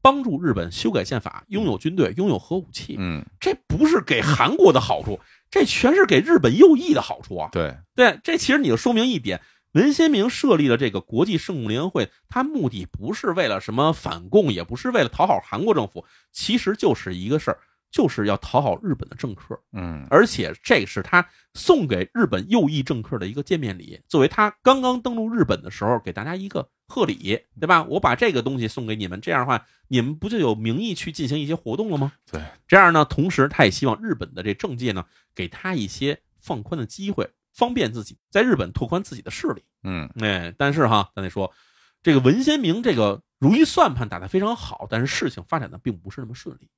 Speaker 2: 帮助日本修改宪法，拥有军队，拥有核武器。
Speaker 1: 嗯，
Speaker 2: 这不是给韩国的好处，这全是给日本右翼的好处啊！
Speaker 1: 对，
Speaker 2: 对，这其实你就说明一点，文先明设立的这个国际圣母联合会，它目的不是为了什么反共，也不是为了讨好韩国政府，其实就是一个事儿，就是要讨好日本的政客，
Speaker 1: 嗯
Speaker 2: 而且这是他送给日本右翼政客的一个见面礼，作为他刚刚登陆日本的时候给大家一个贺礼，对吧？我把这个东西送给你们，这样的话，你们不就有名义去进行一些活动了吗？
Speaker 1: 对，
Speaker 2: 这样呢，同时他也希望日本的这政界呢，给他一些放宽的机会，方便自己在日本拓宽自己的势力。
Speaker 1: 嗯
Speaker 2: 哎，但是哈，咱得说，这个文先明这个如意算盘打得非常好，但是事情发展的并不是那么顺利。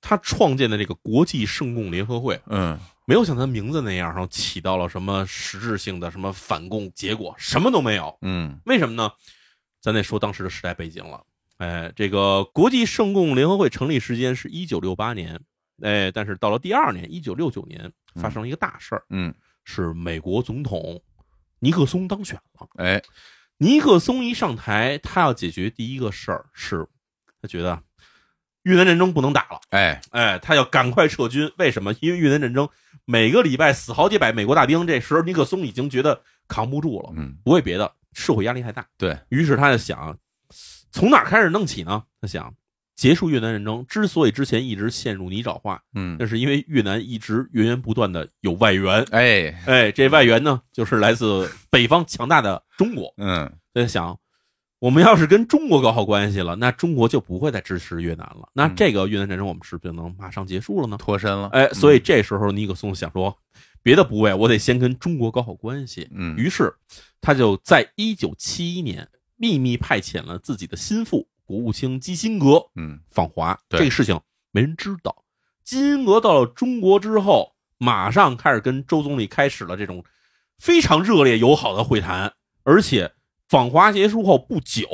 Speaker 2: 他创建的这个国际圣共联合会，
Speaker 1: 嗯，
Speaker 2: 没有像他名字那样，然后起到了什么实质性的什么反共结果，什么都没有。
Speaker 1: 嗯
Speaker 2: 为什么呢？咱得说当时的时代背景了。哎，这个国际圣共联合会成立时间是一九六八年，哎，但是到了第二年，一九六九年发生了一个大事儿，
Speaker 1: 嗯，
Speaker 2: 是美国总统尼克松当选了。
Speaker 1: 哎，
Speaker 2: 尼克松一上台，他要解决第一个事儿是，他觉得啊越南战争不能打了，
Speaker 1: 哎，
Speaker 2: 哎，他要赶快撤军。为什么？因为越南战争每个礼拜死好几百美国大兵，这时候尼克松已经觉得扛不住了，
Speaker 1: 嗯，
Speaker 2: 不为别的，社会压力太大。
Speaker 1: 对，
Speaker 2: 于是他就想，从哪儿开始弄起呢？他想结束越南战争。之所以之前一直陷入泥沼化，
Speaker 1: 嗯，
Speaker 2: 那是因为越南一直源源不断的有外援。
Speaker 1: 哎，
Speaker 2: 哎，这外援呢，就是来自北方强大的中国。
Speaker 1: 嗯，
Speaker 2: 在想，我们要是跟中国搞好关系了，那中国就不会再支持越南了。那
Speaker 1: 嗯
Speaker 2: 这个越南战争我们是不是就能马上结束了呢？
Speaker 1: 脱身了，
Speaker 2: 哎，所以这时候尼克松想说，别的不为，我得先跟中国搞好关系。
Speaker 1: 嗯，嗯，
Speaker 2: 于是，他就在一九七一年秘密派遣了自己的心腹国务卿基辛格
Speaker 1: 嗯，
Speaker 2: 访华。
Speaker 1: 对
Speaker 2: 这个事情没人知道。基辛格到了中国之后，马上开始跟周总理开始了这种非常热烈友好的会谈，而且访华结束后不久，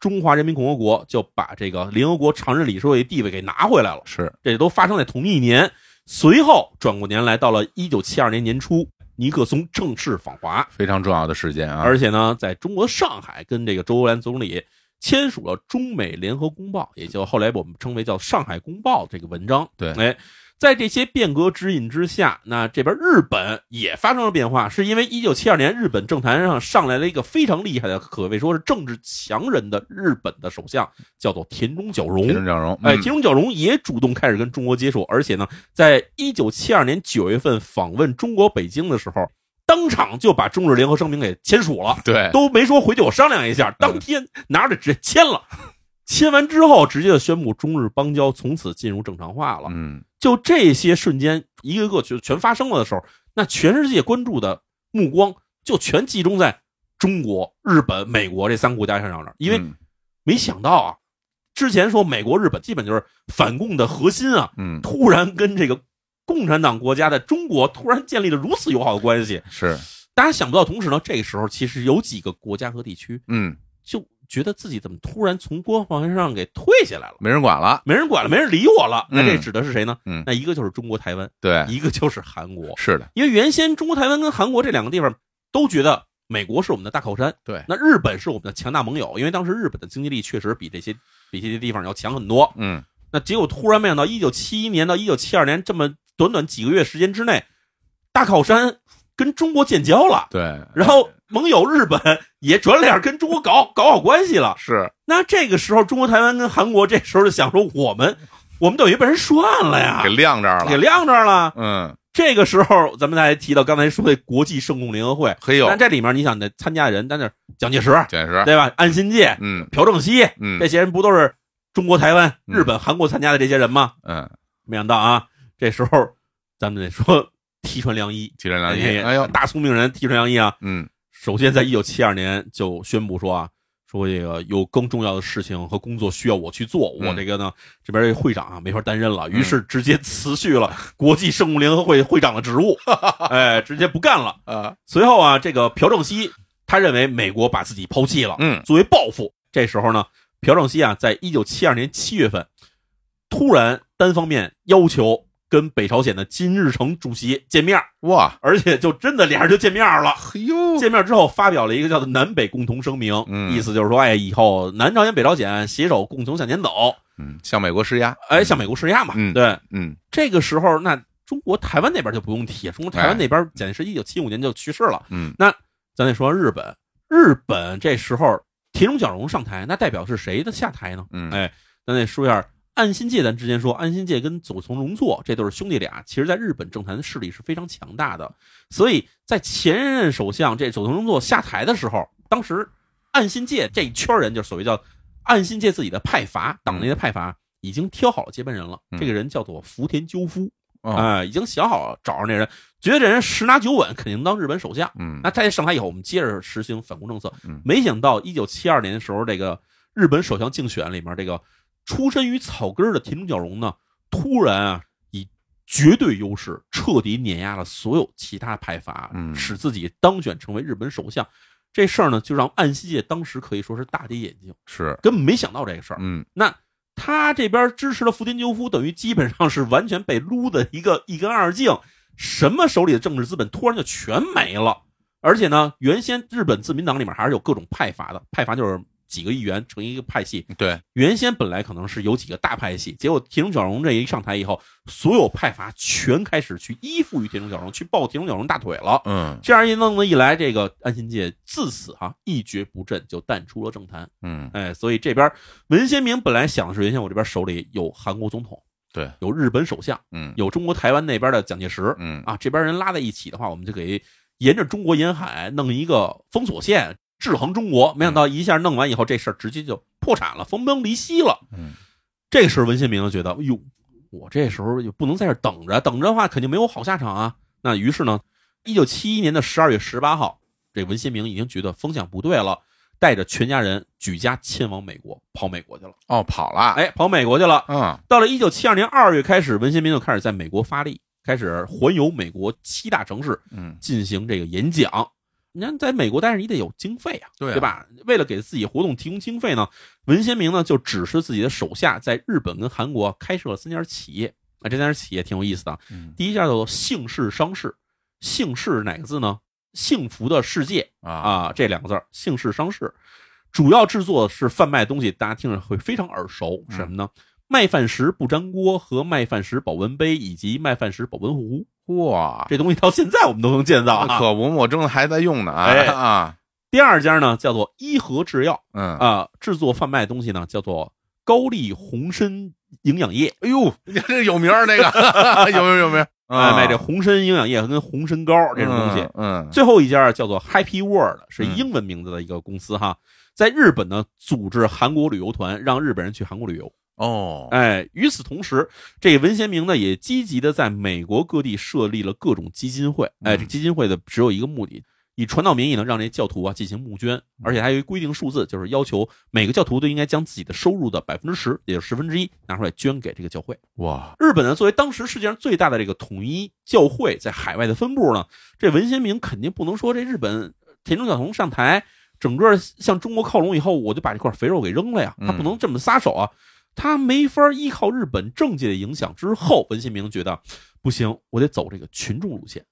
Speaker 2: 中华人民共和国就把这个联合国常任理事会地位给拿回来了。
Speaker 1: 是，
Speaker 2: 这都发生在同一年。随后转过年来，到了一九七二年年初，尼克松正式访华，
Speaker 1: 非常重要的事件啊，
Speaker 2: 而且呢，在中国上海跟这个周恩来总理签署了《中美联合公报》，也就后来我们称为叫《上海公报》这个文章。
Speaker 1: 对
Speaker 2: 哎，在这些变革指引之下，那这边日本也发生了变化，是因为一九七二年日本政坛上上来了一个非常厉害的，可谓说是政治强人的日本的首相，叫做田中角荣。
Speaker 1: 田中角荣，
Speaker 2: 哎，
Speaker 1: 嗯
Speaker 2: 金融角荣也主动开始跟中国接触，而且呢，在一九七二年九月份访问中国北京的时候，当场就把中日联合声明给签署了，
Speaker 1: 对，
Speaker 2: 都没说回去我商量一下，当天拿着直接签了。签完之后，直接就宣布中日邦交从此进入正常化了。
Speaker 1: 嗯，
Speaker 2: 就这些瞬间，一个个就全发生了的时候，那全世界关注的目光就全集中在中国、日本、美国这三个国家身上了，因为
Speaker 1: 嗯
Speaker 2: 没想到啊，之前说美国、日本基本就是反共的核心啊，
Speaker 1: 嗯
Speaker 2: 突然跟这个共产党国家的中国突然建立了如此友好的关系，
Speaker 1: 是，
Speaker 2: 大家想不到。同时呢，这个时候其实有几个国家和地区
Speaker 1: 嗯，
Speaker 2: 就觉得自己怎么突然从光环上给退下来了，
Speaker 1: 没人管了，
Speaker 2: 没人管了，没人理我了。那这
Speaker 1: 嗯
Speaker 2: 指的是谁呢？
Speaker 1: 嗯哎
Speaker 2: 那一个就是中国台湾，
Speaker 1: 对，
Speaker 2: 一个就是韩国。
Speaker 1: 是的，
Speaker 2: 因为原先中国台湾跟韩国这两个地方都觉得美国是我们的大靠山，
Speaker 1: 对，
Speaker 2: 那日本是我们的强大盟友，因为当时日本的经济力确实比这些比这些地方要强很多。
Speaker 1: 嗯，
Speaker 2: 那结果突然没想到，一九七一年到一九七二年这么短短几个月时间之内，大靠山跟中国建交了，
Speaker 1: 对，
Speaker 2: 然后盟友日本也转脸跟中国搞搞好关系了。
Speaker 1: 啊是，
Speaker 2: 那这个时候，中国台湾跟韩国这时候就想说，我们我们等于被人涮了呀
Speaker 1: 给，晾这儿
Speaker 2: 啊给
Speaker 1: 了，
Speaker 2: 晾这儿了。
Speaker 1: 嗯，
Speaker 2: 这个时候，咱们才提到刚才说的国际圣共联合会，
Speaker 1: 嘿呦，
Speaker 2: 但这里面你想的参加的人，但是蒋介石
Speaker 1: 简直，
Speaker 2: 对吧？安新界、
Speaker 1: 嗯
Speaker 2: 朴正熙
Speaker 1: 嗯
Speaker 2: 这些人不都是中国台湾、
Speaker 1: 嗯
Speaker 2: 日本、韩国参加的这些人吗？
Speaker 1: 嗯，
Speaker 2: 没想到啊，这时候咱们得说提川良一，
Speaker 1: 提人良
Speaker 2: 哎
Speaker 1: 心，
Speaker 2: 呀
Speaker 1: 哎呦，
Speaker 2: 大聪明人提川良一啊，
Speaker 1: 嗯，
Speaker 2: 首先在一九七二年就宣布说啊，说这个有更重要的事情和工作需要我去做，
Speaker 1: 嗯
Speaker 2: 我这个呢这边这会长啊没法担任了，于是直接辞去了国际圣母联合会会长的职务， 哎，直接不干了。
Speaker 1: 啊，
Speaker 2: 随后啊，这个朴正熙他认为美国把自己抛弃了，
Speaker 1: 嗯，
Speaker 2: 作为报复，这时候呢，朴正熙啊，在一九七二年七月份，突然单方面要求跟北朝鲜的金日成主席见面，
Speaker 1: 哇，
Speaker 2: 而且就真的俩人就见面了。
Speaker 1: 嘿呦，
Speaker 2: 见面之后，发表了一个叫做《南北共同声明》，
Speaker 1: 嗯
Speaker 2: 意思就是说，哎，以后南朝鲜、北朝鲜携手共同向前走，
Speaker 1: 嗯，向美国施压，
Speaker 2: 哎，向美国施压嘛。
Speaker 1: 嗯
Speaker 2: 对，
Speaker 1: 嗯，
Speaker 2: 这个时候，那中国台湾那边就不用提，中国台
Speaker 1: 哎
Speaker 2: 湾那边简直是一九七五年就去世了。
Speaker 1: 嗯，
Speaker 2: 咱得说日本，日本这时候田中角荣上台，那代表是谁的下台呢？
Speaker 1: 嗯，
Speaker 2: 哎，咱得说一下岸信介，咱之前说岸信介跟佐藤荣作这对儿兄弟俩，其实在日本政坛的势力是非常强大的，所以在前任首相这佐藤荣作下台的时候，当时岸信介这一圈人，就是所谓叫岸信介自己的派阀，党内的派阀。已经挑好了接班人了，
Speaker 1: 嗯
Speaker 2: 这个人叫做福田赳夫，哎、
Speaker 1: 哦，
Speaker 2: 已经想好了找着那人，觉得这人十拿九稳，肯定当日本首相。
Speaker 1: 嗯
Speaker 2: 那，在上台以后，我们接着实行反共政策
Speaker 1: 嗯。
Speaker 2: 没想到一九七二年的时候，这个日本首相竞选里面，这个出身于草根儿的田中角荣呢，突然啊以绝对优势彻底碾压了所有其他派阀
Speaker 1: 嗯，
Speaker 2: 使自己当选成为日本首相。这事儿呢，就让岸信介当时可以说是大跌眼镜，
Speaker 1: 是，
Speaker 2: 根本没想到这个事儿。
Speaker 1: 嗯，
Speaker 2: 他这边支持了福田赳夫，等于基本上是完全被撸的一个一干二净，什么手里的政治资本突然就全没了。而且呢，原先日本自民党里面还是有各种派阀的，派阀就是几个议员成一个派系。
Speaker 1: 对，
Speaker 2: 原先本来可能是有几个大派系，结果田中角荣这一上台以后，所有派阀全开始去依附于田中角荣，去抱田中角荣大腿了。
Speaker 1: 嗯
Speaker 2: 这样一弄呢，一来这个安心界自此哈、一蹶不振，就淡出了政坛。
Speaker 1: 嗯
Speaker 2: 哎，所以这边文先明本来想的是，原先我这边手里有韩国总统，
Speaker 1: 对，
Speaker 2: 有日本首相，
Speaker 1: 嗯
Speaker 2: 有中国台湾那边的蒋介石，
Speaker 1: 嗯
Speaker 2: 啊，这边人拉在一起的话，我们就给沿着中国沿海弄一个封锁线，制衡中国。没想到一下弄完以后，这事儿直接就破产了，分崩离析了。
Speaker 1: 嗯，
Speaker 2: 这时候文先明就觉得，哎呦，我这时候也不能在这儿等着，等着的话肯定没有好下场啊。那于是呢，一九七一年的十二月十八号，这文先明已经觉得风向不对了，带着全家人举家迁往美国，跑美国去了。
Speaker 1: 哦，跑了，
Speaker 2: 哎，跑美国去了。
Speaker 1: 嗯
Speaker 2: 到了一九七二年二月开始，文先明就开始在美国发力，开始环游美国七大城市
Speaker 1: 嗯
Speaker 2: 进行这个演讲。你看，在美国待着你得有经费啊，
Speaker 1: 对啊
Speaker 2: 对吧？为了给自己活动提供经费呢，文先明呢就指示自己的手下在日本跟韩国开设了三家企业啊，这三家企业挺有意思的。啊
Speaker 1: 嗯
Speaker 2: 第一家叫做幸氏商事，幸氏哪个字呢？幸福的世界，
Speaker 1: 啊
Speaker 2: 啊，这两个字儿，姓氏商事，主要制作是贩卖东西，大家听着会非常耳熟，
Speaker 1: 嗯
Speaker 2: 什么呢？麦饭石不粘锅和麦饭石保温杯以及麦饭石保温壶，
Speaker 1: 哇，
Speaker 2: 这东西到现在我们都能见到
Speaker 1: 那
Speaker 2: 啊。
Speaker 1: 可不，我正还在用呢啊
Speaker 2: 哎
Speaker 1: 啊
Speaker 2: 第二家呢叫做伊和制药
Speaker 1: 嗯，
Speaker 2: 啊，制作贩卖东西呢叫做高丽红参营养液，
Speaker 1: 哎呦，你 这有名儿那个 有名儿有名儿，
Speaker 2: 哎，卖这
Speaker 1: 嗯
Speaker 2: 红参营养液跟红参膏这种东西。，
Speaker 1: 嗯
Speaker 2: 最后一家叫做 Happy World，是
Speaker 1: 嗯
Speaker 2: 英文名字的一个公司哈，在日本呢组织韩国旅游团，让日本人去韩国旅游。
Speaker 1: 哦，
Speaker 2: 哎，与此同时，这文贤明呢也积极的在美国各地设立了各种基金会。哎，
Speaker 1: 嗯
Speaker 2: 这基金会的只有一个目的，以传道名义呢让这些教徒啊进行募捐，而且还有一个规定数字，就是要求每个教徒都应该将自己的收入的百分之十，也就是十分之一拿出来捐给这个教会。
Speaker 1: 哇，
Speaker 2: 日本呢，作为当时世界上最大的这个统一教会在海外的分部呢，这文先明肯定不能说这日本田中角荣上台，整个向中国靠拢以后，我就把这块肥肉给扔了呀，
Speaker 1: 嗯
Speaker 2: 他不能这么撒手啊，他没法依靠日本政界的影响。之后，文先明觉得不行，我得走这个群众路线，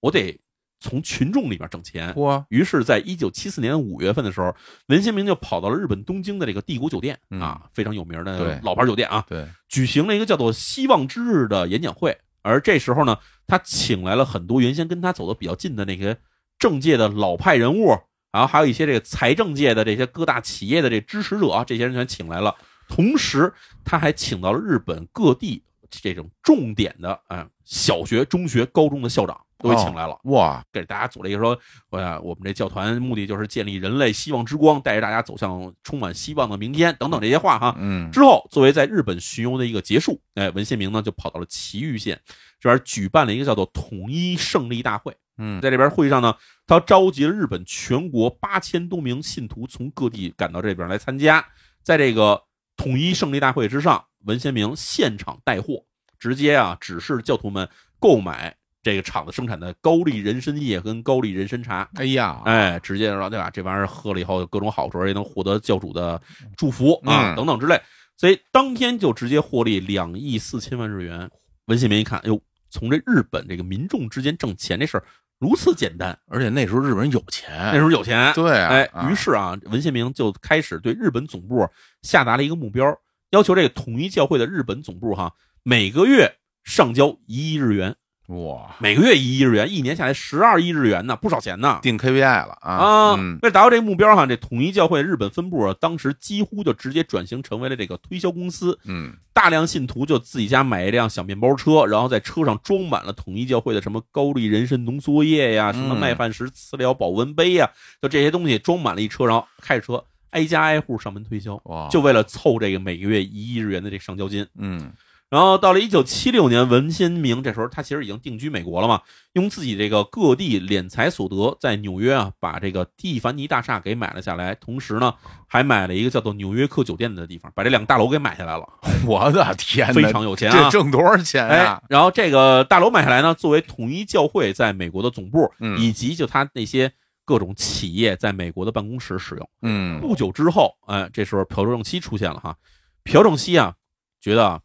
Speaker 2: 我得从群众里边挣钱。
Speaker 1: 哇，
Speaker 2: 于是，在一九七四年五月份的时候，文先明就跑到了日本东京的这个帝国酒店
Speaker 1: 嗯
Speaker 2: 啊，非常有名的
Speaker 1: 对
Speaker 2: 老牌酒店啊，
Speaker 1: 对，
Speaker 2: 举行了一个叫做“希望之日”的演讲会。而这时候呢，他请来了很多原先跟他走的比较近的那些政界的老派人物，然后还有一些这个财政界的这些各大企业的这支持者啊，这些人全请来了。同时，他还请到了日本各地这种重点的啊、呃小学、中学、高中的校长都给请来了。
Speaker 1: 哇，
Speaker 2: 给大家组了一个说，呃，我们这教团目的就是建立人类希望之光，带着大家走向充满希望的明天，等等这些话哈。
Speaker 1: 嗯，
Speaker 2: 之后，作为在日本巡游的一个结束，哎，文先明呢就跑到了崎玉县这边举办了一个叫做“统一胜利大会”。
Speaker 1: 嗯，
Speaker 2: 在这边会上呢，他召集了日本全国八千多名信徒从各地赶到这边来参加。在这个统一胜利大会之上，文先明现场带货，直接啊指示教徒们购买这个厂子生产的高丽人参液跟高丽人参茶。
Speaker 1: 哎呀，
Speaker 2: 哎，直接说对吧？这玩意儿喝了以后有各种好处，而且能获得教主的祝福啊，
Speaker 1: 嗯
Speaker 2: 等等之类。所以当天就直接获利两亿四千万日元。文信民一看，哎呦，从这日本这个民众之间挣钱这事儿如此简单，
Speaker 1: 而且那时候日本人有
Speaker 2: 那时
Speaker 1: 钱，
Speaker 2: 候有钱，
Speaker 1: 哎对啊，
Speaker 2: 哎，
Speaker 1: 啊
Speaker 2: 于是啊，文先明就开始对日本总部下达了一个目标，要求这个统一教会的日本总部哈，每个月上交一亿日元，
Speaker 1: 哇，
Speaker 2: 每个月一亿日元，一年下来十二亿日元呢，不少钱呢。
Speaker 1: 定 KPI 了
Speaker 2: 啊
Speaker 1: 啊，嗯，
Speaker 2: 为了达到这个目标哈，这统一教会日本分部啊，当时几乎就直接转型成为了这个推销公司，
Speaker 1: 嗯，
Speaker 2: 大量信徒就自己家买一辆小面包车，然后在车上装满了统一教会的什么高丽人参浓缩液呀，什么
Speaker 1: 嗯
Speaker 2: 麦饭石磁疗保温杯呀，就这些东西装满了一车，然后开着车挨家挨户上门推销，
Speaker 1: 哇，
Speaker 2: 就为了凑这个每个月一亿日元的这个上交金。
Speaker 1: 嗯
Speaker 2: 然后到了一九七六年，文先明这时候他其实已经定居美国了嘛，用自己这个各地敛财所得，在纽约啊把这个蒂凡尼大厦给买了下来，同时呢还买了一个叫做纽约客酒店的地方，把这两个大楼给买下来了，
Speaker 1: 我的天哪，
Speaker 2: 非常有钱
Speaker 1: 这
Speaker 2: 啊！
Speaker 1: 挣多少钱
Speaker 2: 哎
Speaker 1: 呀？，
Speaker 2: 然后这个大楼买下来呢，作为统一教会在美国的总部，
Speaker 1: 嗯
Speaker 2: 以及就他那些各种企业在美国的办公室使用。
Speaker 1: 嗯，
Speaker 2: 不久之后，哎，这时候朴正熙出现了哈。朴正熙啊，觉得啊，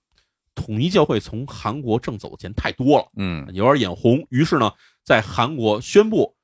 Speaker 2: 统一教会从韩国挣走的钱太多了，
Speaker 1: 嗯
Speaker 2: 有点眼红，于是呢，在韩国宣布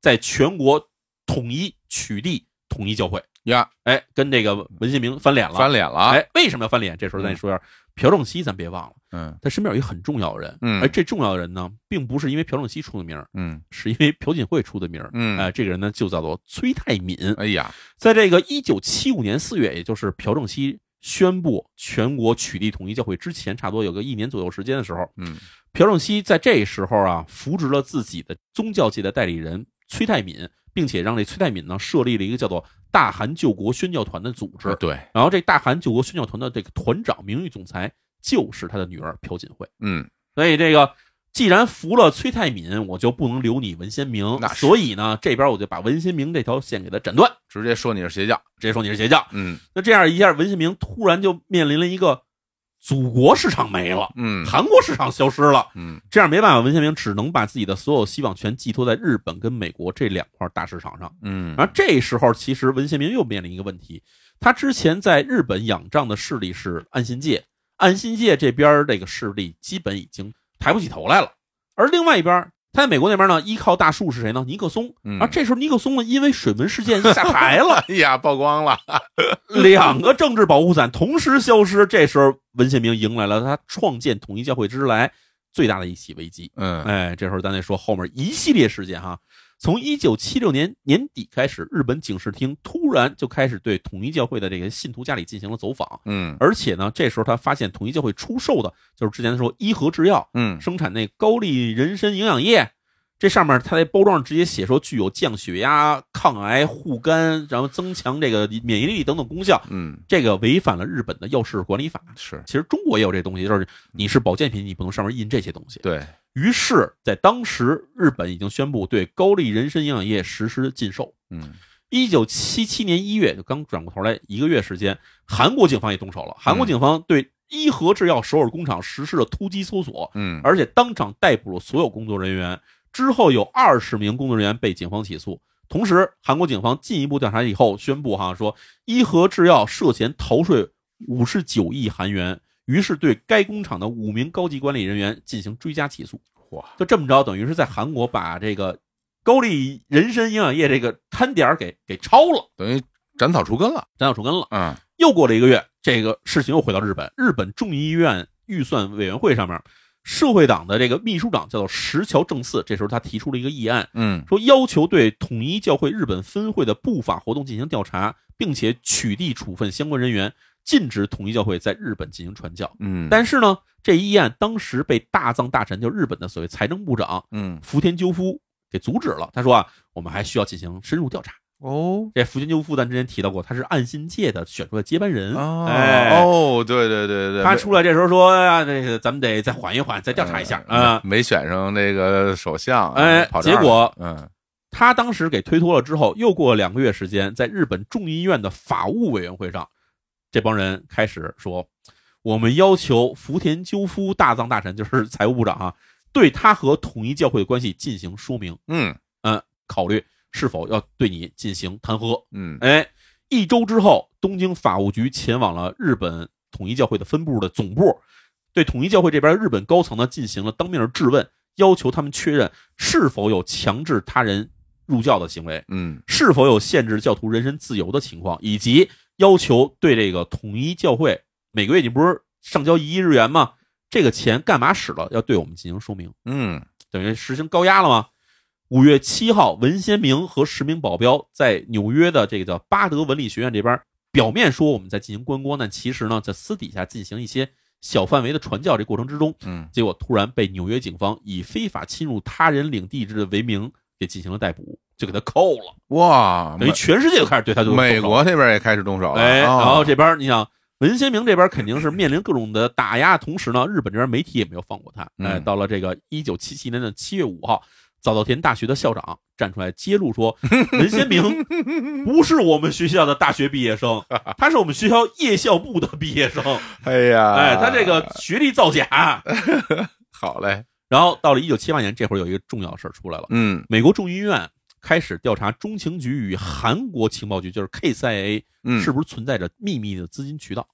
Speaker 2: 在全国统一取缔统一教会。
Speaker 1: 呀，
Speaker 2: 哎，跟这个文新明翻脸了。
Speaker 1: 翻脸了啊，
Speaker 2: 哎，为什么要翻脸？这时候咱得说一下，朴正熙，咱别忘了，
Speaker 1: 嗯
Speaker 2: 他身边有一个很重要的人，
Speaker 1: 嗯
Speaker 2: 而这重要的人呢，并不是因为朴正熙出的名儿，
Speaker 1: 嗯
Speaker 2: 是因为朴槿惠出的名儿。
Speaker 1: 嗯，
Speaker 2: 哎，这个人呢就叫做崔泰敏。
Speaker 1: 哎呀，
Speaker 2: 在这个一九七五年四月，也就是朴正熙宣布全国取缔统一教会之前，差不多有个一年左右时间的时候，
Speaker 1: 嗯
Speaker 2: 朴正熙在这时候啊，扶植了自己的宗教界的代理人崔泰敏，并且让这崔泰敏呢设立了一个叫做大韩救国宣教团的组织
Speaker 1: 啊。对，
Speaker 2: 然后这大韩救国宣教团的这个团长、名誉总裁就是他的女儿朴槿惠。
Speaker 1: 嗯
Speaker 2: 所以这个既然服了崔泰敏，我就不能留你文先明
Speaker 1: 那。是
Speaker 2: 所以呢，这边我就把文先明这条线给他斩断，
Speaker 1: 直接说你是邪教，
Speaker 2: 直接说你是邪教。
Speaker 1: 嗯
Speaker 2: 那这样一下，文先明突然就面临了一个祖国市场没了，
Speaker 1: 嗯
Speaker 2: 韩国市场消失了。
Speaker 1: 嗯
Speaker 2: 这样没办法，文先明只能把自己的所有希望全寄托在日本跟美国这两块大市场上。
Speaker 1: 嗯，
Speaker 2: 而这时候，其实文先明又面临一个问题，他之前在日本仰仗的势力是岸信介，岸信介这边儿这个势力基本已经抬不起头来了，而另外一边儿。他在美国那边呢，依靠大树是谁呢？尼克松。
Speaker 1: 嗯
Speaker 2: 而这时候尼克松呢，因为水门事件下台了，
Speaker 1: 哎呀，曝光了，
Speaker 2: 两个政治保护伞同时消失。这时候，文献明迎来了他创建统一教会之来最大的一起危机。
Speaker 1: 嗯
Speaker 2: 哎，这时候咱再说后面一系列事件哈。从一九七六年年底开始，日本警视厅突然就开始对统一教会的这个信徒家里进行了走访，
Speaker 1: 嗯
Speaker 2: 而且呢，这时候他发现统一教会出售的就是之前说伊和制药
Speaker 1: 嗯
Speaker 2: 生产那高丽人参营养液，这上面它在包装上直接写说具有降血压、抗癌、护肝，然后增强这个免疫力等等功效，
Speaker 1: 嗯，
Speaker 2: 这个违反了日本的药事管理法。
Speaker 1: 是
Speaker 2: 其实中国也有这东西，就是你是保健品，你不能上面印这些东西。
Speaker 1: 对，
Speaker 2: 于是，在当时，日本已经宣布对高丽人参营养液实施禁售。
Speaker 1: 嗯
Speaker 2: 一九七七年一月，就刚转过头来一个月时间，韩国警方也动手了。韩国警方对伊和制药首尔工厂实施了突击搜索，
Speaker 1: 嗯
Speaker 2: 而且当场逮捕了所有工作人员。之后有二十名工作人员被警方起诉。同时，韩国警方进一步调查以后宣布，哈说伊和制药涉嫌逃税五十九亿韩元，于是对该工厂的五名高级管理人员进行追加起诉。
Speaker 1: 哇，
Speaker 2: 就这么着，等于是在韩国把这个高丽人参营养液这个摊点儿给给抄了，
Speaker 1: 等于斩草除根了，
Speaker 2: 斩草除根了。
Speaker 1: 嗯
Speaker 2: 又过了一个月，这个事情又回到日本，日本众议院预算委员会上面，社会党的这个秘书长叫做石桥正次，这时候他提出了一个议案，
Speaker 1: 嗯
Speaker 2: 说要求对统一教会日本分会的不法活动进行调查，并且取缔处分相关人员，禁止统一教会在日本进行传教。
Speaker 1: 嗯，
Speaker 2: 但是呢，这一议案当时被大藏大臣，就日本的所谓财政部长
Speaker 1: 嗯
Speaker 2: 福田赳夫给阻止了。他说啊，我们还需要进行深入调查。
Speaker 1: 哦
Speaker 2: 这福田赳夫咱之前提到过，他是岸信介的选出的接班人
Speaker 1: 哦
Speaker 2: 哎，
Speaker 1: 哦，对对对对，
Speaker 2: 他
Speaker 1: 没
Speaker 2: 出来这时候说啊，这个咱们得再缓一缓，再调查一下啊。
Speaker 1: 嗯没选上那个首相，啊
Speaker 2: 哎
Speaker 1: 跑这
Speaker 2: 结
Speaker 1: 儿
Speaker 2: 果
Speaker 1: 了嗯
Speaker 2: 他当时给推脱了之后，又过了两个月时间，在日本众议院的法务委员会上，这帮人开始说，我们要求福田赳夫大藏大臣，就是财务部长啊，对他和统一教会的关系进行说明，
Speaker 1: 嗯
Speaker 2: 嗯，考虑是否要对你进行弹劾。
Speaker 1: 嗯
Speaker 2: 哎，一周之后，东京法务局前往了日本统一教会的分部的总部，对统一教会这边日本高层呢进行了当面的质问，要求他们确认是否有强制他人入教的行为，
Speaker 1: 嗯
Speaker 2: 是否有限制教徒人身自由的情况，以及要求对这个统一教会每个月你不是上交一亿日元吗？这个钱干嘛使了？要对我们进行说明。
Speaker 1: 嗯
Speaker 2: 等于实行高压了吗？五月七号，文先明和十名保镖在纽约的这个叫巴德文理学院这边，表面说我们在进行观光，但其实呢，在私底下进行一些小范围的传教。这过程之中，
Speaker 1: 嗯
Speaker 2: 结果突然被纽约警方以非法侵入他人领地之为名给进行了逮捕，就给他扣了。
Speaker 1: 哇，
Speaker 2: 等于
Speaker 1: 美
Speaker 2: 全世界就开始对他就
Speaker 1: 美国那边也开始动手了，
Speaker 2: 哎，
Speaker 1: 哦
Speaker 2: 然后这边你想，文先明这边肯定是面临各种的打压，同时呢，日本这边媒体也没有放过他。
Speaker 1: 嗯
Speaker 2: 哎，到了这个一九七七年的七月五号，早稻田大学的校长站出来揭露说，文先明不是我们学校的大学毕业生，他是我们学校夜校部的毕业生。
Speaker 1: 哎呀，
Speaker 2: 哎，他这个学历造假。
Speaker 1: 好嘞，
Speaker 2: 然后到了一九七八年，这会儿有一个重要事儿出来了，
Speaker 1: 嗯
Speaker 2: 美国众议院。开始调查中情局与韩国情报局，就是 KCIA
Speaker 1: 嗯
Speaker 2: 是不是存在着秘密的资金渠道？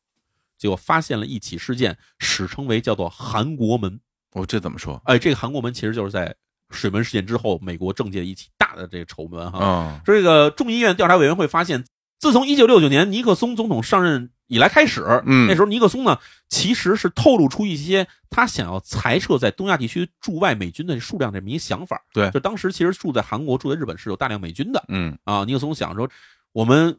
Speaker 2: 结果发现了一起事件，史称为叫做“韩国门
Speaker 1: 哦我这怎么说”。
Speaker 2: 哎，这个韩国门其实就是在水门事件之后，美国政界一起大的的这个丑闻哈。
Speaker 1: 啊，
Speaker 2: 这个众议院调查委员会发现，自从一九六九年尼克松总统上任以来开始，
Speaker 1: 嗯
Speaker 2: 那时候尼克松呢其实是透露出一些他想要裁撤在东亚地区驻外美军的数量这么一想法。
Speaker 1: 对
Speaker 2: 就当时其实住在韩国、住在日本是有大量美军的
Speaker 1: 嗯
Speaker 2: 啊。尼克松想说，我们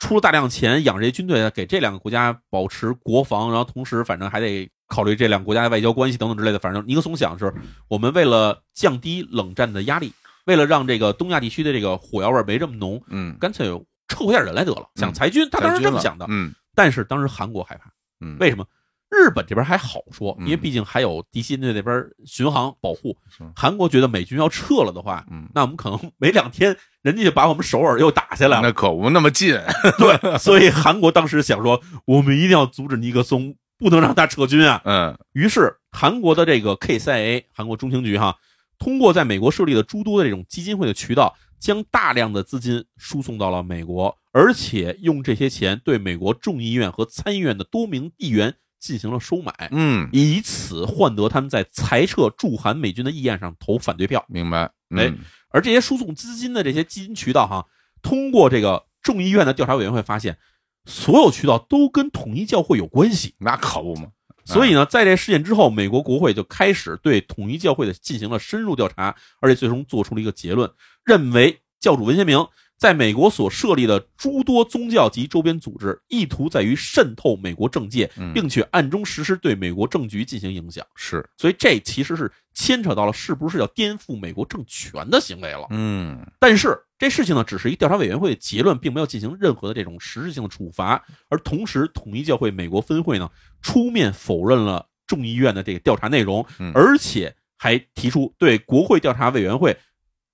Speaker 2: 出了大量钱养这些军队，给这两个国家保持国防，然后同时反正还得考虑这两个国家的外交关系等等之类的。反正尼克松想的是，我们为了降低冷战的压力，为了让这个东亚地区的这个火药味儿没这么浓，
Speaker 1: 嗯，
Speaker 2: 干脆撤回点人来得了，想裁军，他当时这么想的。
Speaker 1: 嗯
Speaker 2: 但是当时韩国害怕，
Speaker 1: 嗯，
Speaker 2: 为什么？日本这边还好说，
Speaker 1: 嗯
Speaker 2: 因为毕竟还有敌新队那边巡航保护
Speaker 1: 是。
Speaker 2: 韩国觉得美军要撤了的话，
Speaker 1: 嗯，
Speaker 2: 那我们可能 没两天，人家就把我们首尔又打下来了。
Speaker 1: 那可不那么近，
Speaker 2: 对，所以韩国当时想说，我们一定要阻止尼克松，不能让他撤军啊。
Speaker 1: 嗯
Speaker 2: 于是韩国的这个 KCIA，韩国中情局哈，通过在美国设立的诸多的这种基金会的渠道，将大量的资金输送到了美国，而且用这些钱对美国众议院和参议院的多名议员进行了收买，
Speaker 1: 嗯，
Speaker 2: 以此换得他们在裁撤驻韩美军的议案上投反对票。
Speaker 1: 明白，嗯
Speaker 2: 哎，而这些输送资金的这些基金渠道哈，通过这个众议院的调查委员会发现，所有渠道都跟统一教会有关系。
Speaker 1: 那可不嘛，
Speaker 2: 所以呢，在这事件之后，美国国会就开始对统一教会的进行了深入调查，而且最终做出了一个结论，认为教主文先明在美国所设立的诸多宗教及周边组织，意图在于渗透美国政界
Speaker 1: 嗯，
Speaker 2: 并且暗中实施对美国政局进行影响。
Speaker 1: 是，
Speaker 2: 所以这其实是牵扯到了是不是要颠覆美国政权的行为了。
Speaker 1: 嗯
Speaker 2: 但是这事情呢，只是一调查委员会的结论，并没有进行任何的这种实质性的处罚。而同时，统一教会美国分会呢出面否认了众议院的这个调查内容
Speaker 1: 嗯，
Speaker 2: 而且还提出对国会调查委员会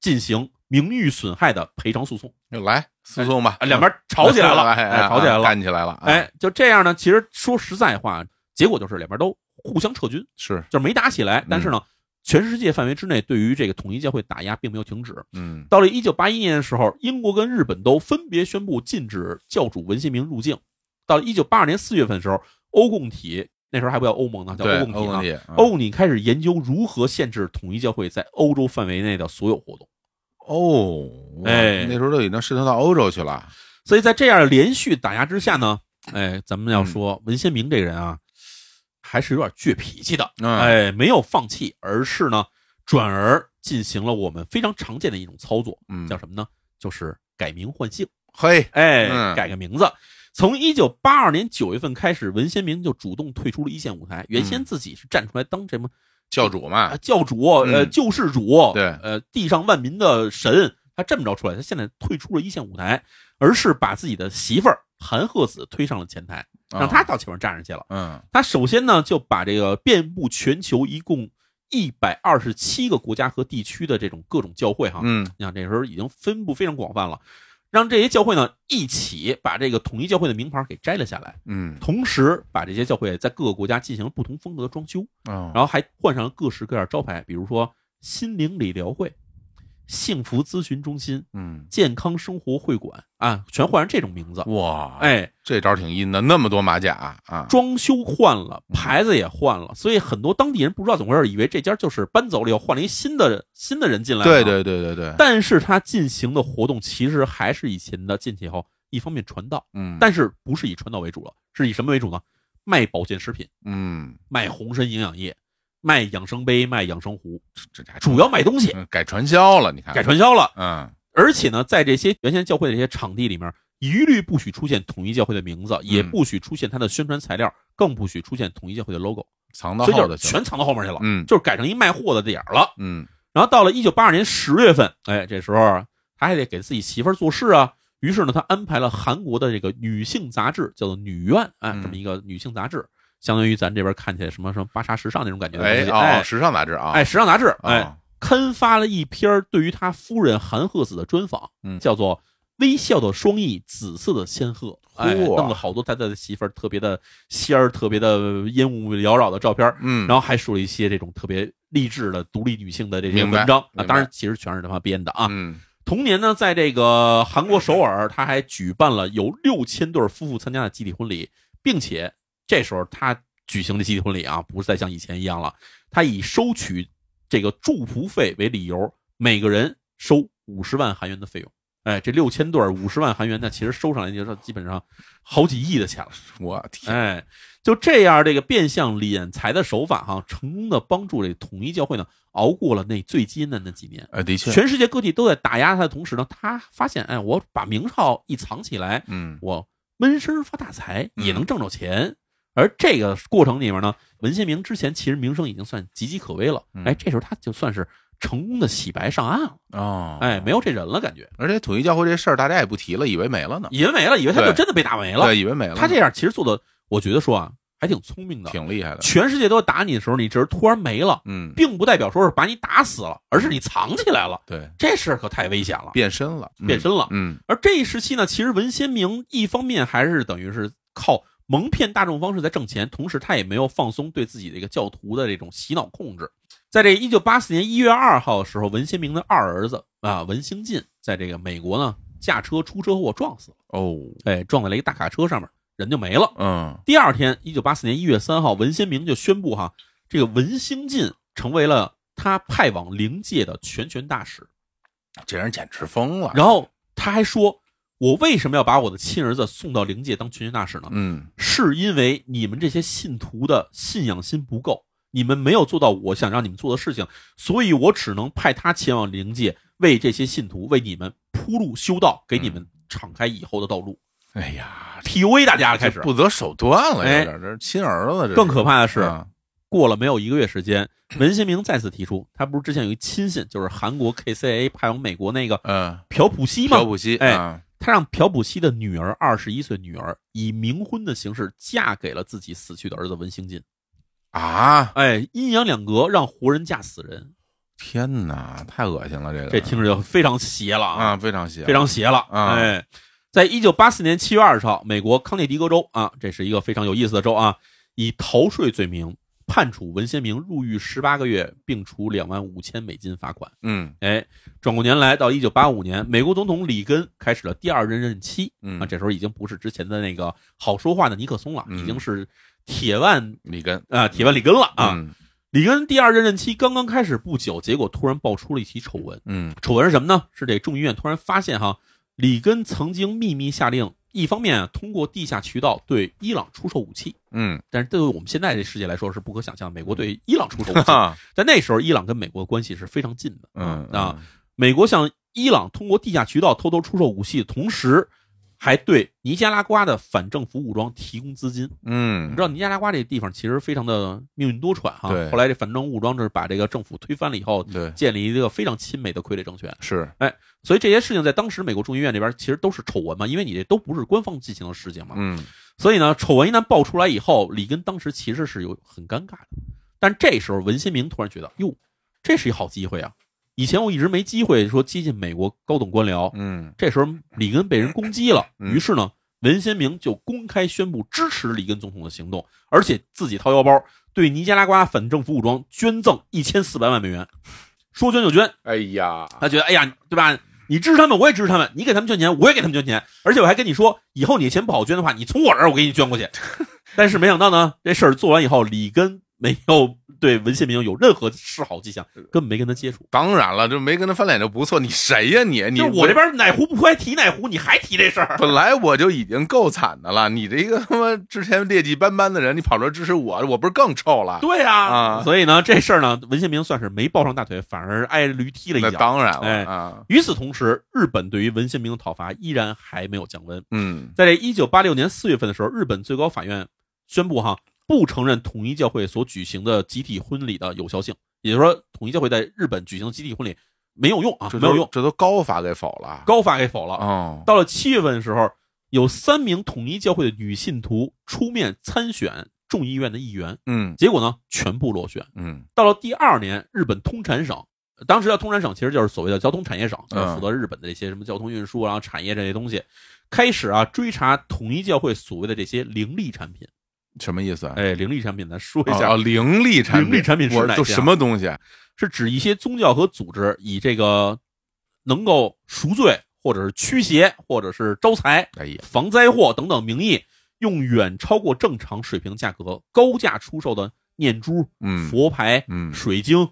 Speaker 2: 进行名誉损害的赔偿诉讼。
Speaker 1: 又来诉讼吧
Speaker 2: 啊，，两边吵起来 了，
Speaker 1: 哎
Speaker 2: 哎，吵起来了。
Speaker 1: 干起来了，啊，
Speaker 2: 哎，就这样呢，其实说实在话，结果就是两边都互相撤军，
Speaker 1: 是，
Speaker 2: 就是没打起来。但是
Speaker 1: 嗯
Speaker 2: 呢，全世界范围之内对于这个统一教会打压并没有停止。
Speaker 1: 嗯
Speaker 2: 到了一九八一年的时候，英国跟日本都分别宣布禁止教主文先明入境。到了一九八二年四月份的时候，欧共体那时候还不叫欧盟呢，叫
Speaker 1: 对，
Speaker 2: 欧共体
Speaker 1: 欧啊
Speaker 2: 呢
Speaker 1: 文。体，嗯
Speaker 2: 欧共体开始研究如何限制统一教会在欧洲范围内的所有活动。
Speaker 1: 哦，哇
Speaker 2: 哎
Speaker 1: 那时候都已经渗透到欧洲去了，
Speaker 2: 所以在这样连续打压之下呢，哎，咱们要
Speaker 1: 嗯
Speaker 2: 说文先明这个人啊，还是有点倔脾气的。
Speaker 1: 嗯
Speaker 2: 哎，没有放弃，而是呢，转而进行了我们非常常见的一种操作，
Speaker 1: 嗯，
Speaker 2: 叫什么呢？就是改名换姓。
Speaker 1: 嘿，
Speaker 2: 哎
Speaker 1: 嗯，
Speaker 2: 改个名字。从一九八二年九月份开始，文先明就主动退出了一线舞台。原
Speaker 1: 嗯
Speaker 2: 先自己是站出来当什么
Speaker 1: 教主嘛
Speaker 2: 啊，教主、呃
Speaker 1: 嗯
Speaker 2: 救世主，
Speaker 1: 对
Speaker 2: 呃地上万民的神，他这么着出来。他现在退出了一线舞台，而是把自己的媳妇儿韩鹤子推上了前台，让他
Speaker 1: 啊，
Speaker 2: 到前面站上去了。
Speaker 1: 嗯
Speaker 2: 他首先呢就把这个遍布全球一共一百二十七个国家和地区的这种各种教会哈，
Speaker 1: 嗯
Speaker 2: 你想啊这时候已经分布非常广泛了，让这些教会呢一起把这个统一教会的名牌给摘了下来，
Speaker 1: 嗯，
Speaker 2: 同时把这些教会在各个国家进行了不同风格的装修，
Speaker 1: 然
Speaker 2: 然后还换上了各式各样的招牌，比如说心灵理疗会、幸福咨询中心、
Speaker 1: 嗯，
Speaker 2: 健康生活会馆啊，全换成这种名字。
Speaker 1: 哇，，
Speaker 2: 哎，
Speaker 1: 这招挺阴的，那么多马甲啊，
Speaker 2: 装修换了，牌子也换了，所以很多当地人不知道怎么回事，以为这家就是搬走了以后换了一新的新的人进来。
Speaker 1: 对。对对对对，
Speaker 2: 啊但是他进行的活动其实还是以前的进去以后，一方面传道，
Speaker 1: 嗯，
Speaker 2: 但是不是以传道为主了，是以什么为主呢？卖保健食品、
Speaker 1: 嗯，
Speaker 2: 卖红参营养液、卖养生杯、卖养生壶，
Speaker 1: 这这还
Speaker 2: 主要卖东西，
Speaker 1: 嗯改传销了，你看
Speaker 2: 改，传销了。
Speaker 1: 嗯
Speaker 2: 而且呢，在这些原先教会的这些场地里面，一律不许出现统一教会的名
Speaker 1: 嗯
Speaker 2: 字，也不许出现它的宣传材料，更不许出现统一教会的 logo，
Speaker 1: 藏到
Speaker 2: 所以
Speaker 1: 后头
Speaker 2: 就是
Speaker 1: 去了，
Speaker 2: 全藏到后面去了，
Speaker 1: 嗯
Speaker 2: 就是改成一卖货的点儿了。
Speaker 1: 嗯
Speaker 2: 然后到了一九八二年十月份，哎，这时候啊他还得给自己媳妇儿做事啊。于是呢，他安排了韩国的这个女性杂志，叫做《女院》啊，
Speaker 1: 嗯
Speaker 2: 这么一个女性杂志，相当于咱这边看起来什么什么芭莎时尚那种感觉的东
Speaker 1: 哎
Speaker 2: 西。
Speaker 1: 哦，
Speaker 2: 哎
Speaker 1: 时尚杂志啊，
Speaker 2: 哎，时尚杂志，
Speaker 1: 哦，
Speaker 2: 哎，刊发了一篇对于他夫人韩鹤子的专访，
Speaker 1: 嗯
Speaker 2: 叫做《微笑的双翼，紫色的仙鹤》，哎，
Speaker 1: 嚯
Speaker 2: 弄了好多他的媳妇儿特别的仙儿，特别的烟雾缭绕的照片儿，
Speaker 1: 嗯，
Speaker 2: 然后还说了一些这种特别励志的独立女性的这些
Speaker 1: 明白
Speaker 2: 文章
Speaker 1: 明
Speaker 2: 啊，
Speaker 1: 白
Speaker 2: 当然其实全是他妈编的啊。
Speaker 1: 嗯
Speaker 2: 同年呢，在这个韩国首尔，他还举办了有六千对夫妇参加的集体婚礼，并且这时候他举行的集体婚礼啊，不是再像以前一样了，他以收取这个祝福费为理由，每个人收五十万韩元的费用。哎，这六千对儿五十万韩元，那其实收上来就是基本上好几亿的钱了。
Speaker 1: 我天，
Speaker 2: 哎，就这样，这个变相敛财的手法哈、成功的帮助这统一教会呢熬过了那最艰难的几年。
Speaker 1: 呃，的确，
Speaker 2: 哎全世界各地都在打压他的同时呢，他发现，哎，我把明朝一藏起来，
Speaker 1: 嗯，
Speaker 2: 我闷声发大财
Speaker 1: 嗯
Speaker 2: 也能挣着钱。而这个过程里面呢，文先明之前其实名声已经算岌岌可危了
Speaker 1: 嗯，
Speaker 2: 哎，这时候他就算是成功的洗白上岸了，
Speaker 1: 哦，
Speaker 2: 哎，没有这人了，感觉
Speaker 1: 而且统一教会这事儿大家也不提了，以为没了呢，
Speaker 2: 以为没了，以为他就
Speaker 1: 对
Speaker 2: 真的被打没了。
Speaker 1: 对，以为没了呢，
Speaker 2: 他这样其实做的，我觉得说啊，还挺聪明的。
Speaker 1: 挺厉害的，
Speaker 2: 全世界都打你的时候，你这人突然没了，
Speaker 1: 嗯，
Speaker 2: 并不代表说是把你打死了，而是你藏起来了，
Speaker 1: 对，
Speaker 2: 这事儿可太危险了。
Speaker 1: 变身了，嗯
Speaker 2: 变身了
Speaker 1: 嗯，
Speaker 2: 而这一时期呢，其实文先明一方面还是等于是靠蒙骗大众方式在挣钱，同时他也没有放松对自己这个教徒的这种洗脑控制。在这一九八四年一月二号的时候，文先明的二儿子啊文兴进在这个美国呢驾车出车祸撞死了，
Speaker 1: 哦，
Speaker 2: 哎，撞在了一个大卡车上面，人就没了。
Speaker 1: 嗯，
Speaker 2: 第二天，一九八四年一月三号，文先明就宣布哈，这个文兴进成为了他派往灵界的全权大使。
Speaker 1: 这人简直疯了，
Speaker 2: 然后他还说：“我为什么要把我的亲儿子送到灵界当全权大使呢？
Speaker 1: 嗯，
Speaker 2: 是因为你们这些信徒的信仰心不够，你们没有做到我想让你们做的事情，所以我只能派他前往灵界，为这些信徒为你们铺路修道，给你
Speaker 1: 嗯
Speaker 2: 们敞开以后的道路。
Speaker 1: 哎呀，
Speaker 2: PUA 大家开始
Speaker 1: 这。不择手段了，
Speaker 2: 哎
Speaker 1: 有点，这是亲儿子，这是
Speaker 2: 更可怕的是，
Speaker 1: 啊
Speaker 2: 过了没有一个月时间，文先明再次提出，他不是之前有一亲信，就是韩国 KCA 派往美国那个
Speaker 1: 嗯，
Speaker 2: 朴普希吗
Speaker 1: 朴？普希，
Speaker 2: 哎
Speaker 1: 啊
Speaker 2: 他让朴普希的女儿，二十一岁女儿，以冥婚的形式嫁给了自己死去的儿子文兴进。
Speaker 1: 啊，
Speaker 2: 哎，阴阳两隔，让活人嫁死人，
Speaker 1: 天哪，太恶心了，这个
Speaker 2: 这听着就非常邪了啊，
Speaker 1: 啊，非常邪，
Speaker 2: 非常邪了。
Speaker 1: 啊
Speaker 2: 哎，在一九八四年七月二十号，美国康涅狄格州啊，这是一个非常有意思的州啊，以逃税罪名判处文先明入狱十八个月，并处两万五千美金罚款。
Speaker 1: 嗯
Speaker 2: 哎，转过年来到一九八五年，美国总统里根开始了第二任任期。
Speaker 1: 嗯
Speaker 2: 啊，这时候已经不是之前的那个好说话的尼克松了，
Speaker 1: 嗯
Speaker 2: 已经是铁腕
Speaker 1: 里根
Speaker 2: 啊、铁腕里根了啊。
Speaker 1: 嗯
Speaker 2: 里根第二任任期刚刚开始不久，结果突然爆出了一起丑闻。
Speaker 1: 嗯
Speaker 2: 丑闻是什么呢？是这众议院突然发现哈，里根曾经秘密下令，一方面、啊、通过地下渠道对伊朗出售武器，
Speaker 1: 嗯，
Speaker 2: 但是对于我们现在这世界来说是不可想象，美国对伊朗出售武 器。
Speaker 1: 哈，
Speaker 2: 在那时候，伊朗跟美国的关系是非常近的。
Speaker 1: 啊嗯
Speaker 2: 啊，美国向伊朗通过地下渠道偷偷出售武器的同时，还对尼加拉瓜的反政府武装提供资金。
Speaker 1: 嗯，
Speaker 2: 你知道尼加拉瓜这个地方其实非常的命运多舛哈
Speaker 1: 对。
Speaker 2: 后来这反政府武装就是把这个政府推翻了以后，
Speaker 1: 对
Speaker 2: 建立一个非常亲美的傀儡政权。
Speaker 1: 是，
Speaker 2: 所以这些事情在当时美国众议院这边其实都是丑闻嘛，因为你这都不是官方进行的事情嘛。
Speaker 1: 嗯
Speaker 2: 所以呢，丑闻一旦爆出来以后，里根当时其实是有很尴尬的。但这时候文先明突然觉得，哟，这是一好机会啊！以前我一直没机会说接近美国高等官僚，
Speaker 1: 嗯
Speaker 2: 这时候里根被人攻击了，
Speaker 1: 嗯
Speaker 2: 于是呢，文先明就公开宣布支持里根总统的行动，而且自己掏腰包对尼加拉瓜反政府武装捐赠一千四百万美元，说捐就捐。
Speaker 1: 哎呀，
Speaker 2: 他觉得，哎呀，对吧？你支持他们，我也支持他们；你给他们捐钱，我也给他们捐钱。而且我还跟你说，以后你钱不好捐的话，你从我这儿我给你 捐过去。但是没想到呢，这事儿做完以后，里根没有对文献明有任何示好迹象，根本没跟他接触。
Speaker 1: 当然了，这没跟他翻脸就不错，你谁呀你？你
Speaker 2: 就是我这边哪壶不开提哪壶，你还提这事儿？
Speaker 1: 本来我就已经够惨的了，你这一个他妈之前劣迹斑斑的人，你跑这儿支持我，我不是更臭了？
Speaker 2: 对呀、
Speaker 1: 啊
Speaker 2: 所以呢，这事儿呢，文献明算是没抱上大腿，反而挨驴踢了
Speaker 1: 那
Speaker 2: 一脚。
Speaker 1: 当然
Speaker 2: 哎
Speaker 1: 了啊，
Speaker 2: 与此同时，日本对于文献明的讨伐依然还没有降温。
Speaker 1: 嗯
Speaker 2: 在这一九八六年四月份的时候，日本最高法院宣布哈不承认统一教会所举行的集体婚礼的有效性，也就是说，统一教会在日本举行集体婚礼没有用啊，
Speaker 1: 这
Speaker 2: 没
Speaker 1: 都
Speaker 2: 有用，
Speaker 1: 这都高法给否了，
Speaker 2: 高法给否了。
Speaker 1: 哦，
Speaker 2: 到了七月份的时候，有三名统一教会的女信徒出面参选众议院的议员，
Speaker 1: 嗯
Speaker 2: 结果呢全部落选。
Speaker 1: 嗯
Speaker 2: 到了第二年，日本通产省，当时叫通产省，其实就是所谓的交通产业省，
Speaker 1: 嗯
Speaker 2: 就是负责日本的这些什么交通运输，然后啊产业这些东西，开始啊追查统一教会所谓的这些灵力产品。
Speaker 1: 什么意思啊？
Speaker 2: 哎，灵力产品咱说一
Speaker 1: 哦
Speaker 2: 下，
Speaker 1: 哦灵力产品，
Speaker 2: 灵力产品是
Speaker 1: 我
Speaker 2: 哪
Speaker 1: 就
Speaker 2: 些啊
Speaker 1: 什么东西？
Speaker 2: 是指一些宗教和组织以这个能够赎罪，或者是驱邪，或者是招财、
Speaker 1: 哎呀，
Speaker 2: 防灾祸等等名义，用远超过正常水平价格高价出售的念珠、
Speaker 1: 嗯
Speaker 2: 佛牌、
Speaker 1: 嗯
Speaker 2: 水晶、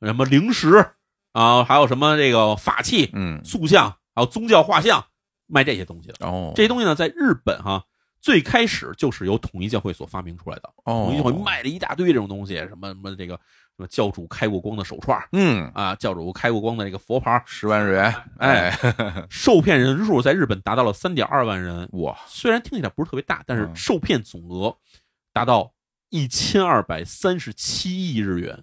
Speaker 2: 什么零食、啊，还有什么这个法器、
Speaker 1: 嗯，
Speaker 2: 塑像，还有宗教画像，卖这些东西的。
Speaker 1: 哦，
Speaker 2: 这些东西呢，在日本哈、最开始就是由统一教会所发明出来的。
Speaker 1: 哦
Speaker 2: 统一教会卖了一大堆这种东西，什么什么这个什么教主开过光的手串儿
Speaker 1: 嗯，
Speaker 2: 啊，教主开过光的这个佛牌儿，
Speaker 1: 十万日元，
Speaker 2: 哎
Speaker 1: 哎，
Speaker 2: 受骗人数在日本达到了三点二万人，
Speaker 1: 哇，
Speaker 2: 虽然听起来不是特别大，但是
Speaker 1: 嗯
Speaker 2: 受骗总额达到一千二百三十七亿日元，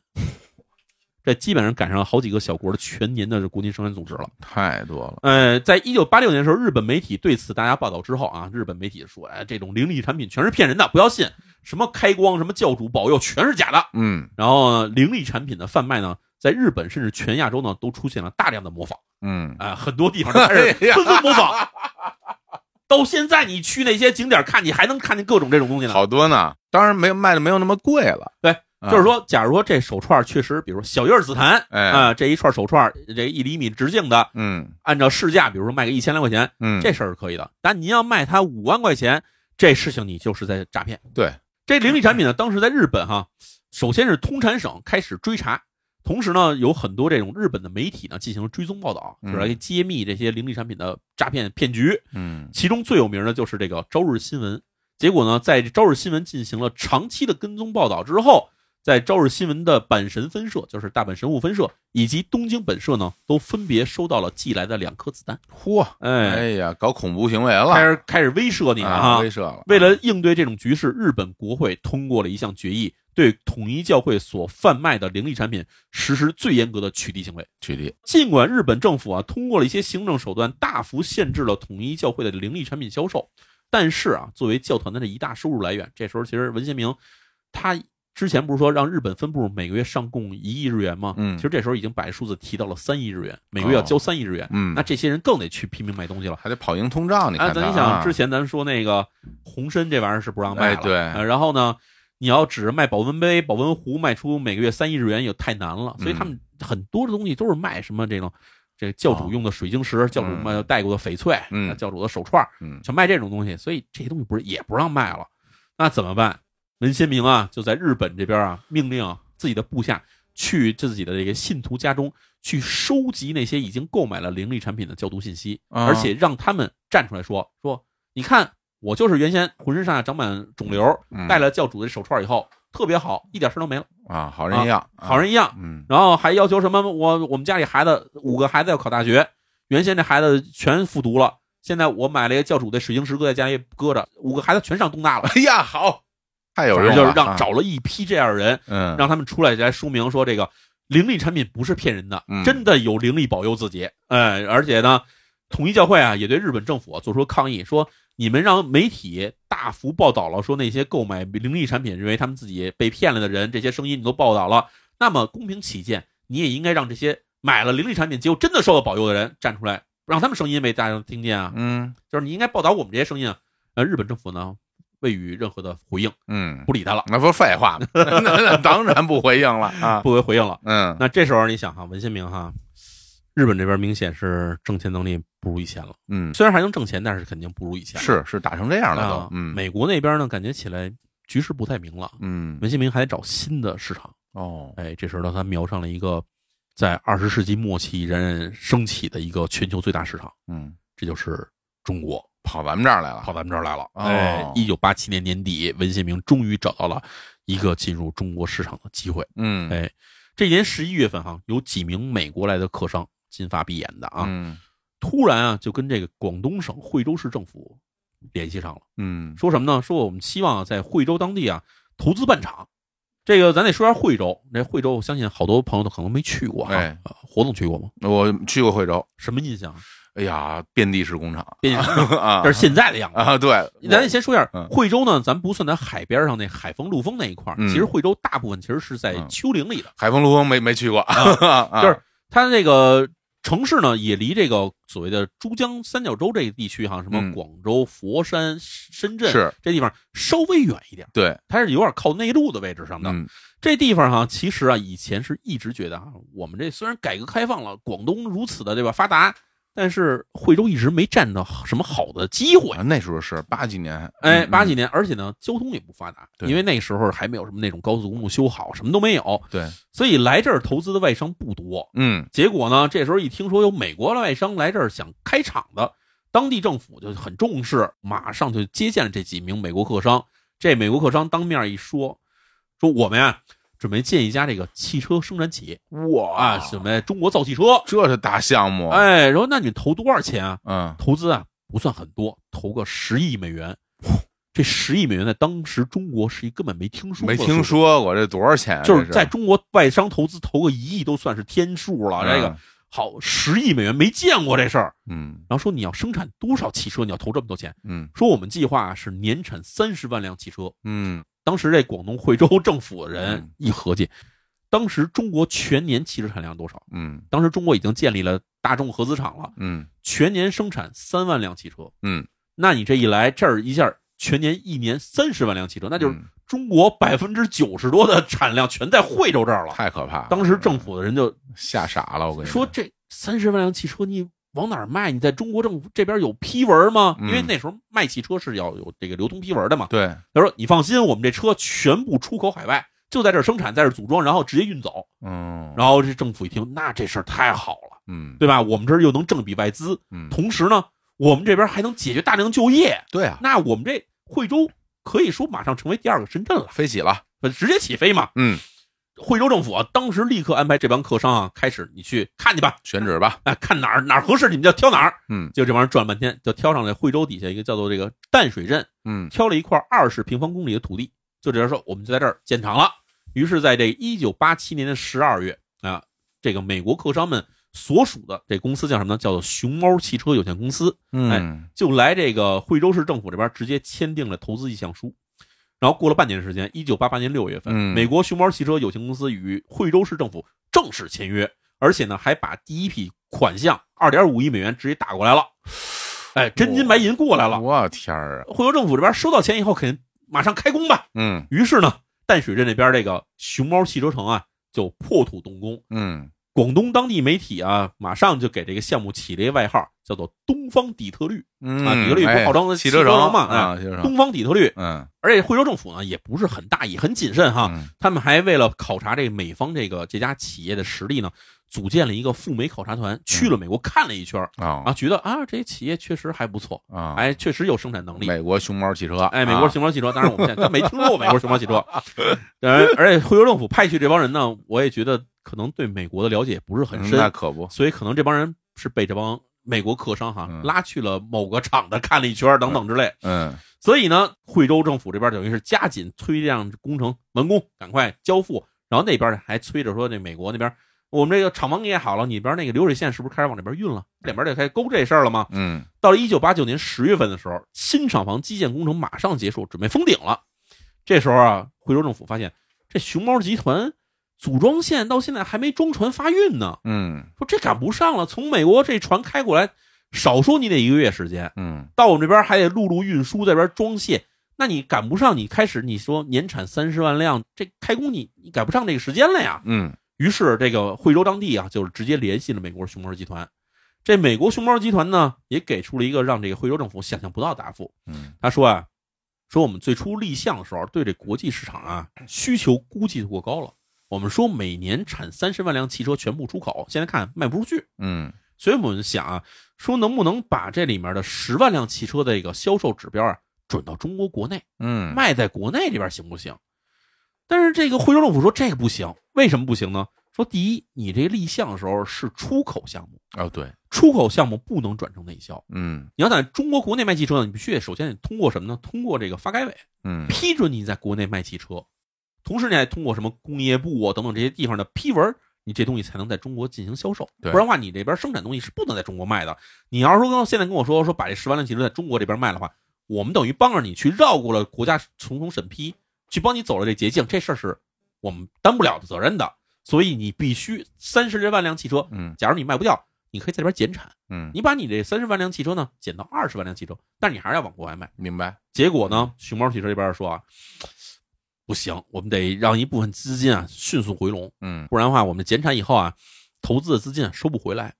Speaker 2: 这基本上赶上好几个小国的全年的这国内生产总值了。
Speaker 1: 太多了，
Speaker 2: 呃，在一九八六年的时候，日本媒体对此大家报道之后啊，日本媒体说，哎，这种灵力产品全是骗人的，不要信，什么开光、什么教主保佑，全是假的。
Speaker 1: 嗯
Speaker 2: 然后呢灵力产品的贩卖呢，在日本甚至全亚洲呢，都出现了大量的模仿。
Speaker 1: 嗯，
Speaker 2: 啊、很多地方都开始
Speaker 1: 哎
Speaker 2: 纷纷模仿。到现在，你去那些景点看，你还能看见各种这种东西呢。
Speaker 1: 好多呢，当然没有卖的没有那么贵了，
Speaker 2: 对
Speaker 1: 啊，
Speaker 2: 就是说，假如说这手串确实，比如说小叶儿紫檀，
Speaker 1: 哎
Speaker 2: 啊、这一串手串这一厘米直径的，
Speaker 1: 嗯
Speaker 2: 按照市价，比如说卖个一千来块钱，
Speaker 1: 嗯，
Speaker 2: 这事儿是可以的。但你要卖它五万块钱，这事情你就是在诈骗。
Speaker 1: 对，
Speaker 2: 这灵力产品呢，当时在日本哈，首先是通产省开始追查，同时呢，有很多这种日本的媒体呢进行了追踪报道，就是来揭秘这些灵力产品的诈骗骗局。
Speaker 1: 嗯
Speaker 2: 其中最有名的就是这个《朝日新闻》。结果呢，在《朝日新闻》进行了长期的跟踪报道之后，在《朝日新闻》的阪神分社，就是大阪神户分社以及东京本社呢，都分别收到了寄来的两颗子弹。
Speaker 1: 嚯，
Speaker 2: 哎，
Speaker 1: 哎呀，搞恐怖行为
Speaker 2: 开
Speaker 1: 了，
Speaker 2: 始开始威慑你了
Speaker 1: 啊，
Speaker 2: 啊！
Speaker 1: 威慑了，
Speaker 2: 为了应对这种局势，日本国会通过了一项决议，对统一教会所贩卖的灵力产品实施最严格的取缔行为。
Speaker 1: 取缔，
Speaker 2: 尽管日本政府啊通过了一些行政手段，大幅限制了统一教会的灵力产品销售，但是啊，作为教团的这一大收入来源，这时候其实文先明他之前不是说让日本分部每个月上供一亿日元吗？
Speaker 1: 嗯
Speaker 2: 其实这时候已经把这数字提到了三亿日元，每个月要交三亿日元。
Speaker 1: 嗯
Speaker 2: 那，这些人更得去拼命卖东西了。
Speaker 1: 还得跑赢通胀，你
Speaker 2: 啊，
Speaker 1: 看
Speaker 2: 咱
Speaker 1: 他
Speaker 2: 你想之前咱说那个红参这玩意儿是不让卖了，
Speaker 1: 哎对
Speaker 2: 呃然后呢，你要只是卖保温杯、保温壶，卖出每个月三亿日元也太难了，所以他
Speaker 1: 嗯
Speaker 2: 们很多的东西都是卖什么这种。这教主用的水晶石，教主卖带过的翡翠，
Speaker 1: 哦嗯
Speaker 2: 呃教主的手串，
Speaker 1: 嗯
Speaker 2: 全卖这种东西，所以这些东西不是也不让卖了，那怎么办？文先明啊，就在日本这边啊，命令啊自己的部下去自己的这个信徒家中去收集那些已经购买了灵力产品的教徒信息，
Speaker 1: 啊
Speaker 2: 而且让他们站出来说说，你看我就是原先浑身上下长满肿瘤，
Speaker 1: 嗯
Speaker 2: 戴了教主的手串以后特别好，一点事儿都没了，
Speaker 1: 啊，好人一样，啊
Speaker 2: 好，人一样。
Speaker 1: 嗯
Speaker 2: 然后还要求什么？我我们家里孩子五个孩子要考大学，原先这孩子全复读了，现在我买了一个教主的水晶石搁在家里搁着，五个孩子全上东大了。
Speaker 1: 哎呀，好，太有
Speaker 2: 反
Speaker 1: 用
Speaker 2: 正
Speaker 1: 了，
Speaker 2: 就是让
Speaker 1: 啊
Speaker 2: 找了一批这样的人，
Speaker 1: 嗯
Speaker 2: 让他们出来来说明说这个灵力产品不是骗人的，
Speaker 1: 嗯
Speaker 2: 真的有灵力保佑自己。哎，而且呢，统一教会啊也对日本政府啊做出抗议，说你们让媒体大幅报道了，说那些购买灵力产品认为他们自己被骗了的人，这些声音你都报道了。那么公平起见，你也应该让这些买了灵力产品结果真的受到保佑的人站出来，让他们声音被大家听见啊。
Speaker 1: 嗯
Speaker 2: 就是你应该报道我们这些声音啊。呃，日本政府呢未予任何的回应，
Speaker 1: 嗯，
Speaker 2: 不理他了，
Speaker 1: 那不是废话吗？ 那那当然不回应了啊，
Speaker 2: 不为回应了。
Speaker 1: 嗯，
Speaker 2: 那这时候你想哈，文先明哈，日本这边明显是挣钱能力不如以前了，
Speaker 1: 嗯，
Speaker 2: 虽然还能挣钱，但是肯定不如以前了。
Speaker 1: 是是打成这样了
Speaker 2: 啊
Speaker 1: 都，，嗯
Speaker 2: 美国那边呢，感觉起来局势不太明朗，
Speaker 1: 嗯
Speaker 2: 文先明还得找新的市场。
Speaker 1: 哦
Speaker 2: 哎，这时候呢，他瞄上了一个在二十世纪末期冉冉升起的一个全球最大市场，
Speaker 1: 嗯，
Speaker 2: 这就是中国，
Speaker 1: 跑咱们这儿来了，
Speaker 2: 跑咱们这儿来了。
Speaker 1: 哦
Speaker 2: 哎，一九八七年年底，文先明终于找到了一个进入中国市场的机会。
Speaker 1: 嗯
Speaker 2: 哎，这年十一月份哈、有几名美国来的客商，金发碧眼的啊，
Speaker 1: 嗯
Speaker 2: 突然啊就跟这个广东省惠州市政府联系上了，
Speaker 1: 嗯
Speaker 2: 说什么呢？说我们希望在惠州当地啊投资办厂。这个咱得说一下惠州，那惠州我相信好多朋友都可能没去过哈、
Speaker 1: 哎
Speaker 2: 呃活动去过吗？
Speaker 1: 我去过惠州，
Speaker 2: 什么印象？
Speaker 1: 哎呀，遍地是工厂
Speaker 2: 别介
Speaker 1: 啊
Speaker 2: 这是现在的样子。
Speaker 1: 啊，对，
Speaker 2: 咱得先说一下
Speaker 1: 嗯
Speaker 2: 惠州呢，咱不算咱海边上那海丰陆丰那一块儿，
Speaker 1: 嗯
Speaker 2: 其实惠州大部分其实是在
Speaker 1: 嗯
Speaker 2: 丘陵里的，
Speaker 1: 海丰陆丰没没去过，啊
Speaker 2: 就是它这个城市呢，也离这个所谓的珠江三角洲这个地区哈，什么
Speaker 1: 嗯
Speaker 2: 广州、佛山、深圳
Speaker 1: 是
Speaker 2: 这地方稍微远一点，
Speaker 1: 对，
Speaker 2: 它是有点靠内陆的位置上的。
Speaker 1: 嗯
Speaker 2: 这地方哈，其实啊，以前是一直觉得啊，我们这虽然改革开放了，广东如此的对吧发达，但是惠州一直没占到什么好的机会。
Speaker 1: 啊，那时候是八几年，
Speaker 2: 哎，
Speaker 1: 嗯
Speaker 2: 八
Speaker 1: 嗯
Speaker 2: 几年，而且呢，交通也不发达，
Speaker 1: 对
Speaker 2: 因为那时候还没有什么那种高速公路修好，什么都没有，
Speaker 1: 嗯对，
Speaker 2: 所以来这儿投资的外商不多。
Speaker 1: 嗯
Speaker 2: 结果呢，这时候一听说有美国的外商来这儿想开厂的，当地政府就很重视，马上就接见了这几名美国客商。这美国客商当面一说，说我们啊准备建一家这个汽车生产企业啊，
Speaker 1: 哇，
Speaker 2: 准备中国造汽车。
Speaker 1: 这是大项目，
Speaker 2: 哎，然后那你投多少钱啊？
Speaker 1: 嗯，
Speaker 2: 投资啊不算很多，投个十亿美元。这十亿美元在当时中国是一根本没听说过
Speaker 1: 没
Speaker 2: 的数字，
Speaker 1: 听说过这多少钱啊？
Speaker 2: 就是
Speaker 1: 这
Speaker 2: 在中国外商投资投个一亿都算是天数了。这个好，十亿美元没见过这事儿。
Speaker 1: 嗯
Speaker 2: 然后说你要生产多少汽车，你要投这么多钱？
Speaker 1: 嗯
Speaker 2: 说我们计划是年产三十万辆汽车。
Speaker 1: 嗯，
Speaker 2: 当时这广东惠州 政府的人
Speaker 1: 嗯
Speaker 2: 一合计，当时中国全年汽车产量多少？
Speaker 1: 嗯
Speaker 2: 当时中国已经建立了大众合资厂了，
Speaker 1: 嗯
Speaker 2: 全年生产三万辆汽车。
Speaker 1: 嗯，
Speaker 2: 那你这一来，这儿一下全年一年三十万辆汽车，那
Speaker 1: 嗯
Speaker 2: 就是中国百分之九十多的产量全在惠州这儿了。
Speaker 1: 太可怕了。
Speaker 2: 当时政府的人就
Speaker 1: 吓傻了，我跟你
Speaker 2: 说这三十万辆汽车你往哪儿卖？你在中国政府这边有批文吗？因
Speaker 1: 嗯
Speaker 2: 为那时候卖汽车是要有这个流通批文的嘛。
Speaker 1: 对，
Speaker 2: 他说你放心，我们这车全部出口海外，就在这儿生产，在这儿组装，然后直接运走。
Speaker 1: 嗯，
Speaker 2: 然后这政府一听，那这事儿太好了，
Speaker 1: 嗯，
Speaker 2: 对吧？我们这儿又能挣笔外资，
Speaker 1: 嗯，
Speaker 2: 同时呢，我们这边还能解决大量就业。
Speaker 1: 对啊，
Speaker 2: 那我们这惠州可以说马上成为第二个深圳了，
Speaker 1: 飞起了，
Speaker 2: 直接起飞嘛。
Speaker 1: 嗯，
Speaker 2: 惠州政府啊，当时立刻安排这帮客商啊，开始你去看去吧，
Speaker 1: 选址吧，
Speaker 2: 啊，看哪儿哪儿合适，你们就挑哪儿。
Speaker 1: 嗯
Speaker 2: 就这玩意儿转半天，就挑上了惠州底下一个叫做这个淡水镇，
Speaker 1: 嗯
Speaker 2: 挑了一块二十平方公里的土地，就这人说我们就在这儿建厂了。于是，在这一九八七年的十二月啊，这个美国客商们所属的这公司叫什么呢？叫做熊猫汽车有限公司，
Speaker 1: 嗯，
Speaker 2: 就来这个惠州市政府这边直接签订了投资意向书。然后过了半年时间，一九八八年六月份，
Speaker 1: 嗯
Speaker 2: 美国熊猫汽车有限公司与惠州市政府正式签约，而且呢，还把第一批款项二点五亿美元直接打过来了，哎，真金白银过来了。
Speaker 1: 我天儿啊，
Speaker 2: 惠州政府这边收到钱以后，肯定马上开工吧。
Speaker 1: 嗯
Speaker 2: 于是呢，淡水镇这边这个熊猫汽车城啊，就破土动工。
Speaker 1: 嗯，
Speaker 2: 广东当地媒体啊，马上就给这个项目起了一个外号，叫做“东方底特律”。
Speaker 1: 嗯
Speaker 2: 啊底特律不
Speaker 1: 哎
Speaker 2: 号称
Speaker 1: 汽
Speaker 2: 汽车
Speaker 1: 城
Speaker 2: 城嘛哎
Speaker 1: 啊，汽车城，
Speaker 2: 东方底特律，
Speaker 1: 嗯
Speaker 2: 而且惠州政府呢也不是很大意，也很谨慎哈。
Speaker 1: 嗯
Speaker 2: 他们还为了考察这个美方这个这家企业的实力呢，组建了一个赴美考察团，去了
Speaker 1: 嗯
Speaker 2: 美国看了一圈儿啊，
Speaker 1: 啊
Speaker 2: 觉得啊这些企业确实还不错，
Speaker 1: 啊，
Speaker 2: 哎，确实有生产能力。
Speaker 1: 美国熊猫汽车，
Speaker 2: 哎，美国
Speaker 1: 啊
Speaker 2: 熊猫汽车，当然我们现在真没听说过美国熊猫汽车。而而且惠州政府派去这帮人呢，我也觉得可能对美国的了解不是很
Speaker 1: 嗯
Speaker 2: 深
Speaker 1: 那，可不，
Speaker 2: 所以可能这帮人是被这帮美国客商哈
Speaker 1: 嗯
Speaker 2: 拉去了某个厂子看了一圈儿等等之类。
Speaker 1: 嗯
Speaker 2: 所以呢，惠州政府这边等于是加紧催这样工程完工，赶快交付。然后那边还催着说，这美国那边我们这个厂房也好了，你边那个流水线是不是开始往这边运了？两边就开始勾这事儿了吗？
Speaker 1: 嗯
Speaker 2: 到了一九八九年十月份的时候，新厂房基建工程马上结束，准备封顶了。这时候啊，惠州政府发现这熊猫集团组装线到现在还没装船发运呢，
Speaker 1: 嗯
Speaker 2: 说这赶不上了。从美国这船开过来，少说你得一个月时间。
Speaker 1: 嗯
Speaker 2: 到我们这边还得陆路运输，在这边装卸，那你赶不上。你开始你说年产三十万辆，这开工你你赶不上这个时间了呀。
Speaker 1: 嗯
Speaker 2: 于是这个惠州当地啊，就是直接联系了美国熊猫集团。这美国熊猫集团呢，也给出了一个让这个惠州政府想象不到的答复。
Speaker 1: 嗯
Speaker 2: 他说啊，说我们最初立项的时候，对这国际市场啊需求估计过高了。我们说每年产三十万辆汽车全部出口，现在看卖不出去。
Speaker 1: 嗯
Speaker 2: 所以我们想啊，说能不能把这里面的十万辆汽车的这个销售指标啊，转到中国国内，
Speaker 1: 嗯，
Speaker 2: 卖在国内这边行不行？但是这个惠州政府说这个不行，为什么不行呢？说第一，你这立项的时候是出口项目，
Speaker 1: 哦对，
Speaker 2: 出口项目不能转成内销。
Speaker 1: 嗯
Speaker 2: 你要在中国国内卖汽车呢，你必须得首先得通过什么呢？通过这个发改委
Speaker 1: 嗯
Speaker 2: 批准你在国内卖汽车，同时你还通过什么工业部啊等等这些地方的批文，你这东西才能在中国进行销售。不
Speaker 1: 对
Speaker 2: 然的话，你这边生产东西是不能在中国卖的。你要是说现在跟我说说把这十万辆汽车在中国这边卖的话，我们等于帮着你去绕过了国家重重审批，去帮你走了这捷径，这事儿是我们担不了的责任的。所以你必须三十万辆汽车，
Speaker 1: 嗯
Speaker 2: 假如你卖不掉，你可以在这边减产，
Speaker 1: 嗯，
Speaker 2: 你把你这三十万辆汽车呢减到二十万辆汽车，但是你还是要往国外卖。
Speaker 1: 明白，
Speaker 2: 结果呢，熊猫汽车这边说啊，不行，我们得让一部分资金啊迅速回笼，
Speaker 1: 嗯
Speaker 2: 不然的话，我们减产以后啊，投资的资金啊收不回来。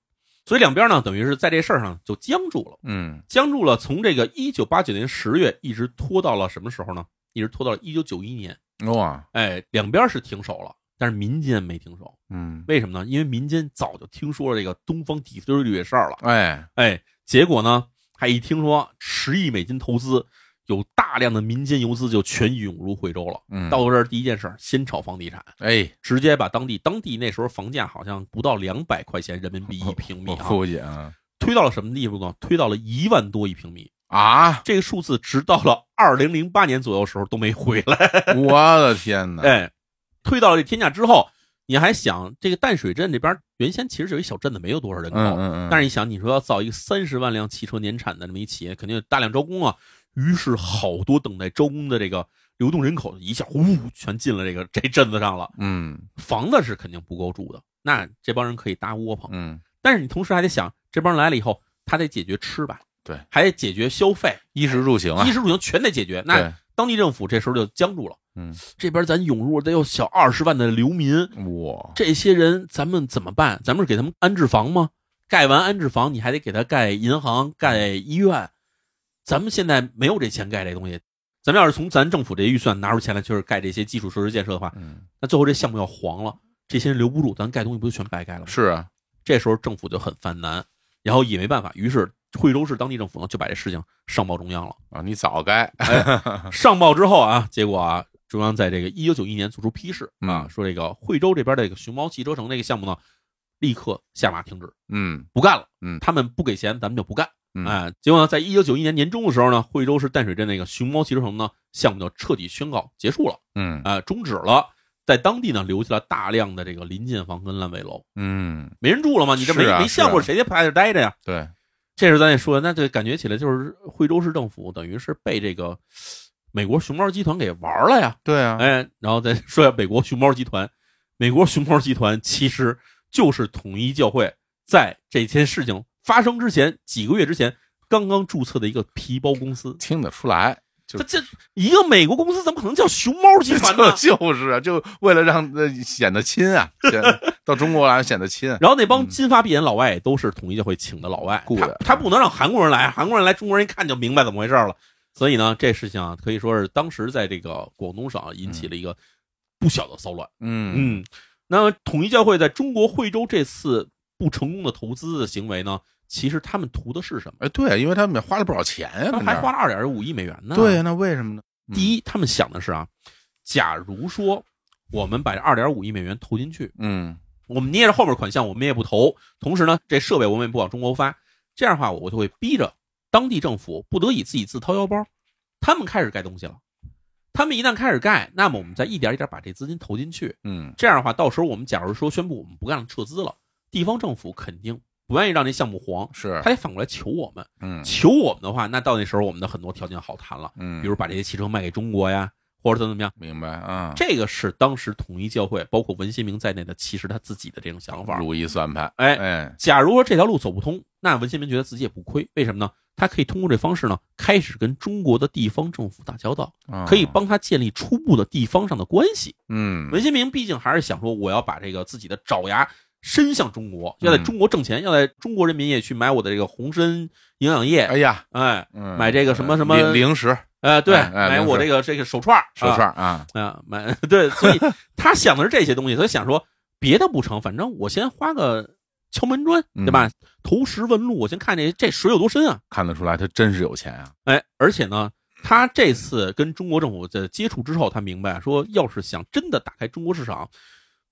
Speaker 2: 所以两边呢，等于是在这事儿上就僵住了。
Speaker 1: 嗯
Speaker 2: 僵住了，从这个一九八九年十月一直拖到了什么时候呢？一直拖到了一九九一年。
Speaker 1: 哇，
Speaker 2: 哎，两边是停手了，但是民间没停手。
Speaker 1: 嗯，
Speaker 2: 为什么呢？因为民间早就听说了这个东方底堆绿野哨了。
Speaker 1: 哎，
Speaker 2: 哎，结果呢，还一听说十亿美金投资，有大量的民间游资就全涌入惠州了。
Speaker 1: 嗯，
Speaker 2: 到这儿第一件事儿，先炒房地产，
Speaker 1: 哎，
Speaker 2: 直接把当地当地那时候房价好像不到两百块钱人民币一平米
Speaker 1: 我
Speaker 2: 啊，
Speaker 1: 估计啊
Speaker 2: 推到了什么地步呢？推到了一万多一平米。
Speaker 1: 啊，
Speaker 2: 这个数字直到了二零零八年左右时候都没回来。
Speaker 1: 我的天哪！
Speaker 2: 哎，推到了这天价之后，你还想这个淡水镇这边原先其实有一小镇子没有多少
Speaker 1: 嗯
Speaker 2: 人口，
Speaker 1: 嗯嗯，
Speaker 2: 哦但是你想你说要造一个三十万辆汽车年产的这么一企业，肯定有大量招工啊。于是好多等待招工的这个流动人口一下呜全进了这个这镇子上了，
Speaker 1: 嗯
Speaker 2: 房子是肯定不够住的。那这帮人可以搭窝棚，
Speaker 1: 嗯，
Speaker 2: 但是你同时还得想，这帮人来了以后，他得解决吃吧，
Speaker 1: 对，
Speaker 2: 还得解决消费，
Speaker 1: 衣食住行啊
Speaker 2: 衣，食住行全得解决。那
Speaker 1: 对，
Speaker 2: 当地政府这时候就僵住了。
Speaker 1: 嗯，
Speaker 2: 这边咱涌入得有小二十万的流民，
Speaker 1: 我
Speaker 2: 这些人咱们怎么办？咱们是给他们安置房吗？盖完安置房，你还得给他盖银行、盖医院。咱们现在没有这钱盖这东西。咱们要是从咱政府这预算拿出钱来，就是盖这些基础设施建设的话，
Speaker 1: 嗯
Speaker 2: 那最后这项目要黄了，这些人留不住，咱盖东西不就全白盖了吗？
Speaker 1: 是啊，
Speaker 2: 这时候政府就很犯难，然后也没办法，于是惠州市当地政府呢就把这事情上报中央了。
Speaker 1: 啊，你早该，
Speaker 2: 上报之后啊，结果啊，中央在这个一九九一年做出批示啊，
Speaker 1: 嗯
Speaker 2: 说这个惠州这边这个熊猫汽车城这个项目呢，立刻下马停止，
Speaker 1: 嗯
Speaker 2: 不干了。
Speaker 1: 嗯
Speaker 2: 他们不给钱，咱们就不干。
Speaker 1: 嗯
Speaker 2: 哎，结果呢，在一九九一年年中的时候呢，惠州市淡水镇那个熊猫汽车城呢项目就彻底宣告结束了，
Speaker 1: 嗯
Speaker 2: 啊、终止了。在当地呢，留下了大量的这个临建房跟烂尾楼，
Speaker 1: 嗯，
Speaker 2: 没人住了吗？你这没、
Speaker 1: 是啊
Speaker 2: 没项目，
Speaker 1: 是啊
Speaker 2: 谁家趴着待着呀？
Speaker 1: 对，
Speaker 2: 这是咱也说，那这感觉起来就是惠州市政府等于是被这个美国熊猫集团给玩了呀。
Speaker 1: 对啊，
Speaker 2: 哎，然后再说一下美国熊猫集团。美国熊猫集团其实就是统一教会在这件事情发生之前几个月之前刚刚注册的一个皮包公司。
Speaker 1: 听得出来，就？
Speaker 2: 这这一个美国公司怎么可能叫熊猫集团 呢
Speaker 1: 就是啊，就为了让呃显得亲啊，显到中国来显得亲，啊
Speaker 2: 然后那帮金发碧眼老外也都是统一教会请的老外，
Speaker 1: 嗯雇
Speaker 2: 他
Speaker 1: 的
Speaker 2: 他不能让韩国人来，韩国人来中国人一看就明白怎么回事了。所以呢，这事情啊，可以说是当时在这个广东省啊引起了一个不小的骚乱。
Speaker 1: 嗯
Speaker 2: 嗯，那么统一教会在中国惠州这次不成功的投资的行为呢，其实他们图的是什么？
Speaker 1: 哎，对，因为他们也花了不少钱呀，
Speaker 2: 他
Speaker 1: 跟
Speaker 2: 们
Speaker 1: 这
Speaker 2: 还
Speaker 1: 儿
Speaker 2: 花了二点五亿美元呢。
Speaker 1: 对呀，那为什么呢？嗯
Speaker 2: 第一，他们想的是啊，假如说我们把这二点五亿美元投进去，
Speaker 1: 嗯
Speaker 2: 我们捏着后面款项，我们也不投，同时呢，这设备我们也不往中国发，这样的话，我就会逼着当地政府不得已自己自掏腰包，他们开始盖东西了。他们一旦开始盖，那么我们再一点一点把这资金投进去，
Speaker 1: 嗯
Speaker 2: 这样的话，到时候我们假如说宣布我们不干了撤资了，地方政府肯定不愿意让这项目黄，
Speaker 1: 是啊
Speaker 2: 他，得反过来求我们。
Speaker 1: 嗯
Speaker 2: 求我们的话，那到那时候我们的很多条件好谈了，
Speaker 1: 嗯，
Speaker 2: 比如把这些汽车卖给中国呀，或者怎么怎么样。
Speaker 1: 明白啊，
Speaker 2: 这个是当时统一教会，包括文新明在内的，其实他自己的这种想法。
Speaker 1: 如意算盘，
Speaker 2: 哎，
Speaker 1: 哎，
Speaker 2: 假如说这条路走不通，那文新明觉得自己也不亏，为什么呢？他可以通过这方式呢，开始跟中国的地方政府打交道，
Speaker 1: 啊
Speaker 2: 可以，帮他建立初步的地方上的关系。
Speaker 1: 嗯
Speaker 2: 文新明毕竟还是想说，我要把这个自己的爪牙伸向中国，要在
Speaker 1: 嗯
Speaker 2: 中国挣钱，要在中国人民也去买我的这个红参营养液，
Speaker 1: 哎呀，
Speaker 2: 哎，
Speaker 1: 嗯
Speaker 2: 买这个什么什么
Speaker 1: 零零食
Speaker 2: 呃，对，
Speaker 1: 哎哎
Speaker 2: 买我这个这个手串儿
Speaker 1: 手串儿啊，
Speaker 2: 啊，啊买对，所以 他想的是这些东西，他想说别的不成，反正我先花个敲门砖，
Speaker 1: 嗯
Speaker 2: 对吧？投石问路，我先看这这水有多深啊，
Speaker 1: 看得出来他真是有钱啊，
Speaker 2: 哎，而且呢。他这次跟中国政府的接触之后，他明白说，要是想真的打开中国市场，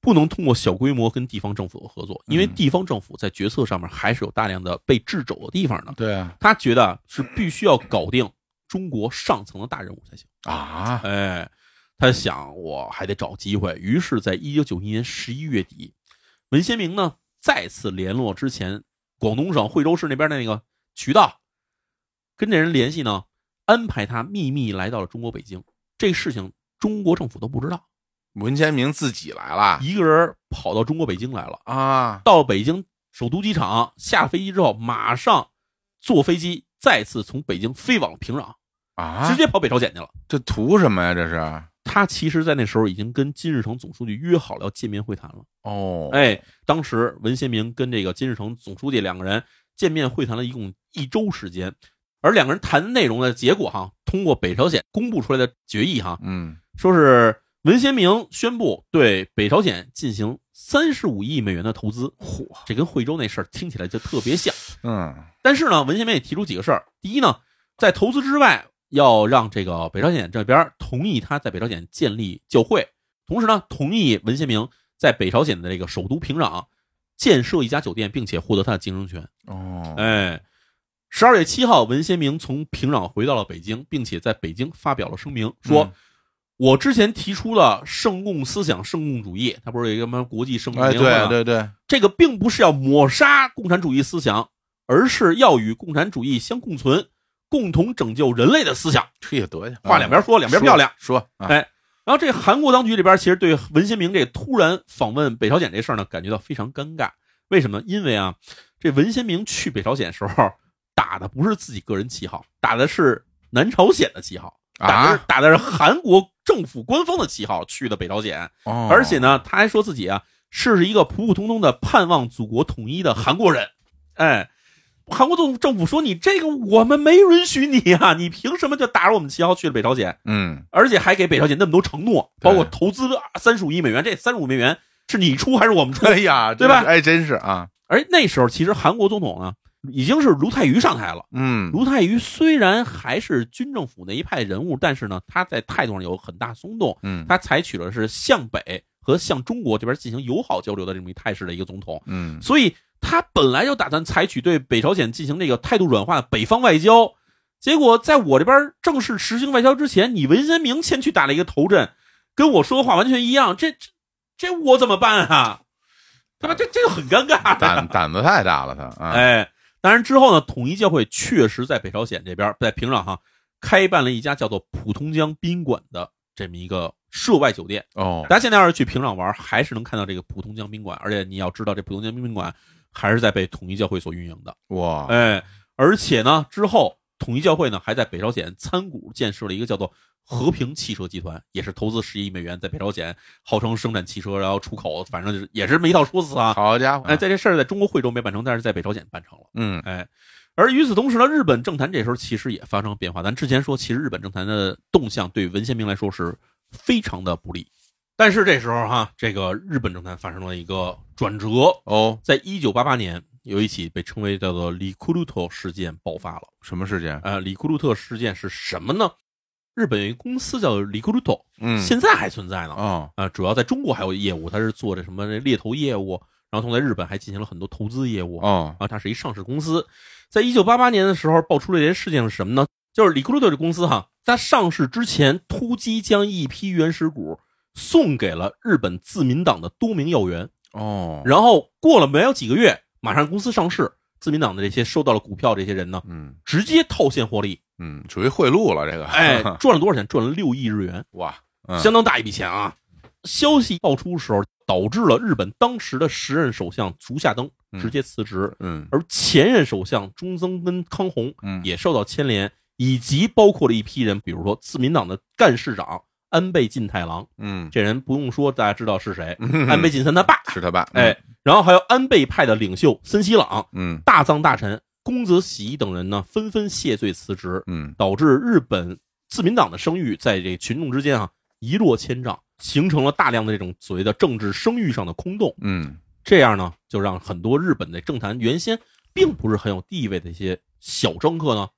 Speaker 2: 不能通过小规模跟地方政府合作，因为
Speaker 1: 嗯
Speaker 2: 地方政府在决策上面还是有大量的被掣肘的地方的。
Speaker 1: 对啊，
Speaker 2: 他觉得是必须要搞定中国上层的大人物才行。
Speaker 1: 啊，
Speaker 2: 哎，他想我还得找机会，于是，在一九九一年十一月底，文先明呢再次联络之前广东省惠州市那边的那个渠道，跟这人联系呢，安排他秘密来到了中国北京。这事情中国政府都不知道，
Speaker 1: 文先明自己来了
Speaker 2: 一个人跑到中国北京来了。
Speaker 1: 啊，
Speaker 2: 到北京首都机场下飞机之后，马上坐飞机再次从北京飞往平壤，
Speaker 1: 啊，
Speaker 2: 直接跑北朝鲜去了。
Speaker 1: 这图什么呀？这是，
Speaker 2: 他其实，在那时候已经跟金日成总书记约好了要见面会谈了。
Speaker 1: 哦，
Speaker 2: 哎，当时文先明跟这个金日成总书记两个人见面会谈了一共一周时间，而两个人谈的内容的结果哈，通过北朝鲜公布出来的决议哈，
Speaker 1: 嗯，
Speaker 2: 说是文先明宣布对北朝鲜进行三十五亿美元的投资，嚯，这跟惠州那事儿听起来就特别像。
Speaker 1: 嗯，
Speaker 2: 但是呢，文先明也提出几个事儿。第一呢，在投资之外，要让这个北朝鲜这边同意他在北朝鲜建立教会，同时呢，同意文先明在北朝鲜的这个首都平壤建设一家酒店，并且获得他的经营权。
Speaker 1: 哦，
Speaker 2: 哎，十二月七号，文先明从平壤回到了北京，并且在北京发表了声明，说。
Speaker 1: 嗯
Speaker 2: 我之前提出了圣共思想、圣共主义，他不是有一个什么国际圣共
Speaker 1: 哎，
Speaker 2: 联合
Speaker 1: 对
Speaker 2: 吗？
Speaker 1: 对对，
Speaker 2: 这个并不是要抹杀共产主义思想，而是要与共产主义相共存，共同拯救人类的思想。
Speaker 1: 这也得去，
Speaker 2: 话两边说，两边漂亮。
Speaker 1: 啊说，说啊
Speaker 2: 哎然后这韩国当局这边其实对文先明这突然访问北朝鲜这事儿呢，感觉到非常尴尬。为什么？因为啊，这文先明去北朝鲜时候打的不是自己个人旗号，打的是南朝鲜的旗号，打的是
Speaker 1: 啊，
Speaker 2: 打的是韩国政府官方的旗号去的北朝鲜。
Speaker 1: 哦
Speaker 2: 而且，呢，他还说自己啊是一个普普通通的盼望祖国统一的韩国人。哎，韩国政政府说你这个我们没允许你啊，你凭什么就打着我们旗号去了北朝鲜？
Speaker 1: 嗯，
Speaker 2: 而且还给北朝鲜那么多承诺，
Speaker 1: 对
Speaker 2: 包括投资三十五亿美元，这三十五美元是你出还是我们出？
Speaker 1: 哎呀，
Speaker 2: 对吧
Speaker 1: 真是哎，真是啊，
Speaker 2: 而那时候其实韩国总统呢已经是卢泰愚上台了。
Speaker 1: 嗯，
Speaker 2: 卢泰愚虽然还是军政府那一派人物，但是呢，他在态度上有很大松动，
Speaker 1: 嗯，
Speaker 2: 他采取了是向北和向中国这边进行友好交流的这么一态势的一个总统，
Speaker 1: 嗯，
Speaker 2: 所以他本来就打算采取对北朝鲜进行这个态度软化的北方外交，结果在我这边正式实行外交之前，你文先明先去打了一个头阵，跟我说的话完全一样，这这这我怎么办啊？对吧？这这就很尴尬的。
Speaker 1: 胆胆子太大了，他，啊，
Speaker 2: 哎，当然之后呢，统一教会确实在北朝鲜这边，在平壤哈开办了一家叫做普通江宾馆的这么一个涉外酒店。
Speaker 1: 哦，
Speaker 2: 大家现在要是去平壤玩，还是能看到这个普通江宾馆，而且你要知道，这普通江宾馆还是在被统一教会所运营的。
Speaker 1: 哇，
Speaker 2: 哎，而且呢，之后统一教会呢还在北朝鲜参股建设了一个叫做和平汽车集团，也是投资十亿美元，在北朝鲜号称生产汽车，然后出口，反正就是也是这么一套说辞啊。
Speaker 1: 好家伙，
Speaker 2: 哎，在这事儿在中国惠州没办成，但是在北朝鲜办成了。
Speaker 1: 嗯，
Speaker 2: 哎，而与此同时呢，日本政坛这时候其实也发生变化。咱之前说，其实日本政坛的动向对文先明来说是非常的不利。但是这时候哈，这个日本政坛发生了一个转折，
Speaker 1: 哦，
Speaker 2: 在一九八八年，有一起被称为叫做里库鲁特事件爆发了。
Speaker 1: 什么事件？
Speaker 2: 呃，里库鲁特事件是什么呢？日本有一个公司叫里库鲁特，
Speaker 1: 嗯，
Speaker 2: 现在还存在呢。
Speaker 1: 哦，
Speaker 2: 啊，主要在中国还有业务，它是做这什么这猎头业务，然后同在日本还进行了很多投资业务。
Speaker 1: 哦，
Speaker 2: 啊，它是一上市公司。在一九八八年的时候，爆出了一件事情是什么呢？就是李库鲁特这公司哈，它上市之前突击将一批原始股送给了日本自民党的多名要员，
Speaker 1: 哦，
Speaker 2: 然后过了没有几个月，马上公司上市，自民党的这些收到了股票这些人呢，
Speaker 1: 嗯
Speaker 2: 直接套现获利，
Speaker 1: 嗯，属于贿赂了，这个，
Speaker 2: 哎，赚了多少钱？赚了六亿日元，
Speaker 1: 哇，嗯
Speaker 2: 相当大一笔钱啊！消息爆出的时候，导致了日本当时的时任首相竹下登直接辞职，
Speaker 1: 嗯
Speaker 2: 而前任首相中曾根康弘
Speaker 1: 嗯，
Speaker 2: 也受到牵连，以及包括了一批人，比如说自民党的干事长安倍晋太郎，
Speaker 1: 嗯，
Speaker 2: 这人不用说，大家知道是谁，安倍晋三他爸，
Speaker 1: 是嗯他爸，
Speaker 2: 哎，然后还有安倍派的领袖森西朗、
Speaker 1: 嗯，
Speaker 2: 大藏大臣宫泽喜一等人呢，纷纷谢罪辞职，
Speaker 1: 嗯
Speaker 2: 导致日本自民党的声誉在这群众之间啊一落千丈，形成了大量的这种所谓的政治声誉上的空洞。
Speaker 1: 嗯
Speaker 2: 这样呢，就让很多日本的政坛原先并不是很有地位的一些小政客呢，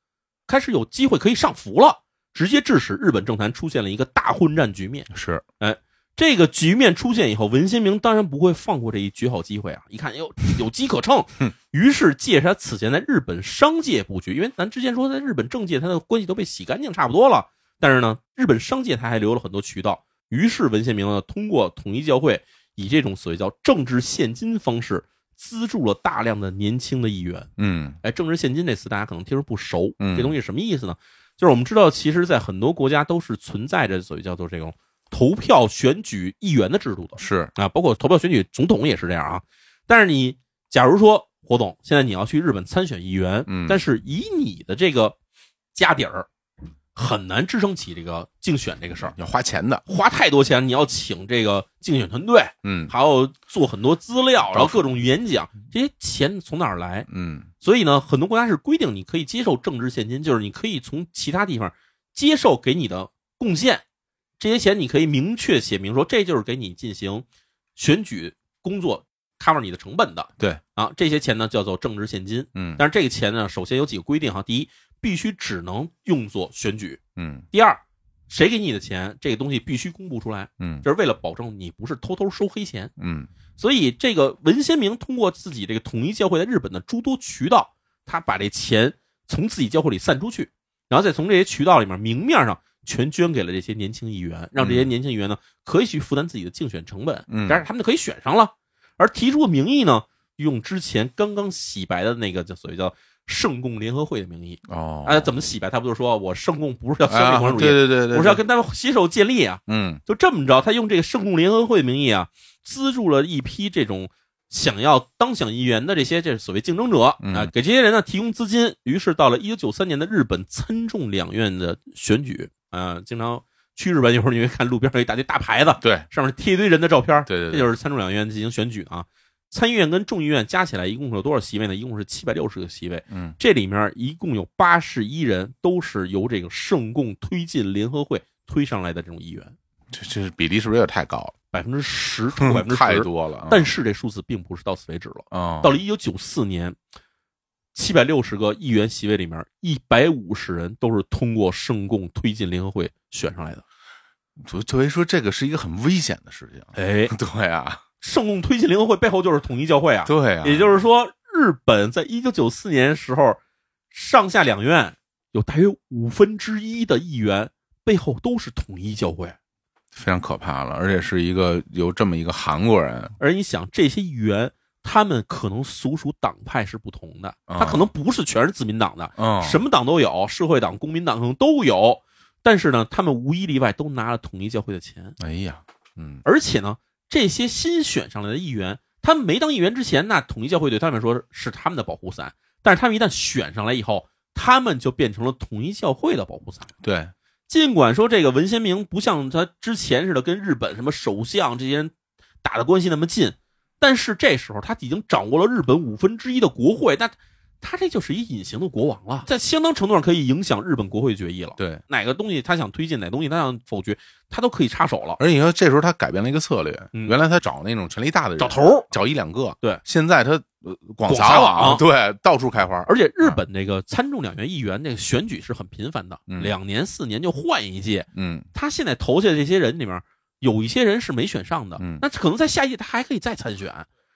Speaker 2: 开始有机会可以上浮了，直接致使日本政坛出现了一个大混战局面。
Speaker 1: 嗯，是，
Speaker 2: 这个局面出现以后，文先明当然不会放过这一绝好机会啊！一看，哟，有机可乘，于是借着他此前在日本商界布局，因为咱之前说在日本政界他的关系都被洗干净差不多了，但是呢，日本商界他还留了很多渠道。于是文先明呢，通过统一教会以这种所谓叫政治现金方式，资助了大量的年轻的议员。
Speaker 1: 嗯
Speaker 2: 哎，政治现金这词大家可能听着不熟，
Speaker 1: 嗯
Speaker 2: 这东西什么意思呢？就是我们知道，其实，在很多国家都是存在着所谓叫做这种投票选举议员的制度的
Speaker 1: 是，
Speaker 2: 啊，包括投票选举总统也是这样啊。但是你假如说火总，现在你要去日本参选议员，
Speaker 1: 嗯
Speaker 2: 但是以你的这个家底儿很难支撑起这个竞选这个事儿，
Speaker 1: 要花钱的，
Speaker 2: 花太多钱，你要请这个竞选团队，
Speaker 1: 嗯
Speaker 2: 还要做很多资料，然后
Speaker 1: 到处
Speaker 2: 各种演讲，这些钱从哪儿来？
Speaker 1: 嗯
Speaker 2: 所以呢，很多国家是规定你可以接受政治现金，就是你可以从其他地方接受给你的贡献，这些钱你可以明确写明说，这就是给你进行选举工作 cover 你的成本的。
Speaker 1: 对
Speaker 2: 啊，这些钱呢叫做政治现金，
Speaker 1: 嗯
Speaker 2: 但是这个钱呢，首先有几个规定哈，第一，必须只能用作选举；
Speaker 1: 嗯
Speaker 2: 第二，谁给你的钱，这个东西必须公布出来，
Speaker 1: 嗯
Speaker 2: 这是为了保证你不是偷偷收黑钱。
Speaker 1: 嗯
Speaker 2: 所以这个文先明通过自己这个统一教会在日本的诸多渠道，他把这钱从自己教会里散出去，然后再从这些渠道里面明面上全捐给了这些年轻议员，让这些年轻议员呢可以去负担自己的竞选成本，
Speaker 1: 嗯
Speaker 2: 但是他们就可以选上了。而提出的名义呢，用之前刚刚洗白的那个叫所谓叫圣共联合会的名义，
Speaker 1: 哦，
Speaker 2: 啊，怎么洗白？他不就说我圣共不是要消灭
Speaker 1: 啊
Speaker 2: 共产主
Speaker 1: 对对
Speaker 2: 义，
Speaker 1: 对对，
Speaker 2: 我是要
Speaker 1: 对
Speaker 2: 跟他们携手建立啊，
Speaker 1: 嗯
Speaker 2: 就这么着，他用这个圣共联合会的名义啊，资助了一批这种想要当选议员的这些这所谓竞争者
Speaker 1: 嗯
Speaker 2: 啊，给这些人呢提供资金。于是到了一九九三年的日本参众两院的选举啊，经常去日本有时候你会看路边上有一大堆大牌子，
Speaker 1: 对
Speaker 2: 上面贴一堆人的照片，
Speaker 1: 对对
Speaker 2: 这
Speaker 1: 对
Speaker 2: 就是参众两院进行选举啊。参议院跟众议院加起来一共有多少席位呢？一共是七百六十个席位。
Speaker 1: 嗯，
Speaker 2: 这里面一共有八十一人都是由这个圣共推进联合会推上来的这种议员。
Speaker 1: 这这比例是不是有点太高了？
Speaker 2: 百分 之十，超过百分之
Speaker 1: 太
Speaker 2: 十。
Speaker 1: 多了，
Speaker 2: 但嗯是这数字并不是到此为止了。
Speaker 1: 啊，
Speaker 2: 到了一九九四年，七百六十个议员席位里面，一百五十人都是通过圣共推进联合会选上来的。
Speaker 1: 所所以说这个是一个很危险的事情。
Speaker 2: 哎，
Speaker 1: 对啊，
Speaker 2: 圣共推进联合会背后就是统一教会啊。
Speaker 1: 对啊，
Speaker 2: 也就是说，日本在一九九四年时候，上下两院有大约五分之一的议员背后都是统一教会。啊
Speaker 1: 非常可怕了，而且是一个有这么一个韩国人，
Speaker 2: 而你想，这些议员他们可能所属党派是不同的，
Speaker 1: 啊
Speaker 2: 他可能不是全是自民党的，
Speaker 1: 嗯，
Speaker 2: 什么党都有，社会党、公民党可能都有，但是呢，他们无一例外都拿了统一教会的钱，
Speaker 1: 哎呀，嗯
Speaker 2: 而且呢，这些新选上来的议员，他们没当议员之前，那统一教会对他们来说是他们的保护伞，但是他们一旦选上来以后，他们就变成了统一教会的保护伞。
Speaker 1: 对，
Speaker 2: 尽管说这个文先明不像他之前似的跟日本什么首相这些人打的关系那么近，但是这时候他已经掌握了日本五分之一的国会，那他这就是一隐形的国王了，在相当程度上可以影响日本国会决议了。
Speaker 1: 对，
Speaker 2: 哪个东西他想推进，哪个东西他想否决，他都可以插手了，
Speaker 1: 而且你说这时候他改变了一个策略，
Speaker 2: 嗯
Speaker 1: 原来他找那种权力大的人，
Speaker 2: 找头儿。
Speaker 1: 找一两个，
Speaker 2: 对
Speaker 1: 现在他呃广
Speaker 2: 撒
Speaker 1: 撒
Speaker 2: 网
Speaker 1: 网， 对，到处开花，
Speaker 2: 而且日本那个参众两院议员那个选举是很频繁的，
Speaker 1: 嗯
Speaker 2: 两年四年就换一届。
Speaker 1: 嗯
Speaker 2: 他现在投下的这些人里面，有一些人是没选上的，
Speaker 1: 嗯
Speaker 2: 那可能在下一届他还可以再参选。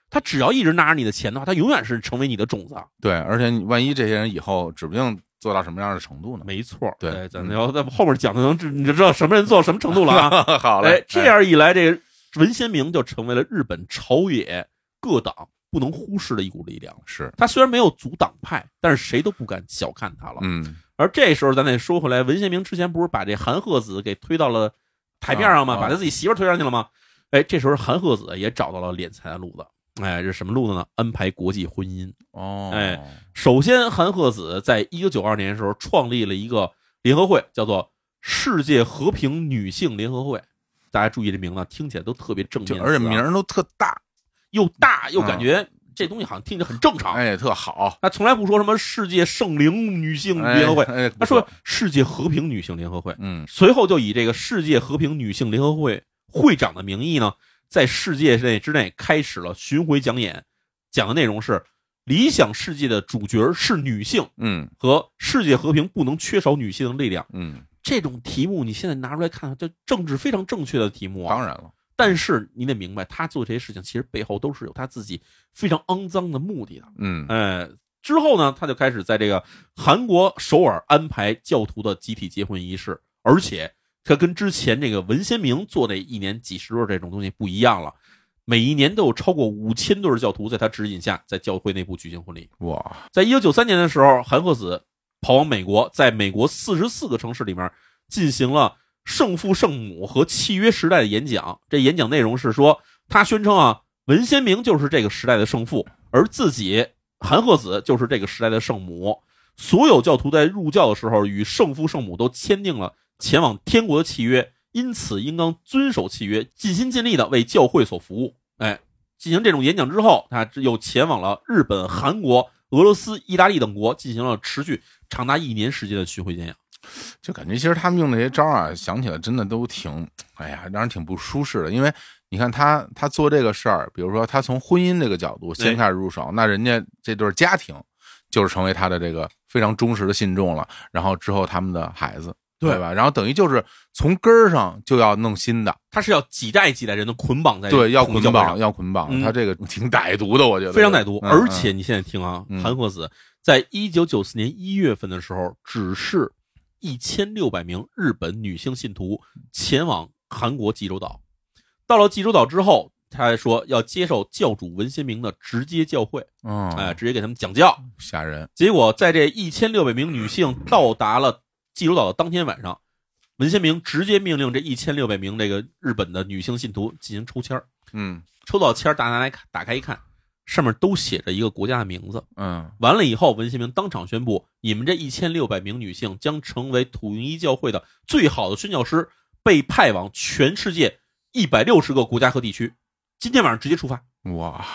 Speaker 2: 他只要一直拿着你的钱的话，他永远是成为你的种子。
Speaker 1: 对，而且你万一这些人以后指不定做到什么样的程度呢？
Speaker 2: 没错，
Speaker 1: 对
Speaker 2: 哎咱
Speaker 1: 嗯
Speaker 2: 们要在后面讲的能知，你就知道什么人做到什么程度了 啊。
Speaker 1: 好
Speaker 2: 哎
Speaker 1: 嘞，，
Speaker 2: 这样一来，这个文先明就成为了日本朝野各党不能忽视的一股力量。
Speaker 1: 哎是，
Speaker 2: 他虽然没有组党派，但是谁都不敢小看他了。
Speaker 1: 嗯，
Speaker 2: 而这时候，咱得说回来，文先明之前不是把这韩鹤子给推到了台面上吗？
Speaker 1: 啊啊
Speaker 2: 把他自己媳妇儿推上去了吗？哎，这时候韩鹤子也找到了敛财的路子。哎，这是什么路子呢？安排国际婚姻。
Speaker 1: 哦，
Speaker 2: 哎，首先，韩鹤子在一九九二年的时候创立了一个联合会，叫做世界和平女性联合会。大家注意这名字，听起来都特别正
Speaker 1: 就
Speaker 2: 面，
Speaker 1: 而且名
Speaker 2: 儿
Speaker 1: 儿都特大，
Speaker 2: 又大，又感觉这东西好像听着很正常。
Speaker 1: 哎，也特好，
Speaker 2: 他从来不说什么世界圣灵女性联合会，
Speaker 1: 哎，哎
Speaker 2: 他
Speaker 1: 不错
Speaker 2: 说世界和平女性联合会。
Speaker 1: 嗯
Speaker 2: 随后就以这个世界和平女性联合会会长的名义呢，在世界内之内开始了巡回讲演，讲的内容是理想世界的主角是女性
Speaker 1: 嗯
Speaker 2: 和世界和平不能缺少女性的力量。
Speaker 1: 嗯，
Speaker 2: 这种题目你现在拿出来看，这政治非常正确的题目啊
Speaker 1: 当。然了，
Speaker 2: 但是你得明白，他做这些事情其实背后都是有他自己非常肮脏的目的的。
Speaker 1: 嗯
Speaker 2: 哎，之后呢，他就开始在这个韩国首尔安排教徒的集体结婚仪式，而且他跟之前这个文先明做那一年几十对儿这种东西不一样了，每一年都有超过五千对儿教徒在他指引下在教会内部举行婚礼。
Speaker 1: 哇，
Speaker 2: 在一九九三年的时候，韩鹤子跑往美国，在美国四十四个城市里面进行了圣父、圣母和契约时代的演讲。这演讲内容是说，他宣称啊，文先明就是这个时代的圣父，而自己韩鹤子就是这个时代的圣母。所有教徒在入教的时候与圣父圣母都签订了前往天国的契约，因此应当遵守契约，尽心尽力的为教会所服务。哎，进行这种演讲之后，他又前往了日本、韩国、俄罗斯、意大利等国，进行了持续长达一年时间的巡回演讲。
Speaker 1: 就感觉其实他们用那些招儿啊，想起来真的都挺，哎呀，让人挺不舒适的。因为你看他他做这个事儿，比如说他从婚姻这个角度先
Speaker 2: 对
Speaker 1: 开始入手，那人家这对儿家庭就是成为他的这个非常忠实的信众了。然后之后他们的孩子，对
Speaker 2: 对
Speaker 1: 吧？然后等于就是从根儿上就要弄新的，
Speaker 2: 他是要几代几代人的捆绑在
Speaker 1: 对，要
Speaker 2: 同一
Speaker 1: 捆
Speaker 2: 教哎会上
Speaker 1: 绑，要捆绑。
Speaker 2: 嗯
Speaker 1: 他这个挺歹毒的，我觉得
Speaker 2: 非常歹毒。
Speaker 1: 嗯
Speaker 2: 而且你现在听啊，
Speaker 1: 嗯
Speaker 2: 韩鹤子在一九九四年一月份的时候，只是一千六百名日本女性信徒前往韩国济州岛。到了济州岛之后，他还说要接受教主文先明的直接教诲，
Speaker 1: 嗯，
Speaker 2: 哎、
Speaker 1: 嗯
Speaker 2: 直接给他们讲教。
Speaker 1: 吓人。
Speaker 2: 结果在这一千六百名女性到达了济州岛的当天晚上，文先明直接命令这一千六百名这个日本的女性信徒进行抽签儿。
Speaker 1: 嗯
Speaker 2: 抽到签儿，打开来看，打开一看，上面都写着一个国家的名字。
Speaker 1: 嗯，
Speaker 2: 完了以后，文先明当场宣布，你们这一千六百名女性将成为土云一教会的最好的宣教师，被派往全世界一百六十个国家和地区。今天晚上直接出发，
Speaker 1: 哇，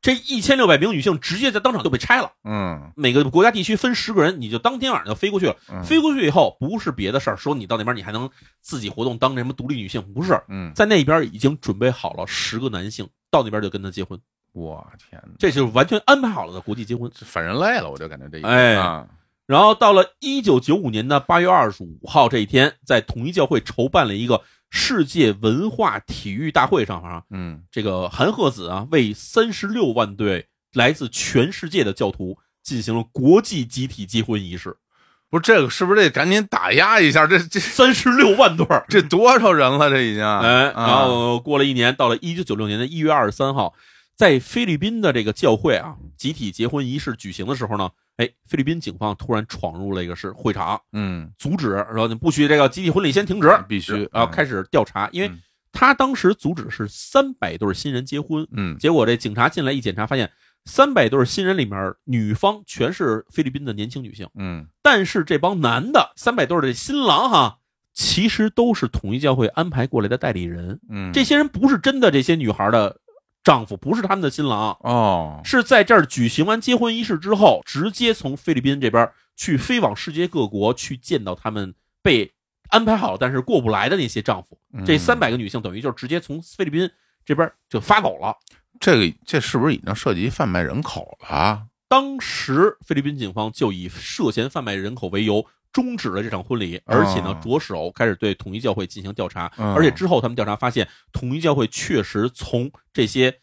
Speaker 2: 这一千六百名女性直接在当场就被拆了。
Speaker 1: 嗯
Speaker 2: 每个国家地区分十个人，你就当天晚上就飞过去了。
Speaker 1: 嗯
Speaker 2: 飞过去以后，不是别的事儿，说你到那边你还能自己活动当什么独立女性，不是，
Speaker 1: 嗯，
Speaker 2: 在那边已经准备好了十个男性，到那边就跟他结婚。
Speaker 1: 我天哪，
Speaker 2: 这就是完全安排好了的国际结婚。
Speaker 1: 这反人类了，我就感觉这一
Speaker 2: 哎
Speaker 1: 啊
Speaker 2: 然后到了一九九五年的八月二十五号这一天，在统一教会筹办了一个世界文化体育大会上啊，
Speaker 1: 嗯
Speaker 2: 这个韩鹤子啊为三十六万对来自全世界的教徒进行了国际集体结婚仪式，
Speaker 1: 不是这个，是不是得赶紧打压一下？这这
Speaker 2: 三十六万对儿。
Speaker 1: 这多少人了？这已经，
Speaker 2: 哎，
Speaker 1: 啊
Speaker 2: 然后过了一年，到了一九九六年的一月二十三号，在菲律宾的这个教会啊集体结婚仪式举行的时候呢，哎，菲律宾警方突然闯入了一个是会场，
Speaker 1: 嗯
Speaker 2: 阻止，说你不许这个集体婚礼先停止，
Speaker 1: 必须
Speaker 2: 啊，
Speaker 1: 嗯
Speaker 2: 开始调查，因为
Speaker 1: 嗯
Speaker 2: 他当时阻止是三百对新人结婚，
Speaker 1: 嗯，
Speaker 2: 结果这警察进来一检查，发现三百对新人里面女方全是菲律宾的年轻女性，
Speaker 1: 嗯，
Speaker 2: 但是这帮男的三百对的新郎哈，其实都是统一教会安排过来的代理人，
Speaker 1: 嗯，
Speaker 2: 这些人不是真的这些女孩的丈夫，不是他们的新郎。
Speaker 1: 哦，
Speaker 2: 是在这儿举行完结婚仪式之后，直接从菲律宾这边去飞往世界各国去见到他们被安排好但是过不来的那些丈夫。这
Speaker 1: 嗯
Speaker 2: 三百个女性等于就直接从菲律宾这边就发走了。
Speaker 1: 这个这是不是已经涉及贩卖人口了啊？
Speaker 2: 当时菲律宾警方就以涉嫌贩卖人口为由。终止了这场婚礼，而且呢
Speaker 1: 哦，
Speaker 2: 着手开始对统一教会进行调查，
Speaker 1: 嗯
Speaker 2: 而且之后他们调查发现，统一教会确实从这些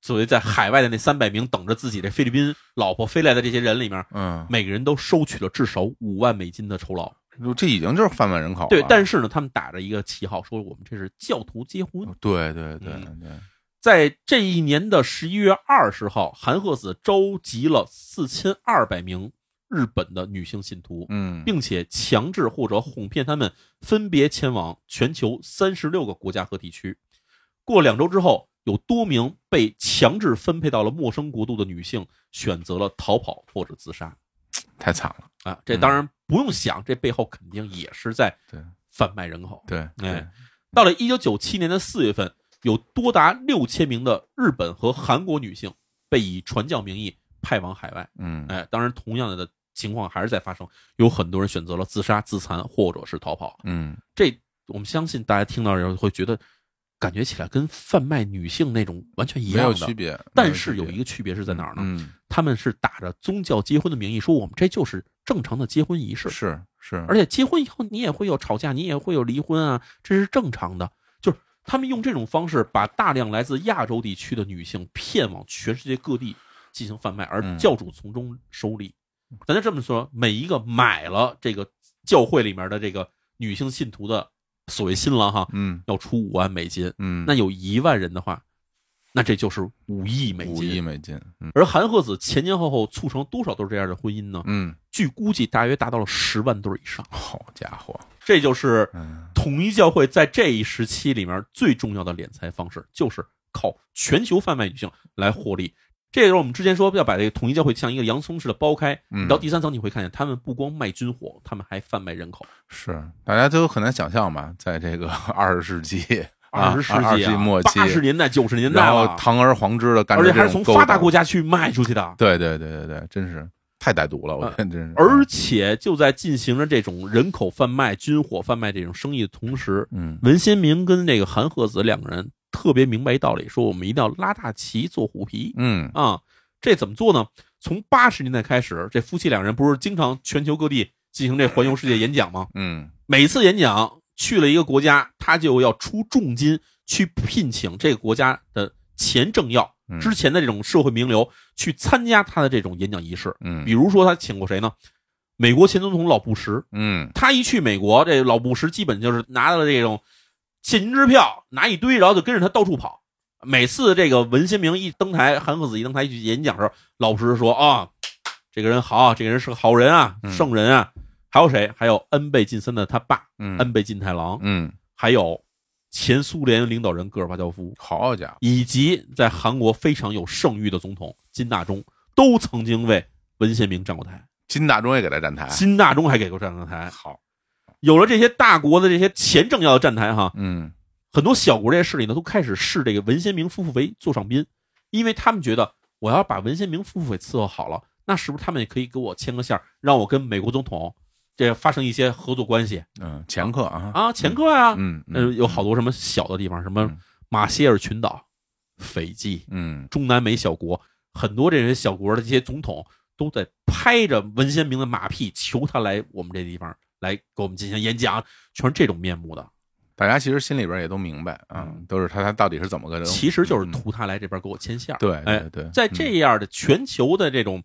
Speaker 2: 所谓在海外的那三百名等着自己的菲律宾老婆飞来的这些人里面，
Speaker 1: 嗯，
Speaker 2: 每个人都收取了至少五万美金的酬劳。
Speaker 1: 这已经就是贩卖人口了。
Speaker 2: 对，但是呢，他们打着一个旗号说我们这是教徒结婚。
Speaker 1: 哦对对对
Speaker 2: 嗯
Speaker 1: 对，
Speaker 2: 在这一年的十一月二十号，韩鹤子召集了四千二百名日本的女性信徒，
Speaker 1: 嗯，
Speaker 2: 并且强制或者哄骗他们分别前往全球三十六个国家和地区。过两周之后，有多名被强制分配到了陌生国度的女性选择了逃跑或者自杀。
Speaker 1: 太惨了。
Speaker 2: 啊，这当然不用想，这背后肯定也是在
Speaker 1: 对
Speaker 2: 贩卖人口。
Speaker 1: 对，对
Speaker 2: 哎，到了一九九七年的四月份，有多达六千名的日本和韩国女性被以传教名义派往海外。
Speaker 1: 嗯，
Speaker 2: 哎，当然，同样的情况还是在发生，有很多人选择了自杀、自残或者是逃跑。
Speaker 1: 嗯，
Speaker 2: 这我们相信大家听到以后会觉得，感觉起来跟贩卖女性那种完全一
Speaker 1: 没有
Speaker 2: 样
Speaker 1: 区
Speaker 2: 的。
Speaker 1: 别。
Speaker 2: 但是有一
Speaker 1: 个
Speaker 2: 个区别是在哪儿呢？
Speaker 1: 嗯，
Speaker 2: 他们是打着宗教结婚的名义，说我们这就是正常的结婚仪式，
Speaker 1: 是是，
Speaker 2: 而且结婚以后你也会有吵架，你也会有离婚啊，这是正常的。就是他们用这种方式把大量来自亚洲地区的女性骗往全世界各地进行贩卖，而
Speaker 1: 嗯
Speaker 2: 教主从中收利。咱就这么说，每一个买了这个教会里面的这个女性信徒的所谓新郎哈，
Speaker 1: 嗯
Speaker 2: 要出五万美金，
Speaker 1: 嗯，
Speaker 2: 那有一万人的话，那这就是五亿美
Speaker 1: 五亿
Speaker 2: 金。
Speaker 1: 美金。嗯
Speaker 2: 而韩鹤子前前后后促成多少对这样的婚姻呢？
Speaker 1: 嗯，
Speaker 2: 据估计，大约达到了十万对以上。
Speaker 1: 好家伙，
Speaker 2: 这就是
Speaker 1: 嗯
Speaker 2: 统一教会在这一时期里面最重要的敛财方式，就是靠全球贩卖女性来获利。这也就是我们之前说要把这个统一教会像一个洋葱似的剥开，
Speaker 1: 嗯
Speaker 2: 你到第三层你会看见，他们不光卖军火，他们还贩卖人口。
Speaker 1: 是大家都很难想象吧，在这个 二十世纪、啊
Speaker 2: 二十世
Speaker 1: 二
Speaker 2: 纪
Speaker 1: 世
Speaker 2: 啊，
Speaker 1: 纪末期
Speaker 2: 八，十年代、九十年代
Speaker 1: 然后
Speaker 2: 了，
Speaker 1: 堂而皇之的干
Speaker 2: 而
Speaker 1: 出
Speaker 2: 且
Speaker 1: 这
Speaker 2: 还
Speaker 1: 种
Speaker 2: 是从
Speaker 1: 勾
Speaker 2: 发达
Speaker 1: 当
Speaker 2: 国家去卖出去的。
Speaker 1: 对对对对对，真是太歹毒了，我觉得真是。
Speaker 2: 呃而且就在进行着这种人口贩卖、军火贩卖这种生意的同时，
Speaker 1: 嗯
Speaker 2: 文先明跟这个韩鹤子两个人特别明白一道理，说我们一定要拉大旗做虎皮
Speaker 1: 嗯
Speaker 2: 啊、这怎么做呢？从八十年代开始，这夫妻两人不是经常全球各地进行这环游世界演讲吗？
Speaker 1: 嗯
Speaker 2: 每次演讲去了一个国家，他就要出重金去聘请这个国家的前政要
Speaker 1: 嗯、
Speaker 2: 之前的这种社会名流去参加他的这种演讲仪式。
Speaker 1: 嗯
Speaker 2: 比如说，他请过谁呢？美国前总统老布什。
Speaker 1: 嗯
Speaker 2: 他一去美国，这老布什基本就是拿了这种现金支票，拿一堆，然后就跟着他到处跑。每次这个文先明一登台，韩鹤子一登台去演讲的时候，老布什说啊，这个人好啊，这个人是个好人啊，
Speaker 1: 嗯
Speaker 2: 圣人啊。还有谁？还有安倍晋三的他爸
Speaker 1: 嗯
Speaker 2: 安倍晋太郎，
Speaker 1: 嗯，
Speaker 2: 还有前苏联领导人戈尔巴乔夫，
Speaker 1: 好家伙，
Speaker 2: 以及在韩国非常有盛誉的总统金大中，都曾经为文先明站过台。
Speaker 1: 金大中也给他站台，哎
Speaker 2: 金大中还给过站过台。
Speaker 1: 好，
Speaker 2: 有了这些大国的这些前政要的站台哈，
Speaker 1: 嗯
Speaker 2: 很多小国这些势力呢都开始视这个文先明夫妇为座上宾，因为他们觉得我要把文先明夫妇给伺候好了，那是不是他们也可以给我牵个线儿，让我跟美国总统这发生一些合作关系
Speaker 1: 嗯，前客啊
Speaker 2: 啊？前客啊，
Speaker 1: 嗯
Speaker 2: 呃，
Speaker 1: 嗯
Speaker 2: 有好多什么小的地方，什么
Speaker 1: 嗯
Speaker 2: 马歇尔群岛、斐济、
Speaker 1: 嗯
Speaker 2: 中南美小国，很多这些小国的这些总统都在拍着文先明的马屁，求他来我们这地方来给我们进行演讲，全是这种面目的，
Speaker 1: 大家其实心里边也都明白啊，都是他他到底是怎么个人，
Speaker 2: 嗯其实就是
Speaker 1: 嗯
Speaker 2: 图他来这边给我牵线儿。
Speaker 1: 对
Speaker 2: 哎
Speaker 1: 对，对，
Speaker 2: 在
Speaker 1: 嗯
Speaker 2: 这样的全球的这种，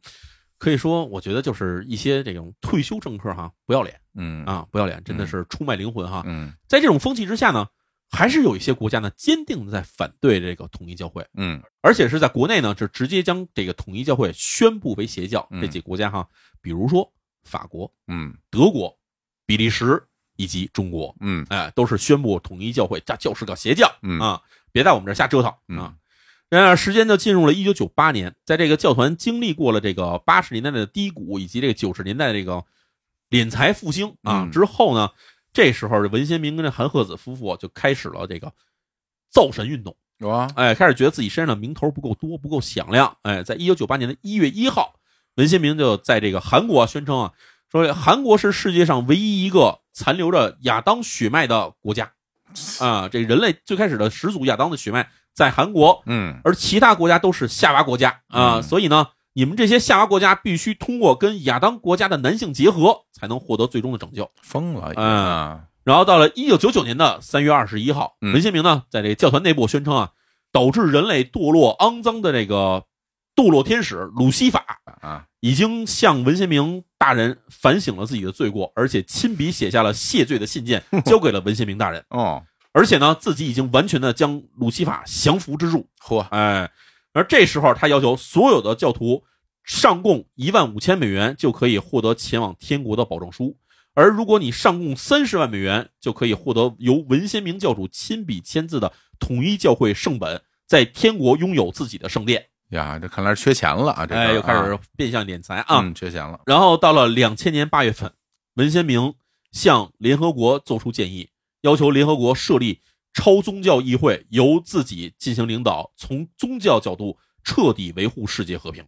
Speaker 2: 可以说我觉得就是一些这种退休政客哈，不要脸
Speaker 1: 嗯
Speaker 2: 啊，不要脸，真的
Speaker 1: 嗯
Speaker 2: 是出卖灵魂哈。
Speaker 1: 嗯
Speaker 2: 在这种风气之下呢，还是有一些国家呢坚定的在反对这个统一教会。
Speaker 1: 嗯
Speaker 2: 而且是在国内呢，是直接将这个统一教会宣布为邪教。
Speaker 1: 嗯
Speaker 2: 这几个国家哈，比如说法国、
Speaker 1: 嗯
Speaker 2: 德国、比利时以及中国，
Speaker 1: 嗯
Speaker 2: 哎，都是宣布统一教会，它就是个邪教
Speaker 1: 嗯
Speaker 2: 啊！别在我们这儿瞎折腾
Speaker 1: 嗯
Speaker 2: 啊！然而，时间就进入了一九九八年，在这个教团经历过了这个八十年代的低谷，以及这个九十年代的这个敛财复兴啊
Speaker 1: 嗯
Speaker 2: 之后呢，这时候文先明跟这韩鹤子夫妇啊就开始了这个造神运动。
Speaker 1: 有啊，
Speaker 2: 哎，开始觉得自己身上的名头不够多，不够响亮。哎，在一九九八年的一月一号，文先明就在这个韩国啊宣称啊，说韩国是世界上唯一一个残留着亚当血脉的国家啊。这人类最开始的始祖亚当的血脉在韩国，
Speaker 1: 嗯
Speaker 2: 而其他国家都是夏娃国家啊。
Speaker 1: 嗯
Speaker 2: 所以呢，你们这些夏娃国家必须通过跟亚当国家的男性结合，才能获得最终的拯救。
Speaker 1: 疯了
Speaker 2: 嗯
Speaker 1: 啊，
Speaker 2: 然后到了一九九九年的三月二十一号，
Speaker 1: 嗯
Speaker 2: 文先明呢在这个教团内部宣称啊，导致人类堕落肮脏的这个堕落天使鲁西法
Speaker 1: 啊
Speaker 2: 已经向文先明大人反省了自己的罪过，而且亲笔写下了谢罪的信件，交给了文先明大人。
Speaker 1: 哦
Speaker 2: 而且呢，自己已经完全的将鲁西法降服之术。
Speaker 1: 嚯
Speaker 2: 哎，而这时候他要求所有的教徒上供一万五千美元就可以获得前往天国的保证书，而如果你上供三十万美元，就可以获得由文先明教主亲笔签字的统一教会圣本，在天国拥有自己的圣殿。
Speaker 1: 呀，这看来是缺钱了啊，这
Speaker 2: 哎，
Speaker 1: 事儿
Speaker 2: 又开
Speaker 1: 啊
Speaker 2: 始变相敛财啊。
Speaker 1: 嗯缺钱了，
Speaker 2: 然后到了两千年八月份，文先明向联合国作出建议，要求联合国设立超宗教议会，由自己进行领导，从宗教角度彻底维护世界和平。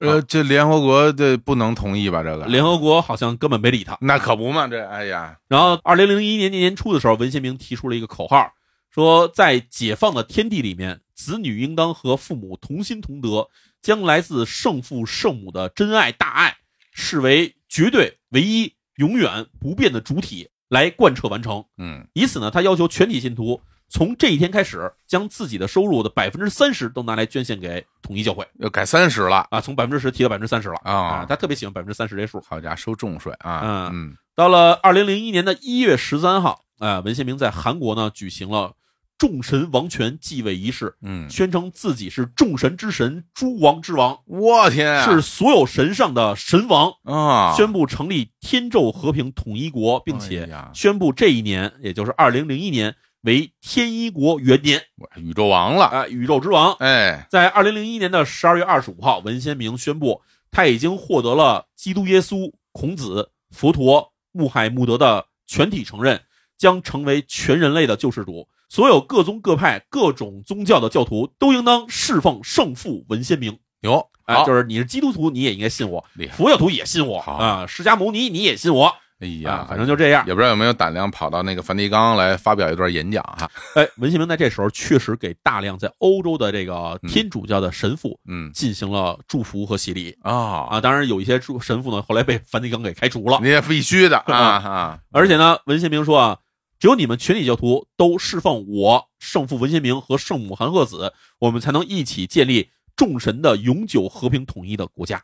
Speaker 1: 呃，这联合国这不能同意吧？这个
Speaker 2: 联合国好像根本没理他。
Speaker 1: 那可不嘛，这哎呀，
Speaker 2: 然后，二零零一年年初的时候，文先明提出了一个口号，说在解放的天地里面，子女应当和父母同心同德，将来自圣父圣母的真爱大爱视为绝对、唯一、永远不变的主体来贯彻完成。
Speaker 1: 嗯
Speaker 2: 以此呢，他要求全体信徒从这一天开始，将自己的收入的百分之三十都拿来捐献给统一教会
Speaker 1: 要改三十了
Speaker 2: 啊，从百分之十提到百分之三十了
Speaker 1: 啊
Speaker 2: 啊，他特别喜欢百分之三十这数。
Speaker 1: 好家伙，收重税啊！嗯
Speaker 2: 到了二零零一年的一月十三号，啊、文先明在韩国呢举行了众神王权继位仪式，
Speaker 1: 嗯，
Speaker 2: 宣称自己是众神之神、诸王之王，
Speaker 1: 我天啊，
Speaker 2: 是所有神上的神王，
Speaker 1: 啊，
Speaker 2: 宣布成立天宙和平统一国，并
Speaker 1: 哎
Speaker 2: 且
Speaker 1: 呀
Speaker 2: 宣布这一年，也就是二零零一年，为天一国元年
Speaker 1: 我宇宙王了，
Speaker 2: 啊、宇宙之王。
Speaker 1: 哎，
Speaker 2: 在二零零一年的十二月二十五号，文先明宣布他已经获得了基督耶稣、孔子、佛陀、穆罕默德的全体承认，将成为全人类的救世主。所有各宗各派、各种宗教的教徒都应当侍奉圣父文先明。
Speaker 1: 牛，
Speaker 2: 哎、
Speaker 1: 好，
Speaker 2: 就是你是基督徒，你也应该信我
Speaker 1: 厉；害
Speaker 2: 佛教徒也信我
Speaker 1: 好
Speaker 2: 啊、释迦牟尼你也信我啊、
Speaker 1: 哎呀，
Speaker 2: 反正就这样。
Speaker 1: 也不知道有没有胆量跑到那个梵蒂冈来发表一段演讲啊，
Speaker 2: 哎，文先明在这时候确实给大量在欧洲的这个
Speaker 1: 嗯
Speaker 2: 天主教的神父
Speaker 1: 嗯
Speaker 2: 进行了祝福和洗礼。
Speaker 1: 啊，
Speaker 2: 啊，当然有一些主神父呢，后来被梵蒂冈给开除了。
Speaker 1: 你也必须的 啊
Speaker 2: 啊
Speaker 1: 啊，
Speaker 2: 而且呢，文先明说啊，只有你们全体教徒都侍奉我圣父文先明和圣母韩鹤子，我们才能一起建立众神的永久和平统一的国家。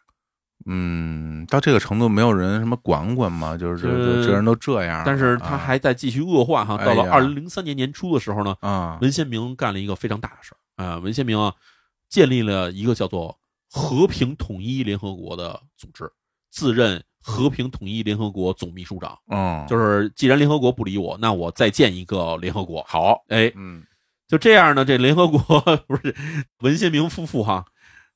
Speaker 1: 嗯，到这个程度，没有人什么管管吗？就是这这这人都这样了，
Speaker 2: 呃但是他还在继续恶化哈。
Speaker 1: 啊哎
Speaker 2: 到了
Speaker 1: 呀
Speaker 2: 二零零三年年初的时候呢，
Speaker 1: 啊，
Speaker 2: 文先明干了一个非常大的事儿啊、文先明啊，建立了一个叫做和平统一联合国的组织，自任和平统一联合国总秘书长。
Speaker 1: 嗯，
Speaker 2: 就是是既然联合国不理我，那我再建一个联合国。
Speaker 1: 好，
Speaker 2: 哎，
Speaker 1: 嗯，
Speaker 2: 就这样呢，这联合国 不是文先明夫妇哈，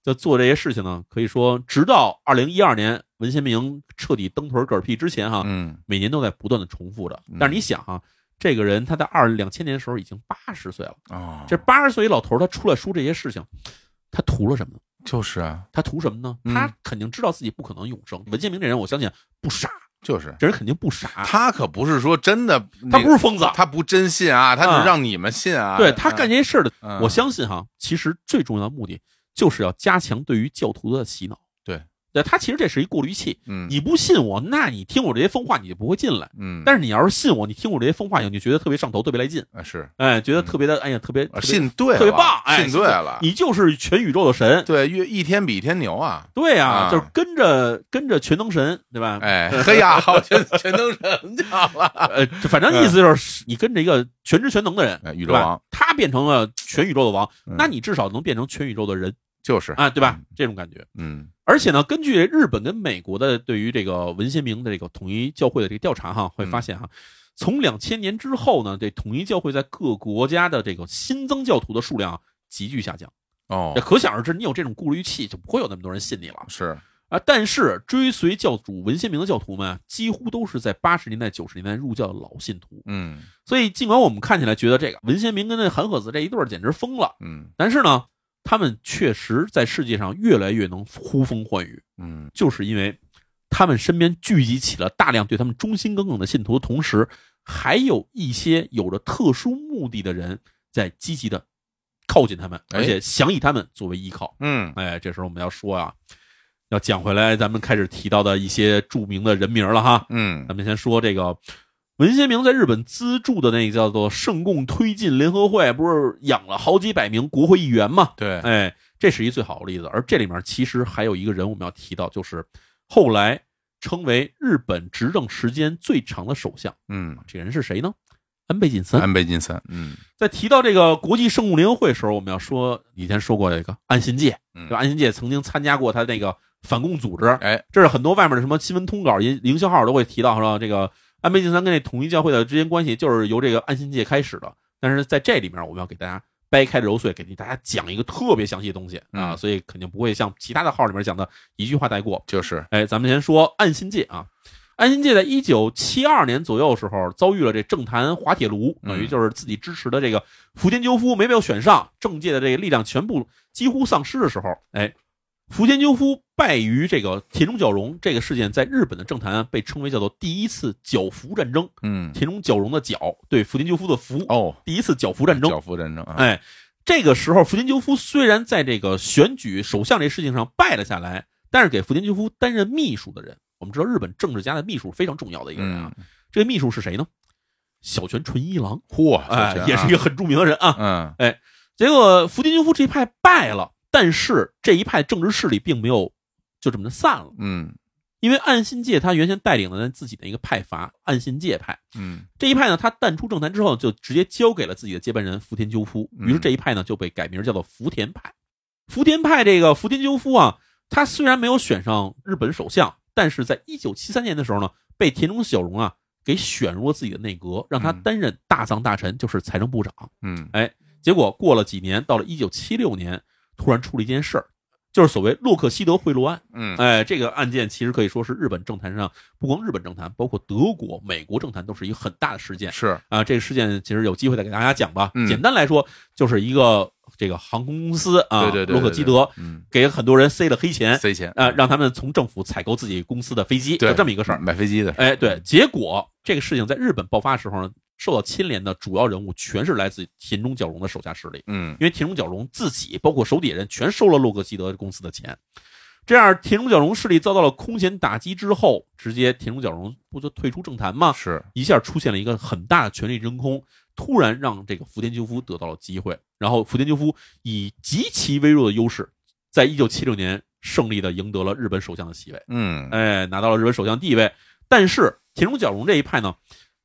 Speaker 2: 就做这些事情呢，可以说直到二零一二年文先明彻底蹬腿嗝屁之前哈，
Speaker 1: 嗯，
Speaker 2: 每年都在不断的重复着
Speaker 1: 嗯。
Speaker 2: 但是你想哈，这个人他在二两千年的时候已经八十岁了，
Speaker 1: 啊，
Speaker 2: 这八十岁一老头儿他出来说这些事情，他图了什么呢？
Speaker 1: 就是啊，
Speaker 2: 他图什么呢？
Speaker 1: 嗯
Speaker 2: 他肯定知道自己不可能永生。文先明这人，我相信不傻，
Speaker 1: 就是，啊
Speaker 2: 这人肯定不傻，
Speaker 1: 他可不是说真的，
Speaker 2: 啊
Speaker 1: 那
Speaker 2: 他不
Speaker 1: 个
Speaker 2: 是疯子，
Speaker 1: 他不真信啊，他
Speaker 2: 啊
Speaker 1: 只让你们信啊，
Speaker 2: 对他干这些事儿的，
Speaker 1: 嗯，
Speaker 2: 我相信哈，其实最重要的目的就是要加强对于教徒的洗脑。
Speaker 1: 对，
Speaker 2: 对他其实这是一过滤器。
Speaker 1: 嗯，
Speaker 2: 你不信我，那你听我这些疯话，你就不会进来。
Speaker 1: 嗯，
Speaker 2: 但是你要是信我，你听我这些疯话以后，你就觉得特别上头，特别来劲，
Speaker 1: 啊是
Speaker 2: 哎，觉得特别的，哎呀，特别特
Speaker 1: 啊
Speaker 2: 别
Speaker 1: 信啊对了，
Speaker 2: 特别棒，哎，
Speaker 1: 信对了，
Speaker 2: 你就是全宇宙的神。
Speaker 1: 对越一天比一天牛啊，
Speaker 2: 对啊，
Speaker 1: 啊
Speaker 2: 就是跟着跟着全能神，对吧？
Speaker 1: 哎，嘿呀，好全全能人家 了，
Speaker 2: 呃，反正意思就是你跟着一个全知全能的人，
Speaker 1: 哎宇
Speaker 2: 宇
Speaker 1: 宙王，
Speaker 2: 他变成了全宇宙的王，
Speaker 1: 嗯
Speaker 2: 那你至少能变成全宇宙的人
Speaker 1: 就是
Speaker 2: 啊，对吧？？这种感觉。
Speaker 1: 嗯
Speaker 2: 而且呢，根据日本跟美国的对于这个文先明的这个统一教会的这个调查哈，会发现哈，从两千年之后呢，这统一教会在各国家的这个新增教徒的数量啊急剧下降，
Speaker 1: 哦
Speaker 2: 这，可想而知，你有这种过滤器，就不会有那么多人信你了
Speaker 1: 是
Speaker 2: 啊。但是追随教主文先明的教徒们啊，几乎都是在八十年代、九十年代入教的老信徒，
Speaker 1: 嗯
Speaker 2: 所以尽管我们看起来觉得这个文先明跟那韩鹤子这一对儿简直疯了，
Speaker 1: 嗯
Speaker 2: 但是呢，他们确实在世界上越来越能呼风唤雨。
Speaker 1: 嗯
Speaker 2: 就是因为他们身边聚集起了大量对他们忠心耿耿的信徒，同时还有一些有着特殊目的的人在积极的靠近他们，
Speaker 1: 哎
Speaker 2: 而且想以他们作为依靠。
Speaker 1: 嗯，
Speaker 2: 哎，这时候我们要说啊，要讲回来咱们开始提到的一些著名的人名了哈。
Speaker 1: 嗯
Speaker 2: 咱们先说这个文先明在日本资助的那个叫做圣共推进联合会，不是养了好几百名国会议员吗？
Speaker 1: 对，
Speaker 2: 哎，这是一最好的例子。而这里面其实还有一个人我们要提到，就是后来称为日本执政时间最长的首相，
Speaker 1: 嗯，
Speaker 2: 这个人是谁呢？安倍晋三。
Speaker 1: 安倍晋三，嗯
Speaker 2: 在提到这个国际圣物联合会的时候，我们要说以前说过的一个安信介，
Speaker 1: 嗯
Speaker 2: 对吧？安信介曾经参加过他那个反共组织，
Speaker 1: 哎，
Speaker 2: 这是很多外面的什么新闻通稿、营营销号都会提到说，这个安倍晋三跟这统一教会的之间关系就是由这个安信介开始的。但是在这里面，我们要给大家掰开揉碎，给大家讲一个特别详细的东西啊，
Speaker 1: 嗯
Speaker 2: 所以肯定不会像其他的号里面讲的一句话带过。
Speaker 1: 就是
Speaker 2: 哎，咱们先说安信介啊。安信介在一九七二年左右的时候，遭遇了这政坛滑铁卢，
Speaker 1: 嗯
Speaker 2: 等于就是自己支持的这个福田赳夫没被选上，政界的这个力量全部几乎丧失的时候，哎，福田赳夫败于这个田中角荣这个事件，在日本的政坛啊被称为叫做第一次角福战争，
Speaker 1: 嗯
Speaker 2: 田中角荣的角对福田赳夫的福，
Speaker 1: 哦，
Speaker 2: 第一次角福战争
Speaker 1: 教。父战争啊，
Speaker 2: 哎，这个时候福田赳夫虽然在这个选举首相这事情上败了下来，但是给福田赳夫担任秘书的人，我们知道日本政治家的秘书非常重要的一个人啊
Speaker 1: 嗯。，
Speaker 2: 这个秘书是谁呢？小泉纯一 郎，
Speaker 1: 嚯，
Speaker 2: 哎
Speaker 1: 这，
Speaker 2: 也是一
Speaker 1: 个
Speaker 2: 个很著名的人啊。
Speaker 1: 啊，
Speaker 2: 结果福田赳夫这一派败了，但是这一派政治势力并没有就这么的散了，
Speaker 1: 嗯
Speaker 2: 因为岸信介他原先带领的自己的一个派阀岸信介派。
Speaker 1: 嗯嗯
Speaker 2: 这一派呢，他淡出政坛之后，就直接交给了自己的接班人福田赳夫。
Speaker 1: 嗯
Speaker 2: 于是这一派呢，就被改名叫做福田派。福田派这个福田赳夫啊，他虽然没有选上日本首相，但是在一九七三年的时候呢，被田中小荣啊给选入了自己的内阁，让他
Speaker 1: 嗯
Speaker 2: 担任大藏大臣，就是财政部长。
Speaker 1: 嗯
Speaker 2: 结果过了几年，到了一九七六年，突然出了一件事儿，就是所谓洛克希德贿赂案。
Speaker 1: 嗯
Speaker 2: 哎，这个案件其实可以说是日本政坛上，不光日本政坛，包括德国、美国政坛都是一个很大的事件
Speaker 1: 是
Speaker 2: 啊。这个事件其实有机会再给大家讲吧。
Speaker 1: 嗯
Speaker 2: 简单来说，就是一个这个航空公司啊，
Speaker 1: 对对对
Speaker 2: 洛克希德
Speaker 1: 嗯
Speaker 2: 给很多人塞了黑钱
Speaker 1: 塞钱
Speaker 2: 啊，让他们从政府采购自己公司的飞机，
Speaker 1: 对
Speaker 2: 就这么一个事儿。
Speaker 1: 买飞机的事儿
Speaker 2: 哎，对，结果这个事情在日本爆发的时候呢，受到牵连的主要人物全是来自田中角荣的手下势力，
Speaker 1: 嗯
Speaker 2: 因为田中角荣自己包括手底下人全收了洛克希德公司的钱。这样，田中角荣势力遭到了空前打击之后，直接田中角荣不就退出政坛吗？
Speaker 1: 是
Speaker 2: 一下出现了一个很大的权力真空，突然让这个福田赳夫得到了机会，然后福田赳夫以极其微弱的优势，在一九七六年胜利的赢得了日本首相的席位。
Speaker 1: 嗯
Speaker 2: 哎，拿到了日本首相地位。但是田中角荣这一派呢，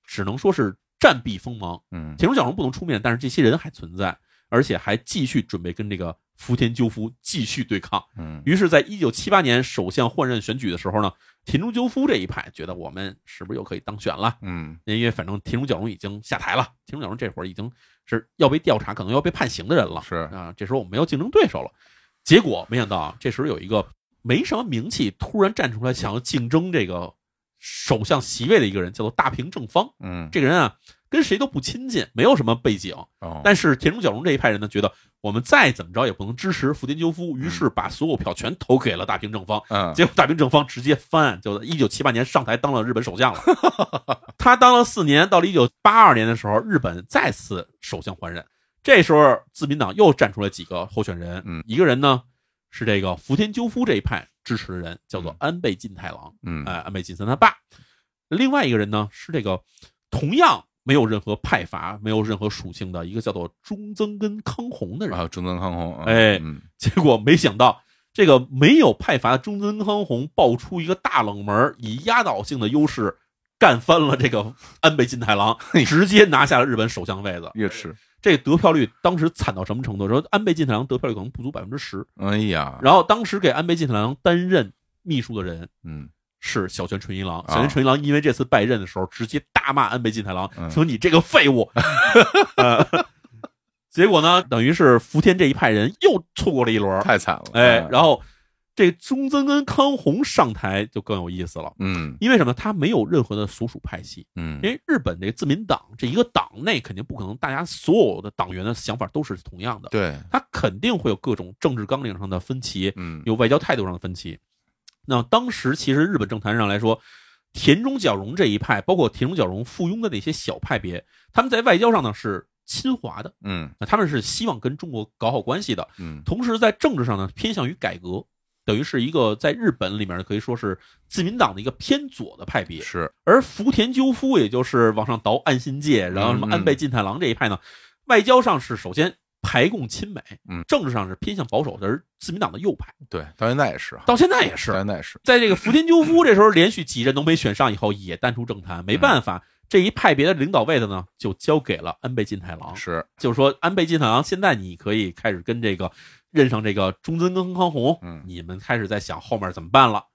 Speaker 2: 只能说是暂避锋芒。
Speaker 1: 嗯
Speaker 2: 田中角荣不能出面，但是这些人还存在，而且还继续准备跟这个福田赳夫继续对抗。
Speaker 1: 嗯
Speaker 2: 于是，在一九七八年首相换任选举的时候呢，田中赳夫这一派觉得我们是不是又可以当选了？
Speaker 1: 嗯
Speaker 2: 因为反正田中角荣已经下台了，田中角荣这会儿已经是要被调查，可能要被判刑的人了。
Speaker 1: 是
Speaker 2: 啊，这时候我们没有竞争对手了。结果没想到啊，这时候有一个没什么名气，突然站出来想要竞争这个首相席位的一个人，叫做大平正方。
Speaker 1: 嗯
Speaker 2: 这个人啊，跟谁都不亲近，没有什么背景，
Speaker 1: 哦
Speaker 2: 但是田中角荣这一派人呢，觉得我们再怎么着也不能支持福田赳夫，于是把所有票全投给了大平正方。
Speaker 1: 嗯
Speaker 2: 结果大平正方直接翻案，就一九七八年上台当了日本首相了。 他当了四年，到了一九八二年的时候，日本再次首相换任。这时候，自民党又站出来几个候选人，
Speaker 1: 嗯
Speaker 2: 一个人呢是这个福田赳夫这一派支持的人，叫做安倍晋太郎，
Speaker 1: 嗯
Speaker 2: 哎、安倍晋三他爸。另外一个人呢是这个同样没有任何派阀、没有任何属性的一个叫做中曾根康弘的人
Speaker 1: 还。啊有中曾康弘
Speaker 2: 哎
Speaker 1: 嗯
Speaker 2: 结果没想到，这个没有派阀的中村康弘爆出一个大冷门，以压倒性的优势干翻了这个安倍晋 太郎，直接拿下了日本首相位子。
Speaker 1: 也是
Speaker 2: 这得票率当时惨到什么程度？说安倍晋太郎得票率可能不足百分之十。
Speaker 1: 哎呀
Speaker 2: 然后当时给安倍晋太郎担任秘书的人
Speaker 1: 嗯
Speaker 2: 是小泉纯一郎。
Speaker 1: 啊
Speaker 2: 小泉纯一郎因为这次拜任的时候，直接大骂安倍晋太郎，
Speaker 1: 嗯
Speaker 2: 说你这个 废物。呃结果呢，等于是福田这一派人又错过了一轮儿，
Speaker 1: 太惨了嗯
Speaker 2: 哎，然后这中曾跟康弘上台就更有意思了，
Speaker 1: 嗯
Speaker 2: 因为什么？他没有任何的所属派系，
Speaker 1: 嗯
Speaker 2: 因为日本这个自民党这一个党内肯定不可能大家所有的党员的想法都是同样的，
Speaker 1: 对
Speaker 2: 他肯定会有各种政治纲领上的分歧，
Speaker 1: 嗯
Speaker 2: 有外交态度上的分歧。那当时其实日本政坛上来说，田中角荣这一派，包括田中角荣附庸的那些小派别，他们在外交上呢是亲华的，
Speaker 1: 嗯
Speaker 2: 那他们是希望跟中国搞好关系的，
Speaker 1: 嗯
Speaker 2: 同时在政治上呢偏向于改革，等于是一个在日本里面可以说是自民党的一个偏左的派别。
Speaker 1: 是
Speaker 2: 而福田赳夫也就是往上倒岸信介，然后什么
Speaker 1: 嗯
Speaker 2: 安倍晋太郎这一派呢，外交上是首先排共亲美，
Speaker 1: 嗯
Speaker 2: 政治上是偏向保守的，而自民党的右派，
Speaker 1: 对到现在也是哈
Speaker 2: 到现在也
Speaker 1: 到
Speaker 2: 是。
Speaker 1: 现在也是
Speaker 2: 在这个福田赳夫这时候连续几任都没选上以后，也淡出政坛，没
Speaker 1: 嗯
Speaker 2: 办法。这一派别的领导位子呢，就交给了安倍晋太郎。
Speaker 1: 是
Speaker 2: 就是说安倍晋太郎，现在你可以开始跟这个认上这个中村根康弘，
Speaker 1: 嗯
Speaker 2: 你们开始在想后面怎么办了。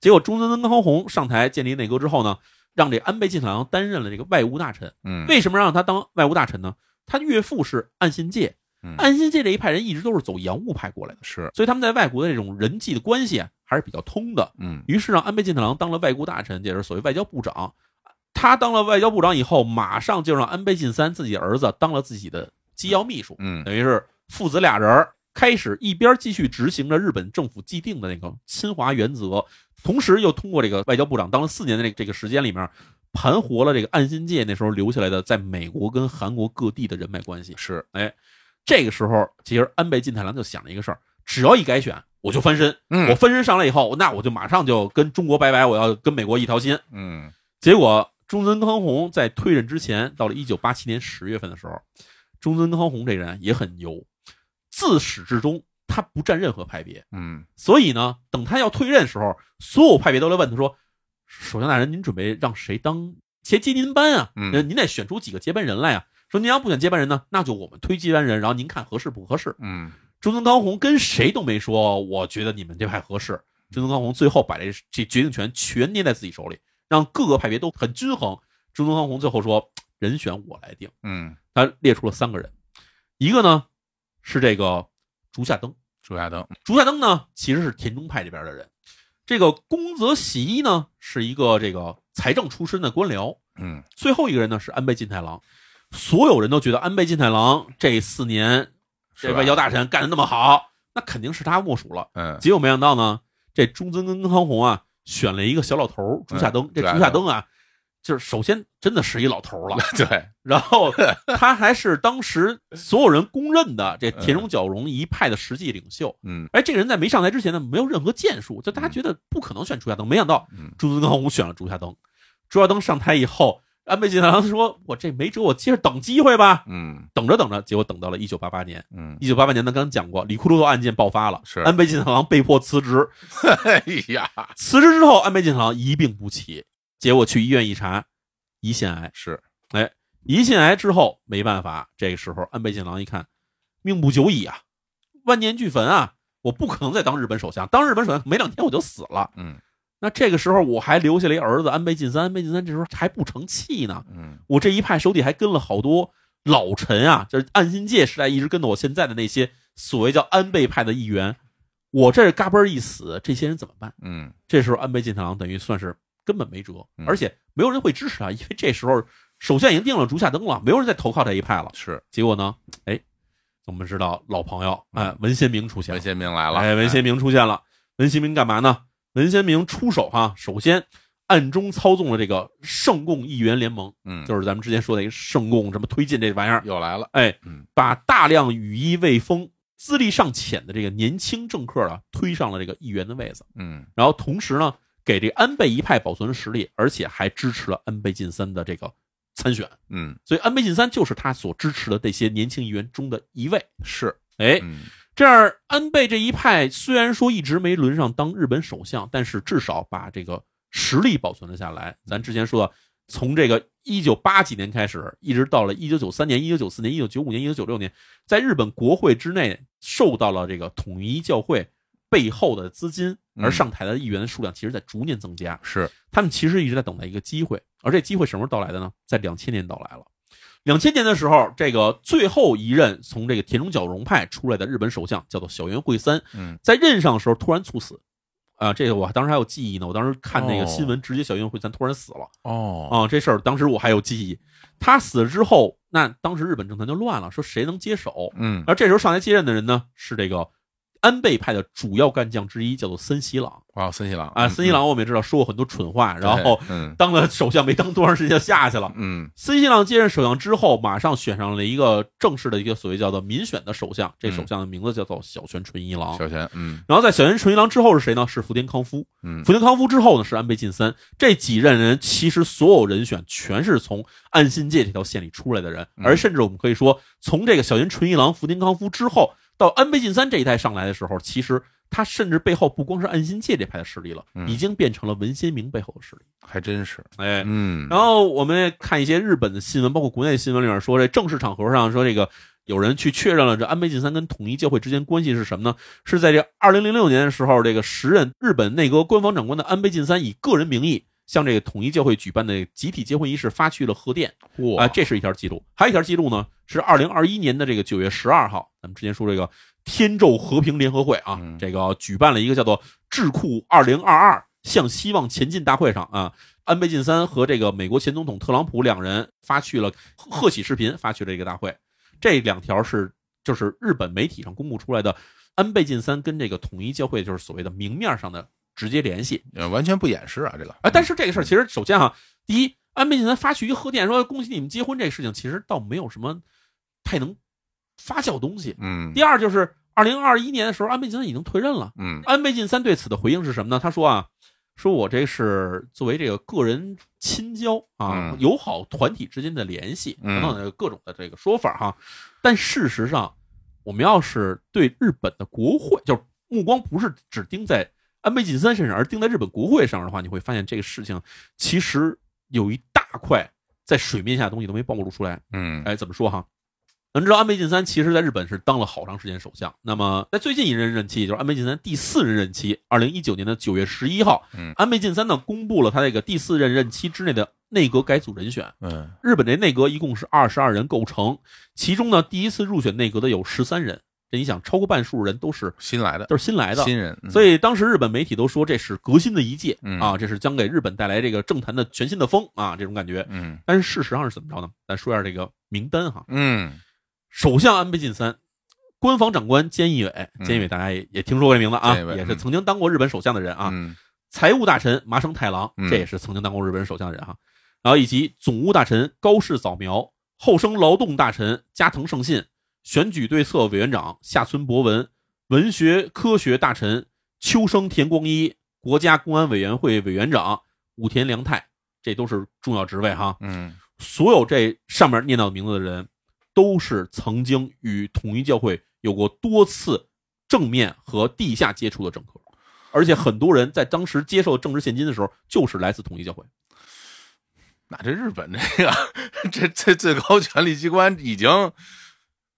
Speaker 2: 结果中村根康弘上台建立内阁之后呢，让这安倍晋太郎担任了这个外务大臣。
Speaker 1: 嗯
Speaker 2: 为什么让他当外务大臣呢？他岳父是岸信介
Speaker 1: 嗯，
Speaker 2: 岸信介这一派人一直都是走洋务派过来的，
Speaker 1: 是
Speaker 2: 所以他们在外国的这种人际的关系啊还是比较通的。
Speaker 1: 嗯
Speaker 2: 于是让安倍晋太郎当了外国大臣，也就是所谓外交部长。他当了外交部长以后，马上就让安倍晋三自己儿子当了自己的机要秘书，
Speaker 1: 嗯
Speaker 2: 等于是父子俩人儿开始一边继续执行着日本政府既定的那个侵华原则，同时又通过这个外交部长当了四年的这个这个时间里面，盘活了这个岸信介那时候留下来的在美国跟韩国各地的人脉关系。
Speaker 1: 是
Speaker 2: 这个时候，其实安倍晋太郎就想了一个事儿：只要一改选，我就翻身。
Speaker 1: 嗯
Speaker 2: 我分身上来以后，那我就马上就跟中国拜拜，我要跟美国一条心。
Speaker 1: 嗯
Speaker 2: 结果中村康弘在退任之前，到了一九八七年十月份的时候，中村康弘这人也很牛，自始至终他不占任何派别，
Speaker 1: 嗯
Speaker 2: 所以呢，等他要退任的时候，所有派别都来问他说：“首相大人，您准备让谁当接接您班啊？
Speaker 1: 嗯
Speaker 2: 呃您得选出几个接班人来啊。说您要不选接班人呢，那就我们推接班人，然后您看合适不合适。”
Speaker 1: 嗯
Speaker 2: 中村康弘跟谁都没说，我觉得你们这派合适。中村康弘最后把这这决定权全捏在自己手里，让各个派别都很均衡。直宗康弘最后说，人选我来定。
Speaker 1: 嗯，
Speaker 2: 他列出了三个人，一个呢是这个竹下登，
Speaker 1: 朱亚登，
Speaker 2: 竹下登呢其实是田中派这边的人，这个宫泽喜一呢是一个这个财政出身的官僚，
Speaker 1: 嗯
Speaker 2: 最后一个人呢是安倍晋太郎。所有人都觉得安倍晋太郎这四年
Speaker 1: 是
Speaker 2: 这
Speaker 1: 吧
Speaker 2: 外交大臣干的那么好，那肯定是他莫属了。
Speaker 1: 嗯
Speaker 2: 结果没想到呢，这中曾根康弘啊选了一个小老头儿竹下登，这
Speaker 1: 竹下
Speaker 2: 竹下
Speaker 1: 嗯登
Speaker 2: 登啊，就是首先真的是一老头儿了，
Speaker 1: 对，
Speaker 2: 然后他还是当时所有人公认的这田中角荣一派的实际领袖。
Speaker 1: 嗯
Speaker 2: 哎，这个人在没上台之前呢，没有任何建树，就大家觉得不可能选竹下登，没想到
Speaker 1: 嗯
Speaker 2: 朱尊刚武选了竹下登。竹下登上台以后，安倍晋三郎说：“我这没辙，我接着等机会吧。
Speaker 1: 嗯”
Speaker 2: 等着等着，结果等到了一九八八年。
Speaker 1: 嗯，
Speaker 2: 一九八八年，咱刚才讲过，里库鲁多案件爆发了，
Speaker 1: 是
Speaker 2: 安倍晋三郎被迫辞职。
Speaker 1: 哎呀，
Speaker 2: 辞职之后，安倍晋三郎一病不起，结果去医院一查，胰腺癌。
Speaker 1: 是，
Speaker 2: 胰腺癌之后没办法，这个时候安倍晋郎一看，命不久矣啊，万年俱焚啊，我不可能再当日本首相，当日本首相没两天我就死了。
Speaker 1: 嗯
Speaker 2: 那这个时候我还留下了一儿子安倍晋三，安倍晋三这时候还不成器呢。
Speaker 1: 嗯
Speaker 2: 我这一派手底还跟了好多老臣啊，就是岸信介时代一直跟到我现在的那些所谓叫安倍派的议员，我这嘎嘣儿一死，这些人怎么办？
Speaker 1: 嗯
Speaker 2: 这时候安倍晋太郎等于算是根本没辙，
Speaker 1: 嗯
Speaker 2: 而且没有人会支持他，啊因为这时候首相已经定了竹下登了，没有人再投靠这一派了。
Speaker 1: 是，
Speaker 2: 结果呢，哎，我们知道老朋友哎文先明出现了
Speaker 1: 文，先明来了，嗯
Speaker 2: 哎，文先明出现了。文先明干嘛呢？文先明出手哈、首先暗中操纵了这个圣共议员联盟，
Speaker 1: 嗯，
Speaker 2: 就是咱们之前说的一个圣共什么推进这玩意儿，
Speaker 1: 又来了，
Speaker 2: 哎
Speaker 1: 嗯，
Speaker 2: 把大量羽翼未丰、资历尚浅的这个年轻政客啊推上了这个议员的位子。
Speaker 1: 嗯
Speaker 2: 然后同时呢，给这安倍一派保存了实力，而且还支持了安倍晋三的这个参选，
Speaker 1: 嗯
Speaker 2: 所以安倍晋三就是他所支持的这些年轻议员中的一位。
Speaker 1: 是，
Speaker 2: 哎，
Speaker 1: 嗯
Speaker 2: 这样安倍这一派虽然说一直没轮上当日本首相，但是至少把这个实力保存了下来。咱之前说的，从这个一九八几年开始，一直到了一九九三年、一九九四年、一九九五年、一九九六年，在日本国会之内受到了这个统一教会背后的资金，
Speaker 1: 嗯
Speaker 2: 而上台的议员的数量其实在逐年增加。
Speaker 1: 是，
Speaker 2: 他们其实一直在等待一个机会，而这机会什么时候到来的呢？在两千年到来了。两千年的时候，这个最后一任从这个田中角荣派出来的日本首相叫做小渊惠三，
Speaker 1: 嗯
Speaker 2: 在任上的时候突然猝死，啊、这个我当时还有记忆呢，我当时看那个新闻，直接小渊惠三突然死了
Speaker 1: 哦，
Speaker 2: 啊、这事儿当时我还有记忆。他死了之后，那当时日本政坛就乱了，说谁能接手？
Speaker 1: 嗯
Speaker 2: 而这时候上台接任的人呢，是这个安倍派的主要干将之一，叫做森喜朗
Speaker 1: 哇，森喜朗
Speaker 2: 啊。森喜，朗我们也知道说过很多蠢话，然后
Speaker 1: 嗯
Speaker 2: 当了首相没当多长时间就下去了。
Speaker 1: 嗯
Speaker 2: 森喜朗接任首相之后，马上选上了一个正式的一个所谓叫做民选的首相，这
Speaker 1: 嗯
Speaker 2: 首相的名字叫做小泉纯一郎。
Speaker 1: 小泉，嗯
Speaker 2: 然后在小泉纯一郎之后是谁呢？是福田康夫。
Speaker 1: 嗯
Speaker 2: 福田康夫之后呢是安倍晋三。这几任人其实所有人选全是从岸信介这条线里出来的人，
Speaker 1: 嗯
Speaker 2: 而甚至我们可以说，从这个小泉纯一郎、福田康夫之后到安倍晋三这一代上来的时候，其实他甚至背后不光是岸信介这派的势力了，
Speaker 1: 嗯
Speaker 2: 已经变成了文先明背后的势力。
Speaker 1: 还真是，
Speaker 2: 哎，
Speaker 1: 嗯，
Speaker 2: 然后我们也看一些日本的新闻，包括国内新闻里面说，这正式场合上说这个有人去确认了这安倍晋三跟统一教会之间关系是什么呢？是在这二零零六年的时候，这个时任日本内阁官方长官的安倍晋三以个人名义向这个统一教会举办的集体结婚仪式发去了贺电
Speaker 1: 后
Speaker 2: 啊，这是一条记录。还有一条记录呢，是二零二一年的这个九月十二号，咱们之前说这个天宙和平联合会啊
Speaker 1: 嗯，
Speaker 2: 这个举办了一个叫做“智库二零二二向希望前进”大会上啊，安倍晋三和这个美国前总统特朗普两人发去了贺喜视频，发去了一个大会。这两条是就是日本媒体上公布出来的安倍晋三跟这个统一教会就是所谓的明面上的直接联系。
Speaker 1: 呃完全不掩饰啊，这个
Speaker 2: 啊，但是这个事儿其实首先哈、啊第一，安倍晋三发去一个贺电说恭喜你们结婚这个事情，其实倒没有什么太能发酵的东西。
Speaker 1: 嗯
Speaker 2: 第二就是二零二一年的时候，安倍晋三已经退任了。
Speaker 1: 嗯
Speaker 2: 安倍晋三对此的回应是什么呢？他说啊，说我这是作为这个个人亲交啊，
Speaker 1: 嗯
Speaker 2: 友好团体之间的联系
Speaker 1: 嗯
Speaker 2: 等等的各种的这个说法哈、但事实上，我们要是对日本的国会，就是目光不是只盯在安倍晋三身上，而盯在日本国会上的话，你会发现这个事情其实有一大块在水面下的东西都没暴露出来。
Speaker 1: 嗯
Speaker 2: 哎，怎么说哈？咱知道安倍晋三其实在日本是当了好长时间首相。那么在最近一任任期，也就是安倍晋三第四任任期，二零一九年的九月十一号，
Speaker 1: 嗯
Speaker 2: 安倍晋三呢公布了他这个第四任任期之内的内阁改组人选。
Speaker 1: 嗯
Speaker 2: 日本这内阁一共是二十二人构成，其中呢，第一次入选内阁的有十三人。这你想，超过半数人都是
Speaker 1: 新来的，
Speaker 2: 都是新来的，
Speaker 1: 新人，嗯
Speaker 2: 所以当时日本媒体都说这是革新的一届
Speaker 1: 嗯
Speaker 2: 啊，这是将给日本带来这个政坛的全新的风啊，这种感觉。
Speaker 1: 嗯
Speaker 2: 但是事实上是怎么着呢？咱说一下这个名单哈，
Speaker 1: 嗯
Speaker 2: 首相安倍晋三，官房长官菅义伟，
Speaker 1: 嗯
Speaker 2: 菅义伟大家也也听说过这名字啊
Speaker 1: 菅义伟，
Speaker 2: 也
Speaker 1: 嗯
Speaker 2: 是曾经当过日本首相的人啊。
Speaker 1: 嗯
Speaker 2: 财务大臣麻生太郎
Speaker 1: 嗯，
Speaker 2: 这也是曾经当过日本首相的人哈。然后以及总务大臣高市早苗、厚生劳动大臣加藤胜信、选举对策委员长下村博文、文学科学大臣秋生田光一、国家公安委员会委员长武田良太，这都是重要职位哈。
Speaker 1: 嗯
Speaker 2: 所有这上面念到的名字的人，都是曾经与统一教会有过多次正面和地下接触的政客，而且很多人在当时接受政治现金的时候，就是来自统一教会。
Speaker 1: 那这日本这个这这最高权力机关已经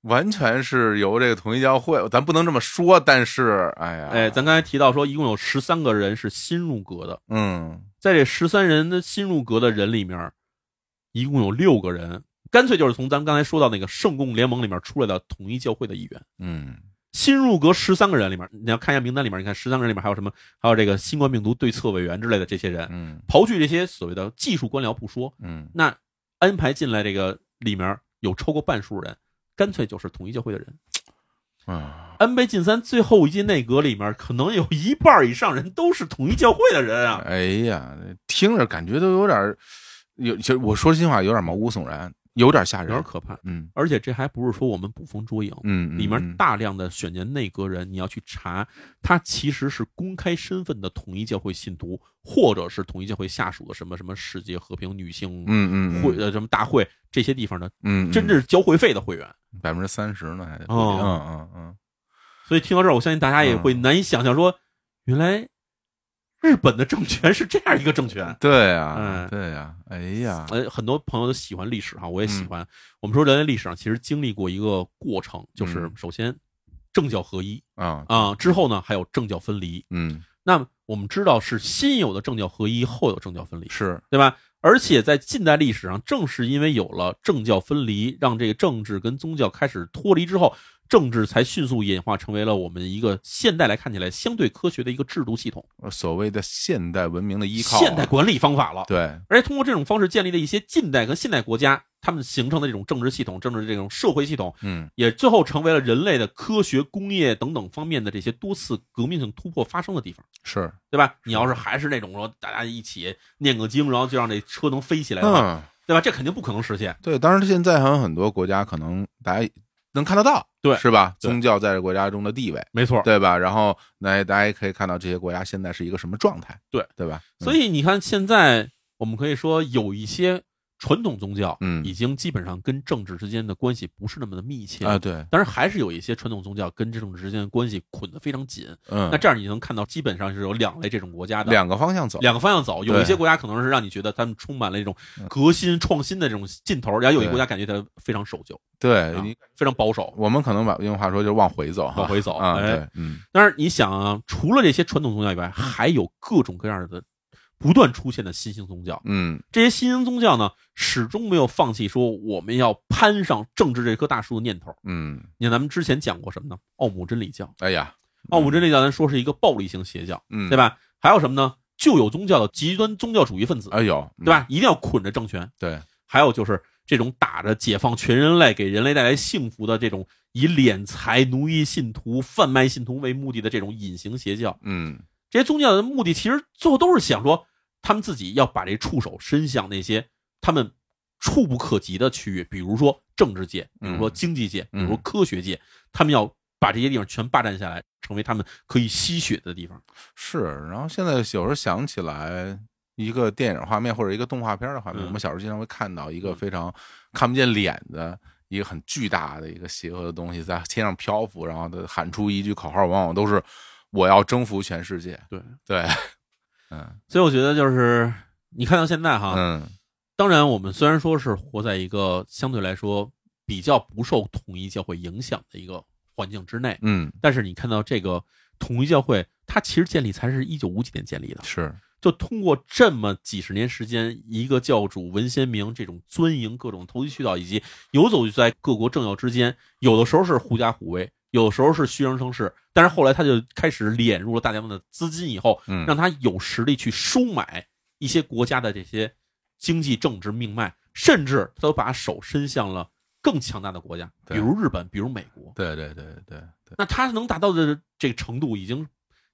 Speaker 1: 完全是由这个统一教会，咱不能这么说，但是哎呀，
Speaker 2: 哎，咱刚才提到说，一共有十三个人是新入阁的，
Speaker 1: 嗯
Speaker 2: 在这十三人的新入阁的人里面，一共有六个人，干脆就是从咱们刚才说到那个圣共联盟里面出来的统一教会的一员。
Speaker 1: 嗯
Speaker 2: 新入阁十三个人里面，你要看一下名单里面，你看十三个人里面还有什么？还有这个新冠病毒对策委员之类的这些人。
Speaker 1: 嗯
Speaker 2: 刨去这些所谓的技术官僚不说，
Speaker 1: 嗯
Speaker 2: 那安排进来这个里面有超过半数人，干脆就是统一教会的人。
Speaker 1: 啊，
Speaker 2: 安倍晋三最后一届内阁里面，可能有一半以上人都是统一教会的人啊。
Speaker 1: 哎呀，听着感觉都有点儿有，其实我说心话有点毛骨悚然，有点吓
Speaker 2: 有点
Speaker 1: 人，
Speaker 2: 可怕，
Speaker 1: 嗯
Speaker 2: 而且这还不是说我们捕风捉影，
Speaker 1: 嗯，嗯
Speaker 2: 里面
Speaker 1: 嗯
Speaker 2: 大量的选年内阁人，你要去查，他其实是公开身份的统一教会信徒，或者是统一教会下属的什么什么世界和平女性
Speaker 1: 嗯嗯嗯
Speaker 2: 会呃什么大会这些地方的，
Speaker 1: 嗯，
Speaker 2: 真正是交会费的会员。
Speaker 1: 百分之三十呢，还得
Speaker 2: 哦
Speaker 1: 嗯嗯嗯，
Speaker 2: 所以听到这儿，我相信大家也会难以想象说，原来日本的政权是这样一个政权。
Speaker 1: 对呀
Speaker 2: 嗯，
Speaker 1: 对呀，哎呀，
Speaker 2: 呃，很多朋友都喜欢历史哈，我也
Speaker 1: 嗯
Speaker 2: 喜欢。我们说人类历史上其实经历过一个过程，就是
Speaker 1: 嗯
Speaker 2: 首先政教合一
Speaker 1: 啊，
Speaker 2: 啊、之后呢还有政教分离。
Speaker 1: 嗯，
Speaker 2: 那么我们知道是先有的政教合一，后有政教分离，
Speaker 1: 是，
Speaker 2: 对吧？而且在近代历史上，正是因为有了政教分离，让这个政治跟宗教开始脱离之后，政治才迅速演化成为了我们一个现代来看起来相对科学的一个制度系统、
Speaker 1: 呃所谓的现代文明的依靠啊，
Speaker 2: 现代管理方法了。
Speaker 1: 对，
Speaker 2: 而且通过这种方式建立的一些近代和现代国家，他们形成的这种政治系统、政治这种社会系统，
Speaker 1: 嗯
Speaker 2: 也最后成为了人类的科学、工业等等方面的这些多次革命性突破发生的地方。
Speaker 1: 是，
Speaker 2: 对吧？你要是还是那种说大家一起念个经，然后就让这车能飞起来的话，
Speaker 1: 嗯，
Speaker 2: 对吧？这肯定不可能实现。
Speaker 1: 对，当然现在还有很多国家可能大家能看得到，
Speaker 2: 对
Speaker 1: 是吧？
Speaker 2: 对
Speaker 1: 宗教在这国家中的地位。
Speaker 2: 没错，
Speaker 1: 对吧？然后那大家也可以看到这些国家现在是一个什么状态，
Speaker 2: 对
Speaker 1: 对吧？
Speaker 2: 所以你看，现在我们可以说有一些传统宗教，
Speaker 1: 嗯
Speaker 2: 已经基本上跟政治之间的关系不是那么的密切
Speaker 1: 嗯啊，。对，
Speaker 2: 当然，还是有一些传统宗教跟政治之间的关系捆得非常紧。
Speaker 1: 嗯，
Speaker 2: 那这样你就能看到，基本上是有两类这种国家的
Speaker 1: 两个方向走，
Speaker 2: 两个方向走。有
Speaker 1: 对嗯
Speaker 2: 一些国家可能是让你觉得他们充满了一种革新创新的这种劲头，然后有
Speaker 1: 对
Speaker 2: 一些国家感觉它非常守旧，
Speaker 1: 对
Speaker 2: 啊
Speaker 1: 你，
Speaker 2: 非常保守。
Speaker 1: 我们可能把用话说就是往回走哈，
Speaker 2: 往回走
Speaker 1: 啊，
Speaker 2: 哎
Speaker 1: 对，嗯
Speaker 2: 但是你想啊，除了这些传统宗教以外，还有各种各样的不断出现的新兴宗教。
Speaker 1: 嗯
Speaker 2: 这些新兴宗教呢，始终没有放弃说我们要攀上政治这棵大树的念头。
Speaker 1: 嗯，
Speaker 2: 你看，咱们之前讲过什么呢？奥姆真理教，
Speaker 1: 哎呀，
Speaker 2: 奥姆真理教咱说是一个暴力性邪教，
Speaker 1: 嗯，
Speaker 2: 对
Speaker 1: 吧？
Speaker 2: 吧？还有什么呢？旧有宗教的极端宗教主义分子，
Speaker 1: 哎有，嗯
Speaker 2: 对吧？一定要捆着政权。
Speaker 1: 对，
Speaker 2: 还有就是这种打着解放全人类、给人类带来幸福的这种以敛财、奴役信徒、贩卖信徒为目的的这种隐形邪教。
Speaker 1: 嗯
Speaker 2: 这些宗教的目的其实最后都是想说，他们自己要把这触手伸向那些他们触不可及的区域，比如说政治界，比如说经济界，比
Speaker 1: 嗯
Speaker 2: 如说科学界，他们要把这些地方全霸占下来，成为他们可以吸血的地方。
Speaker 1: 是。然后现在有时候想起来一个电影画面或者一个动画片的画面，
Speaker 2: 嗯
Speaker 1: 我们小时候经常会看到一个非常看不见脸的。一个很巨大的一个邪恶的东西在天上漂浮，然后他喊出一句口号，往往都是“我要征服全世界”。
Speaker 2: 对
Speaker 1: 对，嗯
Speaker 2: 所以我觉得就是你看到现在哈，
Speaker 1: 嗯
Speaker 2: 当然我们虽然说是活在一个相对来说比较不受统一教会影响的一个环境之内，
Speaker 1: 嗯，
Speaker 2: 但是你看到这个统一教会，它其实建立才是一九五几年建立的。
Speaker 1: 是
Speaker 2: 就通过这么几十年时间，一个教主文先明这种钻营各种投机渠道，以及游走在各国政要之间，有的时候是狐假虎威，有的时候是虚张声势。但是后来他就开始敛入了大量的资金以后，
Speaker 1: 嗯
Speaker 2: 让他有实力去收买一些国家的这些经济政治命脉，甚至他都把手伸向了更强大的国家，比
Speaker 1: 对
Speaker 2: 如日本，比如美国。
Speaker 1: 对对对对对，
Speaker 2: 那他能达到的这个程度，已经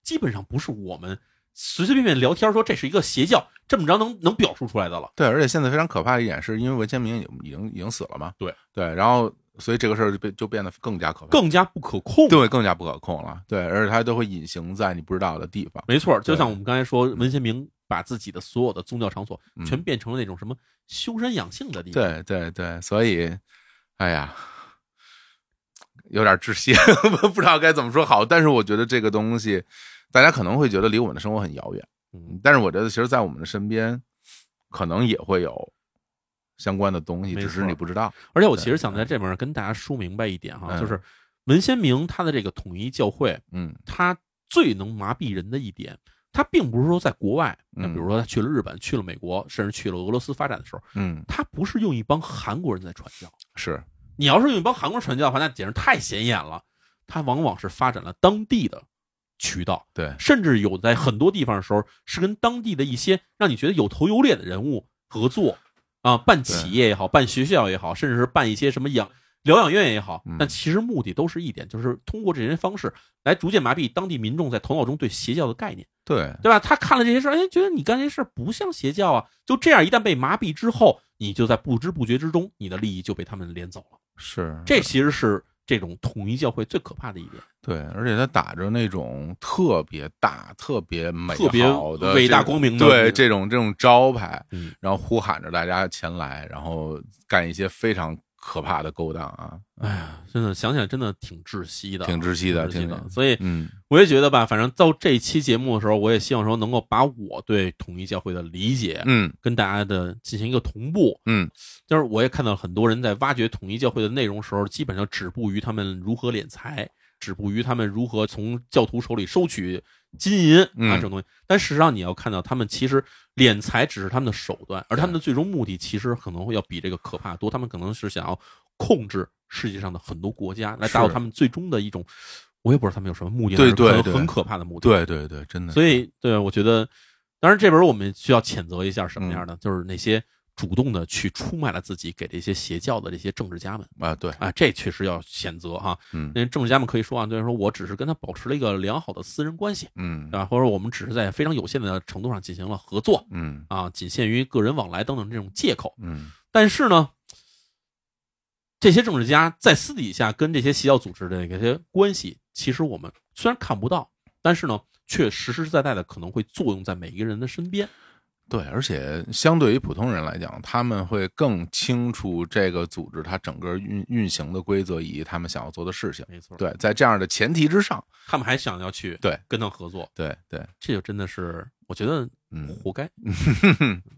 Speaker 2: 基本上不是我们随随便便聊天说这是一个邪教这么着能能表述出来的了。
Speaker 1: 对，而且现在非常可怕的一点是，因为文先明已经已经已经死了嘛，
Speaker 2: 对
Speaker 1: 对，然后所以这个事儿就变就变得更加可怕，
Speaker 2: 更加不可控。
Speaker 1: 对更加不可控了，对，而且它都会隐形在你不知道的地方，
Speaker 2: 没错，就
Speaker 1: 对
Speaker 2: 像我们刚才说，文先明把自己的所有的宗教场所
Speaker 1: 嗯
Speaker 2: 全变成了那种什么修身养性的地方。
Speaker 1: 对对对，所以，哎呀，有点窒息， 不知道该怎么说好。但是我觉得这个东西，大家可能会觉得离我们的生活很遥远，
Speaker 2: 嗯，
Speaker 1: 但是我觉得其实，在我们的身边，可能也会有相关的东西，
Speaker 2: 没
Speaker 1: 只是
Speaker 2: 错
Speaker 1: 你不知道。
Speaker 2: 而且我其实想在这边跟大家说明白一点哈，
Speaker 1: 嗯
Speaker 2: 就是文先明他的这个统一教会，
Speaker 1: 嗯
Speaker 2: 他最能麻痹人的一点。他并不是说在国外，那
Speaker 1: 嗯
Speaker 2: 比如说他去了日本、去了美国，甚至去了俄罗斯发展的时候，
Speaker 1: 嗯，
Speaker 2: 他不是用一帮韩国人在传教，
Speaker 1: 是
Speaker 2: 你要是用一帮韩国人传教的话，那简直太显眼了。他往往是发展了当地的渠道，
Speaker 1: 对，
Speaker 2: 甚至有在很多地方的时候是跟当地的一些让你觉得有头有脸的人物合作啊，办企业也好，办学校也好，甚至是办一些什么养疗养院也好
Speaker 1: 嗯，
Speaker 2: 但其实目的都是一点，就是通过这些方式来逐渐麻痹当地民众在头脑中对邪教的概念，
Speaker 1: 对，
Speaker 2: 对吧？他看了这些事儿，哎，觉得你干这些事儿不像邪教啊，就这样一旦被麻痹之后，你就在不知不觉之中，你的利益就被他们连走了。
Speaker 1: 是
Speaker 2: 这其实是这种统一教会最可怕的一点，
Speaker 1: 对，而且他打着那种特别大、特别美
Speaker 2: 特别
Speaker 1: 好的
Speaker 2: 伟
Speaker 1: 这
Speaker 2: 大
Speaker 1: 种
Speaker 2: 光明的
Speaker 1: 对这种这种招牌，
Speaker 2: 嗯
Speaker 1: 然后呼喊着大家前来，然后干一些非常可怕的勾当啊，
Speaker 2: 哎呀，真的想想真的挺窒息的，
Speaker 1: 挺窒息的，
Speaker 2: 啊挺
Speaker 1: 挺
Speaker 2: 的。所以
Speaker 1: 嗯
Speaker 2: 我也觉得吧，反正到这期节目的时候，我也希望说能够把我对统一教会的理解。
Speaker 1: 嗯
Speaker 2: 跟大家的进行一个同步，
Speaker 1: 嗯，
Speaker 2: 就是我也看到很多人在挖掘统一教会的内容时候，基本上止步于他们如何敛财，止步于他们如何从教徒手里收取金银
Speaker 1: 嗯
Speaker 2: 啊这种东西。但事实上，你要看到他们其实敛财只是他们的手段，而他们的最终目的其实可能会要比这个可怕多。他们可能是想要控制世界上的很多国家，来达到
Speaker 1: 是
Speaker 2: 他们最终的一种，我也不知道他们有什么目的，
Speaker 1: 对
Speaker 2: 但是可能
Speaker 1: 对对
Speaker 2: 很可怕的目的。
Speaker 1: 对对对，真的，
Speaker 2: 所以对我觉得，当然这边我们需要谴责一下什么样
Speaker 1: 嗯
Speaker 2: 的，就是那些主动的去出卖了自己给这些邪教的这些政治家们
Speaker 1: 啊，对，
Speaker 2: 啊，这确实要谴责哈。
Speaker 1: 嗯
Speaker 2: 那政治家们可以说啊，对，说我只是跟他保持了一个良好的私人关系，
Speaker 1: 嗯
Speaker 2: 对吧？或者我们只是在非常有限的程度上进行了合作
Speaker 1: 嗯
Speaker 2: 啊，仅限于个人往来等等这种借口。
Speaker 1: 嗯，
Speaker 2: 但是呢，这些政治家在私底下跟这些邪教组织的这些关系，其实我们虽然看不到，但是呢，却实实在在的可能会作用在每一个人的身边。
Speaker 1: 对，而且相对于普通人来讲，他们会更清楚这个组织它整个运运行的规则以及他们想要做的事情。
Speaker 2: 没错，
Speaker 1: 对，在这样的前提之上，
Speaker 2: 他们还想要去
Speaker 1: 对
Speaker 2: 跟他合作，
Speaker 1: 对对，
Speaker 2: 这就真的是我觉得
Speaker 1: 嗯，
Speaker 2: 活该，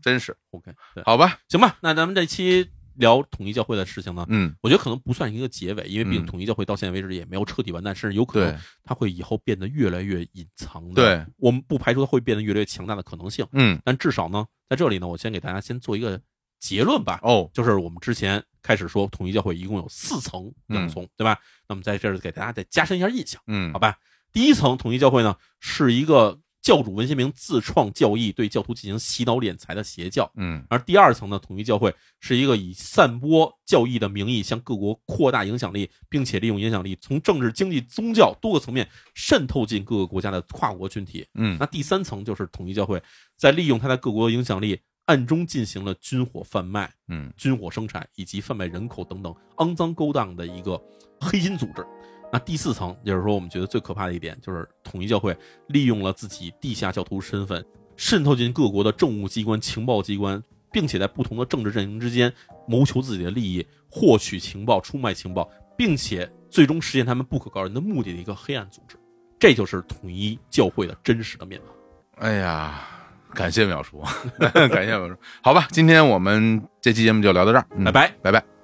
Speaker 1: 真是
Speaker 2: 活该。对，
Speaker 1: 好吧，
Speaker 2: 行吧，那咱们这期聊统一教会的事情呢，
Speaker 1: 嗯，
Speaker 2: 我觉得可能不算一个结尾，因为毕竟
Speaker 1: 嗯
Speaker 2: 统一教会到现在为止也没有彻底完蛋，甚至有可
Speaker 1: 对
Speaker 2: 能它会以后变得越来越隐藏的。，
Speaker 1: 对，
Speaker 2: 我们不排除它会变得越来越强大的可能性。
Speaker 1: 嗯
Speaker 2: 但至少呢，在这里呢，我先给大家先做一个结论吧，
Speaker 1: 哦，
Speaker 2: 就是我们之前开始说，统一教会一共有四层洋葱，对吧？那么在这儿给大家再加深一下印象，
Speaker 1: 嗯
Speaker 2: 好，吧？第一层，统一教会呢是一个教主文先明自创教义，对教徒进行洗脑敛财的邪教。
Speaker 1: 嗯
Speaker 2: 而第二层呢，统一教会是一个以散播教义的名义向各国扩大影响力，并且利用影响力从政治、经济、宗教多个层面渗透进各个国家的跨国群体。
Speaker 1: 嗯
Speaker 2: 那第三层就是统一教会，在利用它在各国的影响力，暗中进行了军火贩卖、
Speaker 1: 嗯
Speaker 2: 军火生产以及贩卖人口等等肮脏勾当的一个黑心组织。那第四层就是说，我们觉得最可怕的一点就是统一教会利用了自己地下教徒身份，渗透进各国的政务机关、情报机关，并且在不同的政治阵营之间谋求自己的利益，获取情报、出卖情报，并且最终实现他们不可告人的目的的一个黑暗组织。这就是统一教会的真实的面貌。
Speaker 1: 哎呀， 感谢淼叔，感谢淼叔。好吧，今天我们这期节目就聊到这儿，嗯
Speaker 2: 拜拜。
Speaker 1: 拜拜。